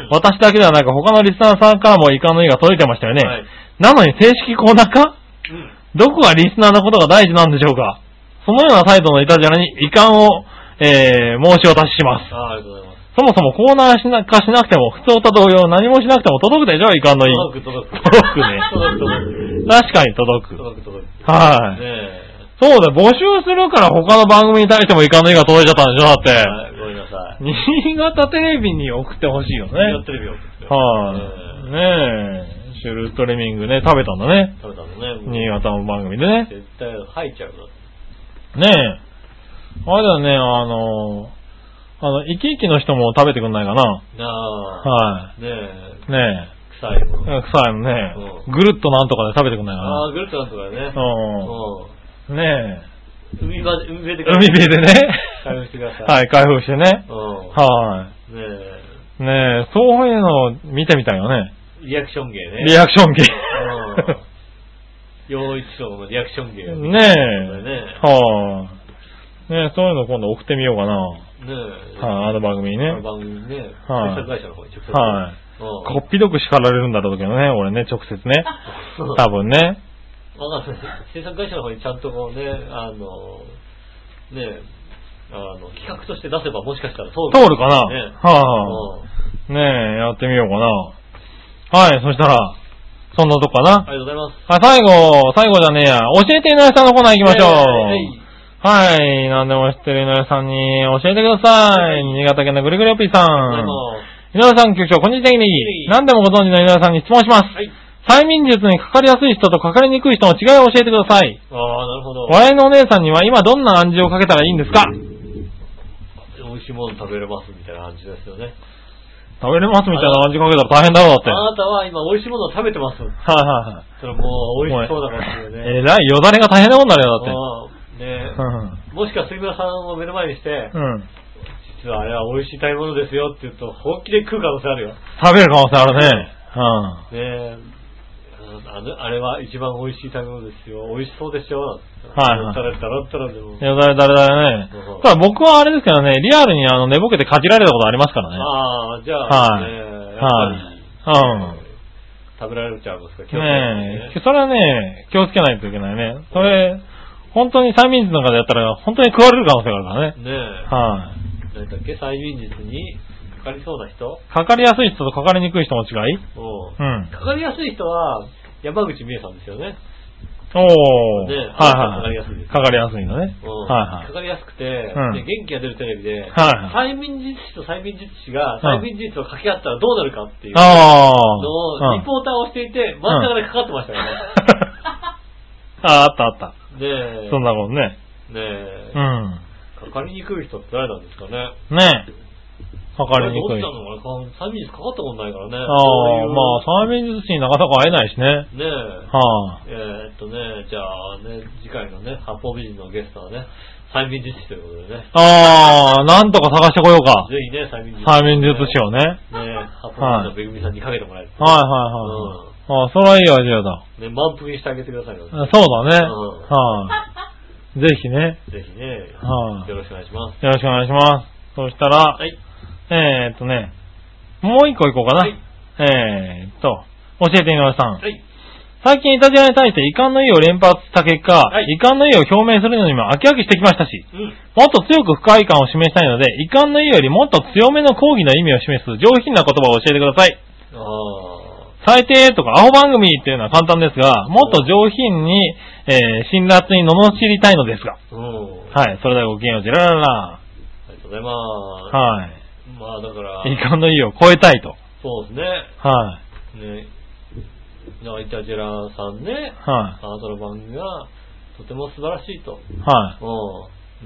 B: うん
C: 私だけではなく他のリスナーさんからも遺憾の意が届いてましたよね。
B: はい。
C: なのに正式コーナーか
B: うん。
C: どこがリスナーのことが大事なんでしょうかそのような態度のいたじらに遺憾を、えー、申し渡しします。
B: あありがとうございます。
C: そもそもコーナーしな化しなくても、普通歌同様何もしなくても届くでしょ遺憾の意。
B: 届く届く。
C: 届くね
B: 届く届く。
C: 確かに届く。
B: 届く届く。
C: はい
B: ね
C: そうだ、募集するから他の番組に対しても遺憾の意が届いちゃったんでしょだって。
B: え。はい、ごめんなさい。
C: 新潟テレビに送ってほしいよね。
B: 新潟テレビを送って。
C: はい、
B: ね
C: ねえ、シュルストレミングね、食べたんだね
B: え。。食べたのね。
C: 新潟の番組でね。
B: 絶対吐いちゃうぞ。
C: ねえ。あれだね、あの、あの、生き生きの人も食べてくんないかな。
B: なあ。
C: は
B: ねえ、
C: い。ね
B: 臭いも
C: え。
B: ん。
C: 臭いのね
B: う。ん
C: ぐるっとなんとかで食べてくんないか
B: あ
C: な
B: あ、グルトなんとかね。。
C: うん。ね
B: うん。海辺で、海辺で
C: え。海辺で ね。
B: 開封してください。。
C: はいい、開封してね。
B: う
C: は
B: ん。ね
C: い。ねえ、そういうのを見てみたいよね。
B: え、リアクション芸ね。
C: リアクション芸。
B: うん。洋一郎のリアクション芸。
C: ねえ。
B: ね
C: はあ。ねえ、そういうの今度送ってみようかな。
B: え。ねえ。
C: はい、あの番組に
B: こ
C: ね。
B: の番組ね、
C: はい
B: 制作会社の方に直接。
C: はい。
B: うん。
C: こっぴどく叱られるんだろうけどね、俺ね、直接ね。
B: そう
C: 多分ね。
B: わかんない。制作会社の方にちゃんとこうね、あの、ねえ、あの、企画として出せばもしかしたら通る。
C: 通るかな
B: ね
C: はあ。ねえ、やってみようかな。はい、そしたら、そんなとこか
B: うん。あ
C: な。
B: りがとうございます。
C: あ、最後、最後じゃねえや。教えて井上さんのコーナー行きましょう。
B: えい
C: はい、何でも知ってる井上さんに教えてください。新潟県のぐるぐるおっぴーさ
B: ありがとうござい
C: ん。
B: ます。
C: 井上さん局長、こんにちは、ネ
B: い
C: ギ。何でもご存知の井上さんに質問します。
B: はい。
C: 催眠術にかかりやすい人とかかりにくい人の違いを教えてください。
B: ああ、なるほど。
C: 笑いのお姉さんには今どんな暗示をかけたらいいんですか
B: 美味しいもの食べれますみたいな感じですよね。
C: 食べれますみたいな感じかけたら大変だろうだって。
B: あなたは今美味しいものを食べてます。
C: はいはいはい。
B: それもう美味しそうだからですよ
C: え
B: ね。
C: らいよだれが大変なことになるよ、だって。
B: うんねもしか杉村さんを目の前にして、
C: うん。うん。
B: 実はあれは美味しい食べ物ですよって言うと、本気で食う可能性あるよ。
C: 食べる可能性あるね。うん。
B: ねえ、あのあれは一番美味しい食べ物ですよ。美味しそうでしょ。
C: はいはい
B: たらたらたらでも。
C: よだれだれだれね
B: そうそう。
C: ただ僕はあれですけどね、リアルにあの寝ぼけてかじられたことありますからね。
B: ああ、じゃあ、
C: は
B: ね
C: い
B: え、やっ
C: は
B: ぱ
C: い
B: り、食べられちゃいますか、気をつけ
C: ねえ
B: てね、
C: それはね、気をつけないといけないね。それ、本当に催眠術なんかでやったら、本当に食われる可能性があるからね。
B: ねえ、
C: は
B: 何だっけ、催眠術にかかりそうな人
C: い。かかりやすい人とかかりにくい人の違い
B: うん
C: うん。
B: かかりやすい人は、山口美恵さんですよね。
C: おー。
B: ね
C: はいはい。
B: かかりやすいです
C: かかりやすいのね。
B: うん
C: はいは
B: か
C: い。
B: かりやすくて、
C: ん
B: で元気が出るテレビで、
C: は
B: 催眠術師と催眠術師
C: う
B: が
C: ん
B: 催眠術を掛け合ったらどうなるかっていうの
C: あ
B: を
C: ー。う
B: リ
C: ん
B: ポーターをしていて、真ん中でかかってましたよね。
C: あ、あったあった。
B: で、
C: そんなことね。
B: ねえ
C: う、
B: か
C: ん。
B: かりにくい人って誰なんですかね。
C: ねえ。かかりにくい。
B: どうしたのかな催眠術かかったことないからね。
C: ああ、
B: あ。
C: まあ、催眠術師になかなか会えないしね。
B: ねえ。
C: はあ。
B: えーっとね、じゃあね、次回のね、八方美人のゲストはね、催眠術師ということでね、
C: ああ、なんとか探してこようか
B: ぜ。ひね、催眠術
C: 催眠術師をね。はい
B: ね、八方美人のめぐみさんにかけてもらえる。
C: はいはい。ああ、それはいいアイデアだ。
B: ね、満腹にしてあげてくださいよ。
C: あそうだね。
B: うん
C: はい。ぜひね、
B: ぜひね、
C: はい
B: よろしくお願いします。
C: よろしくお願いします。そしたら、
B: はい。
C: えーっとね、もう一個いこうかな。
B: はい
C: えーっと、教えてみました。
B: はい。
C: 最近イタジラに対して遺憾の意を連発した結果、
B: はい
C: 遺憾の意を表明するのにも飽き飽きしてきましたし、
B: うん。
C: もっと強く不快感を示したいので、遺憾の意よりもっと強めの抗議の意味を示す上品な言葉を教えてください。
B: あ
C: 最低とかアホ番組っていうのは簡単ですが、もっと上品に、えー、辛辣に罵りたいのですが。
B: あ、うん。あ
C: はい、それではごきげんよう、ジラララ
B: りがとうございます。
C: はい。
B: まあだから、
C: 遺憾の意を超えたいと。
B: そうです
C: は
B: ね。ね。だから、イタジェラさんね
C: い、、は
B: あなたの番組がとても素晴らしいと。
C: い、はい。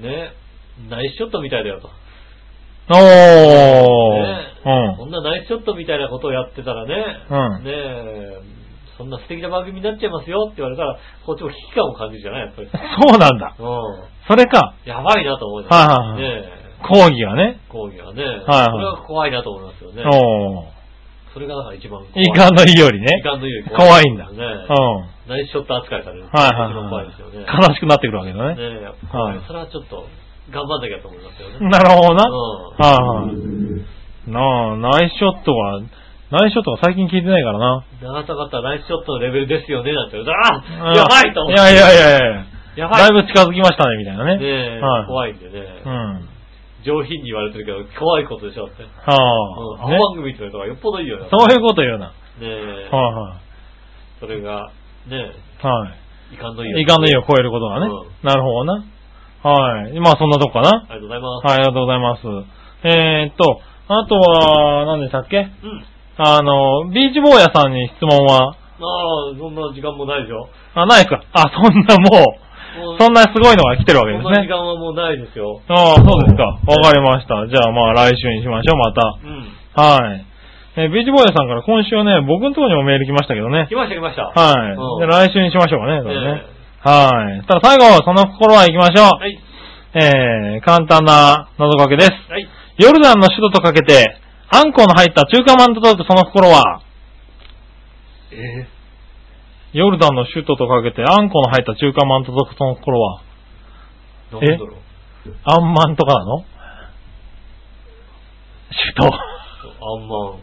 B: うん。ね。ナイスショットみたいだよと。
C: おー、
B: ね
C: うん
B: こ。んなナイスショットみたいなことをやってたらね、
C: うん
B: ねえ、そんな素敵な番組になっちゃいますよって言われたら、こっちも危機感を感じるじゃないやっぱり。
C: そうなんだ。
B: うん。
C: それか、
B: やばいなと思います。
C: はいはいはい
B: ねえ、
C: 抗議がね。
B: 講義はね、
C: はい
B: それが怖いなと思いますよね。
C: おー。
B: それがなんか一番怖い。
C: 遺憾の意よりね
B: 遺。憾の言う
C: 怖いんだ。う
B: ね
C: ん。は
B: ナイスショット扱いされる。
C: いはい
B: 一番怖いですよね。
C: はい。悲しくなってくるわけだね。
B: ねえ、
C: は
B: はいい、それはちょっと頑張んなきゃと思いますよね。
C: なるほどな。
B: う
C: はいはい。なあ、ナイスショットは、ナイスショットは最近聞いてないから
B: ん。
C: な。
B: 長田方ナイスショットのレベルですよね、なんて言うと、ああやばいと思っ
C: い
B: て。
C: やいやいやい
B: や
C: や。
B: ば
C: だ
B: い
C: い。ぶ近づきましたね、みたいなね。
B: ねえ、
C: はい
B: 怖いんでね、
C: うん。
B: 上品に言われてるけど、怖いことでしょって。
C: は
B: う
C: あ。
B: ん。
C: ね
B: ね、番組ってのがよっぽどいいよね。
C: そういうこと言うな。
B: ねえ、
C: は
B: それが、ね
C: いはい。は
B: え、遺憾の
C: い。遺憾の意を超えることがね
B: う。
C: なるほどな。はい。まあそんなとこかな。
B: ありがとうございます。
C: はい、ありがとうございます。えーっと、あとは、何でしたっけ
B: うん。
C: あの、ビーチ坊やさんに質問
B: あ
C: は、
B: あ、そんな時間もないでしょ。
C: あ、ないですかあ、そんなも
B: もう
C: う、そんなすごいのが来てるわけ
B: そんな
C: です
B: 時
C: ね。
B: 間はもうないですよ。
C: ああ、そうですか。わかりました。じゃあまあ来週にしましょう、また。
B: うん。
C: はい。えービーチボーイさんから今週ね、僕のところにもメール来ましたけどね。
B: 来ました来ました。
C: はい。
B: うん
C: じゃあ来週にしましょうかね、それね。
B: ね
C: はい。ただ最後、その心は行きましょう。
B: えはい。
C: えー、簡単な謎かけです。
B: はい。
C: ヨルダンの首都とかけて、アンコウの入った中華まんと解くその心は、
B: え
C: ヨルダンの首都とかけて、アンコウの入った中華まんと解くその心は、
B: ー、なんだろう。
C: アンマンとかなの首都。
B: アンマン。ア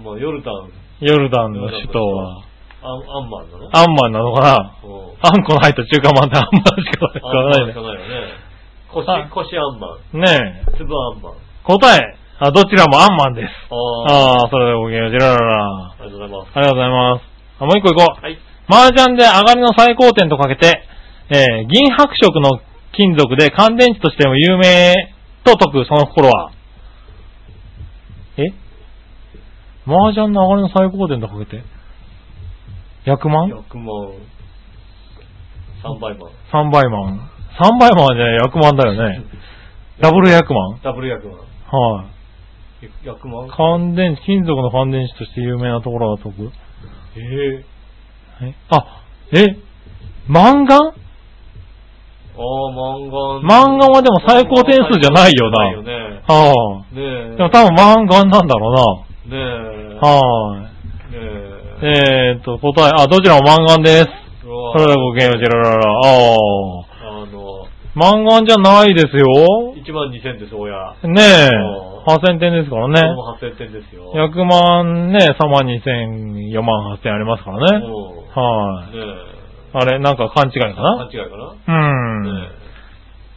B: ンマン、ヨルタン、
C: ヨルダンの首都は、
B: アン、アンマンなの
C: アンマンなのかな
B: うん
C: あんこの入った中華まんってあんまりしか使
B: アン
C: わ
B: マ
C: な
B: ン
C: い
B: しか
C: ね。
B: ないよね。
C: あ
B: 腰、腰アンマン。
C: ねえ。
B: 粒アンマン。
C: 答え。あ、どちらもあんまんです。
B: ああ。
C: ああ、それではごきげんよう。じららら。あ
B: ありがとうございます。
C: りがとうございます。あ、もう一個行こう。
B: はい。
C: 麻雀で上がりの最高点とかけて、えー、銀白色の金属で乾電池としても有名と解くその心はえ麻雀の上がりの最高点とかけて百万
B: 100万。3倍マン。
C: 三倍マン三倍マンはね、百万だよね。ダブル百万
B: ダブル100万。
C: はい、
B: 役満
C: 乾電池、金属の乾電池として有名なところが解く。
B: ええ
C: えあ、え、マンガン
B: ああ、漫画。
C: マンガンはでも最高点数じゃないよな
B: よね。
C: は
B: ね
C: あ。
B: え。
C: でも多分マンガンなんだろ
B: ねえ。
C: うな。は
B: ね
C: い。
B: え。
C: えーっと、答え、あ、どちらもマンガンです。
B: うわ
C: それではごきげんよう、ジェラララ。ああ。
B: あの、
C: マンガンじゃないですよ。
B: 1万2000です、親。
C: ねえ
B: うん。
C: 8000点ですから
B: これ
C: ね。
B: も8000点ですよ。
C: 100万ね、3万2000、4万8000ありますからね。
B: うん
C: はい。
B: ねえ。
C: あれ、なんか勘違いか
B: 勘
C: な
B: 違いかな
C: う
B: ね
C: ん。
B: え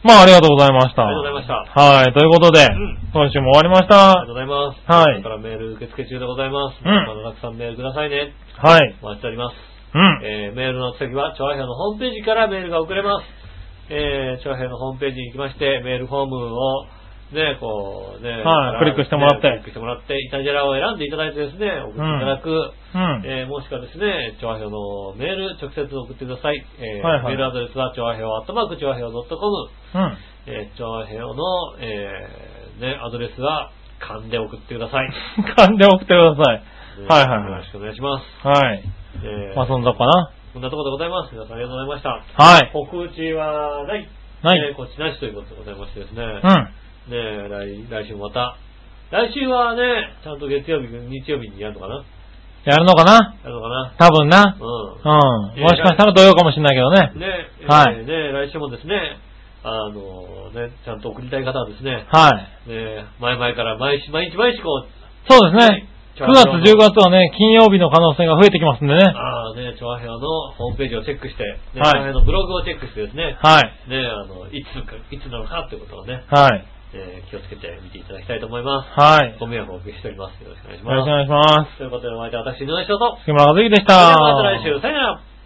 C: まあ、ありがとうございました。
B: ありがとうございました
C: はい、ということで
B: ん、
C: 今週も終わりまし
B: ありが
C: た
B: とう。ございます。
C: はい
B: これからメール受付中でございます。
C: うん
B: まだたくさんメールくださいね。
C: はい。
B: お待ちしております。
C: うん。
B: えーメールの宛先は、調和表のホームページからメールが送れます。えー、調和表のホームページに行きまして、メールフォームを、ね、こう、ね、
C: はいクリックしてもらって
B: ねクリックしてもらって、イタジェラを選んでいただいてですね、送っていただく。
C: うん。
B: えーもしくはですね、調和表のメール、直接送ってください。えー
C: はいはい
B: メールアドレスは、調和表、アットマーク、調和表 .com。
C: うん。
B: えー、調和表の、えー、ね、アドレスは、勘で送ってください。
C: 勘で送ってください。はいはい
B: よ
C: は
B: ろ
C: い
B: し。くお願いします。
C: はい。
B: えー
C: まあ、そんなとこかな。
B: こんなところでございます。皆さんありがとうございました。
C: はい。
B: 告知はない。
C: ない
B: えーこっちなしということでございましてですね。
C: うん。
B: ねえ来、来週もまた。来週はね、ちゃんと月曜日、日曜日にやるのかな
C: やるのかな
B: やるのかな
C: 多分な。
B: う
C: うん。もしかしたら土曜かもしれないけどね
B: ん。。ねえ、
C: はい
B: えーねえ来週もですね、あのね、ちゃんと送りたい方はですね、
C: はい。
B: ねえ前々から毎日毎日毎日こう、
C: そうですね。
B: ちょ
C: 9
B: うど
C: 月、10月はね、金曜日の可能性が増えてきますんでね。
B: ああね、調和平のホームページをチェックして、ね、調
C: はい
B: 和平のブログをチェックしてですね、
C: はい。
B: ねえあの、いつか、いつなのかってことをね、
C: はい。
B: えー気をつけて見ていただきたいと思います。
C: はい。
B: ご迷惑をおかけしております。よろしくお願いし
C: よろしくお
B: ま。
C: 願いします
B: ということで、お相手は私、井上翔と。
C: す。杉村和之でし
B: それで
C: た。
B: はまた来週、さよなら。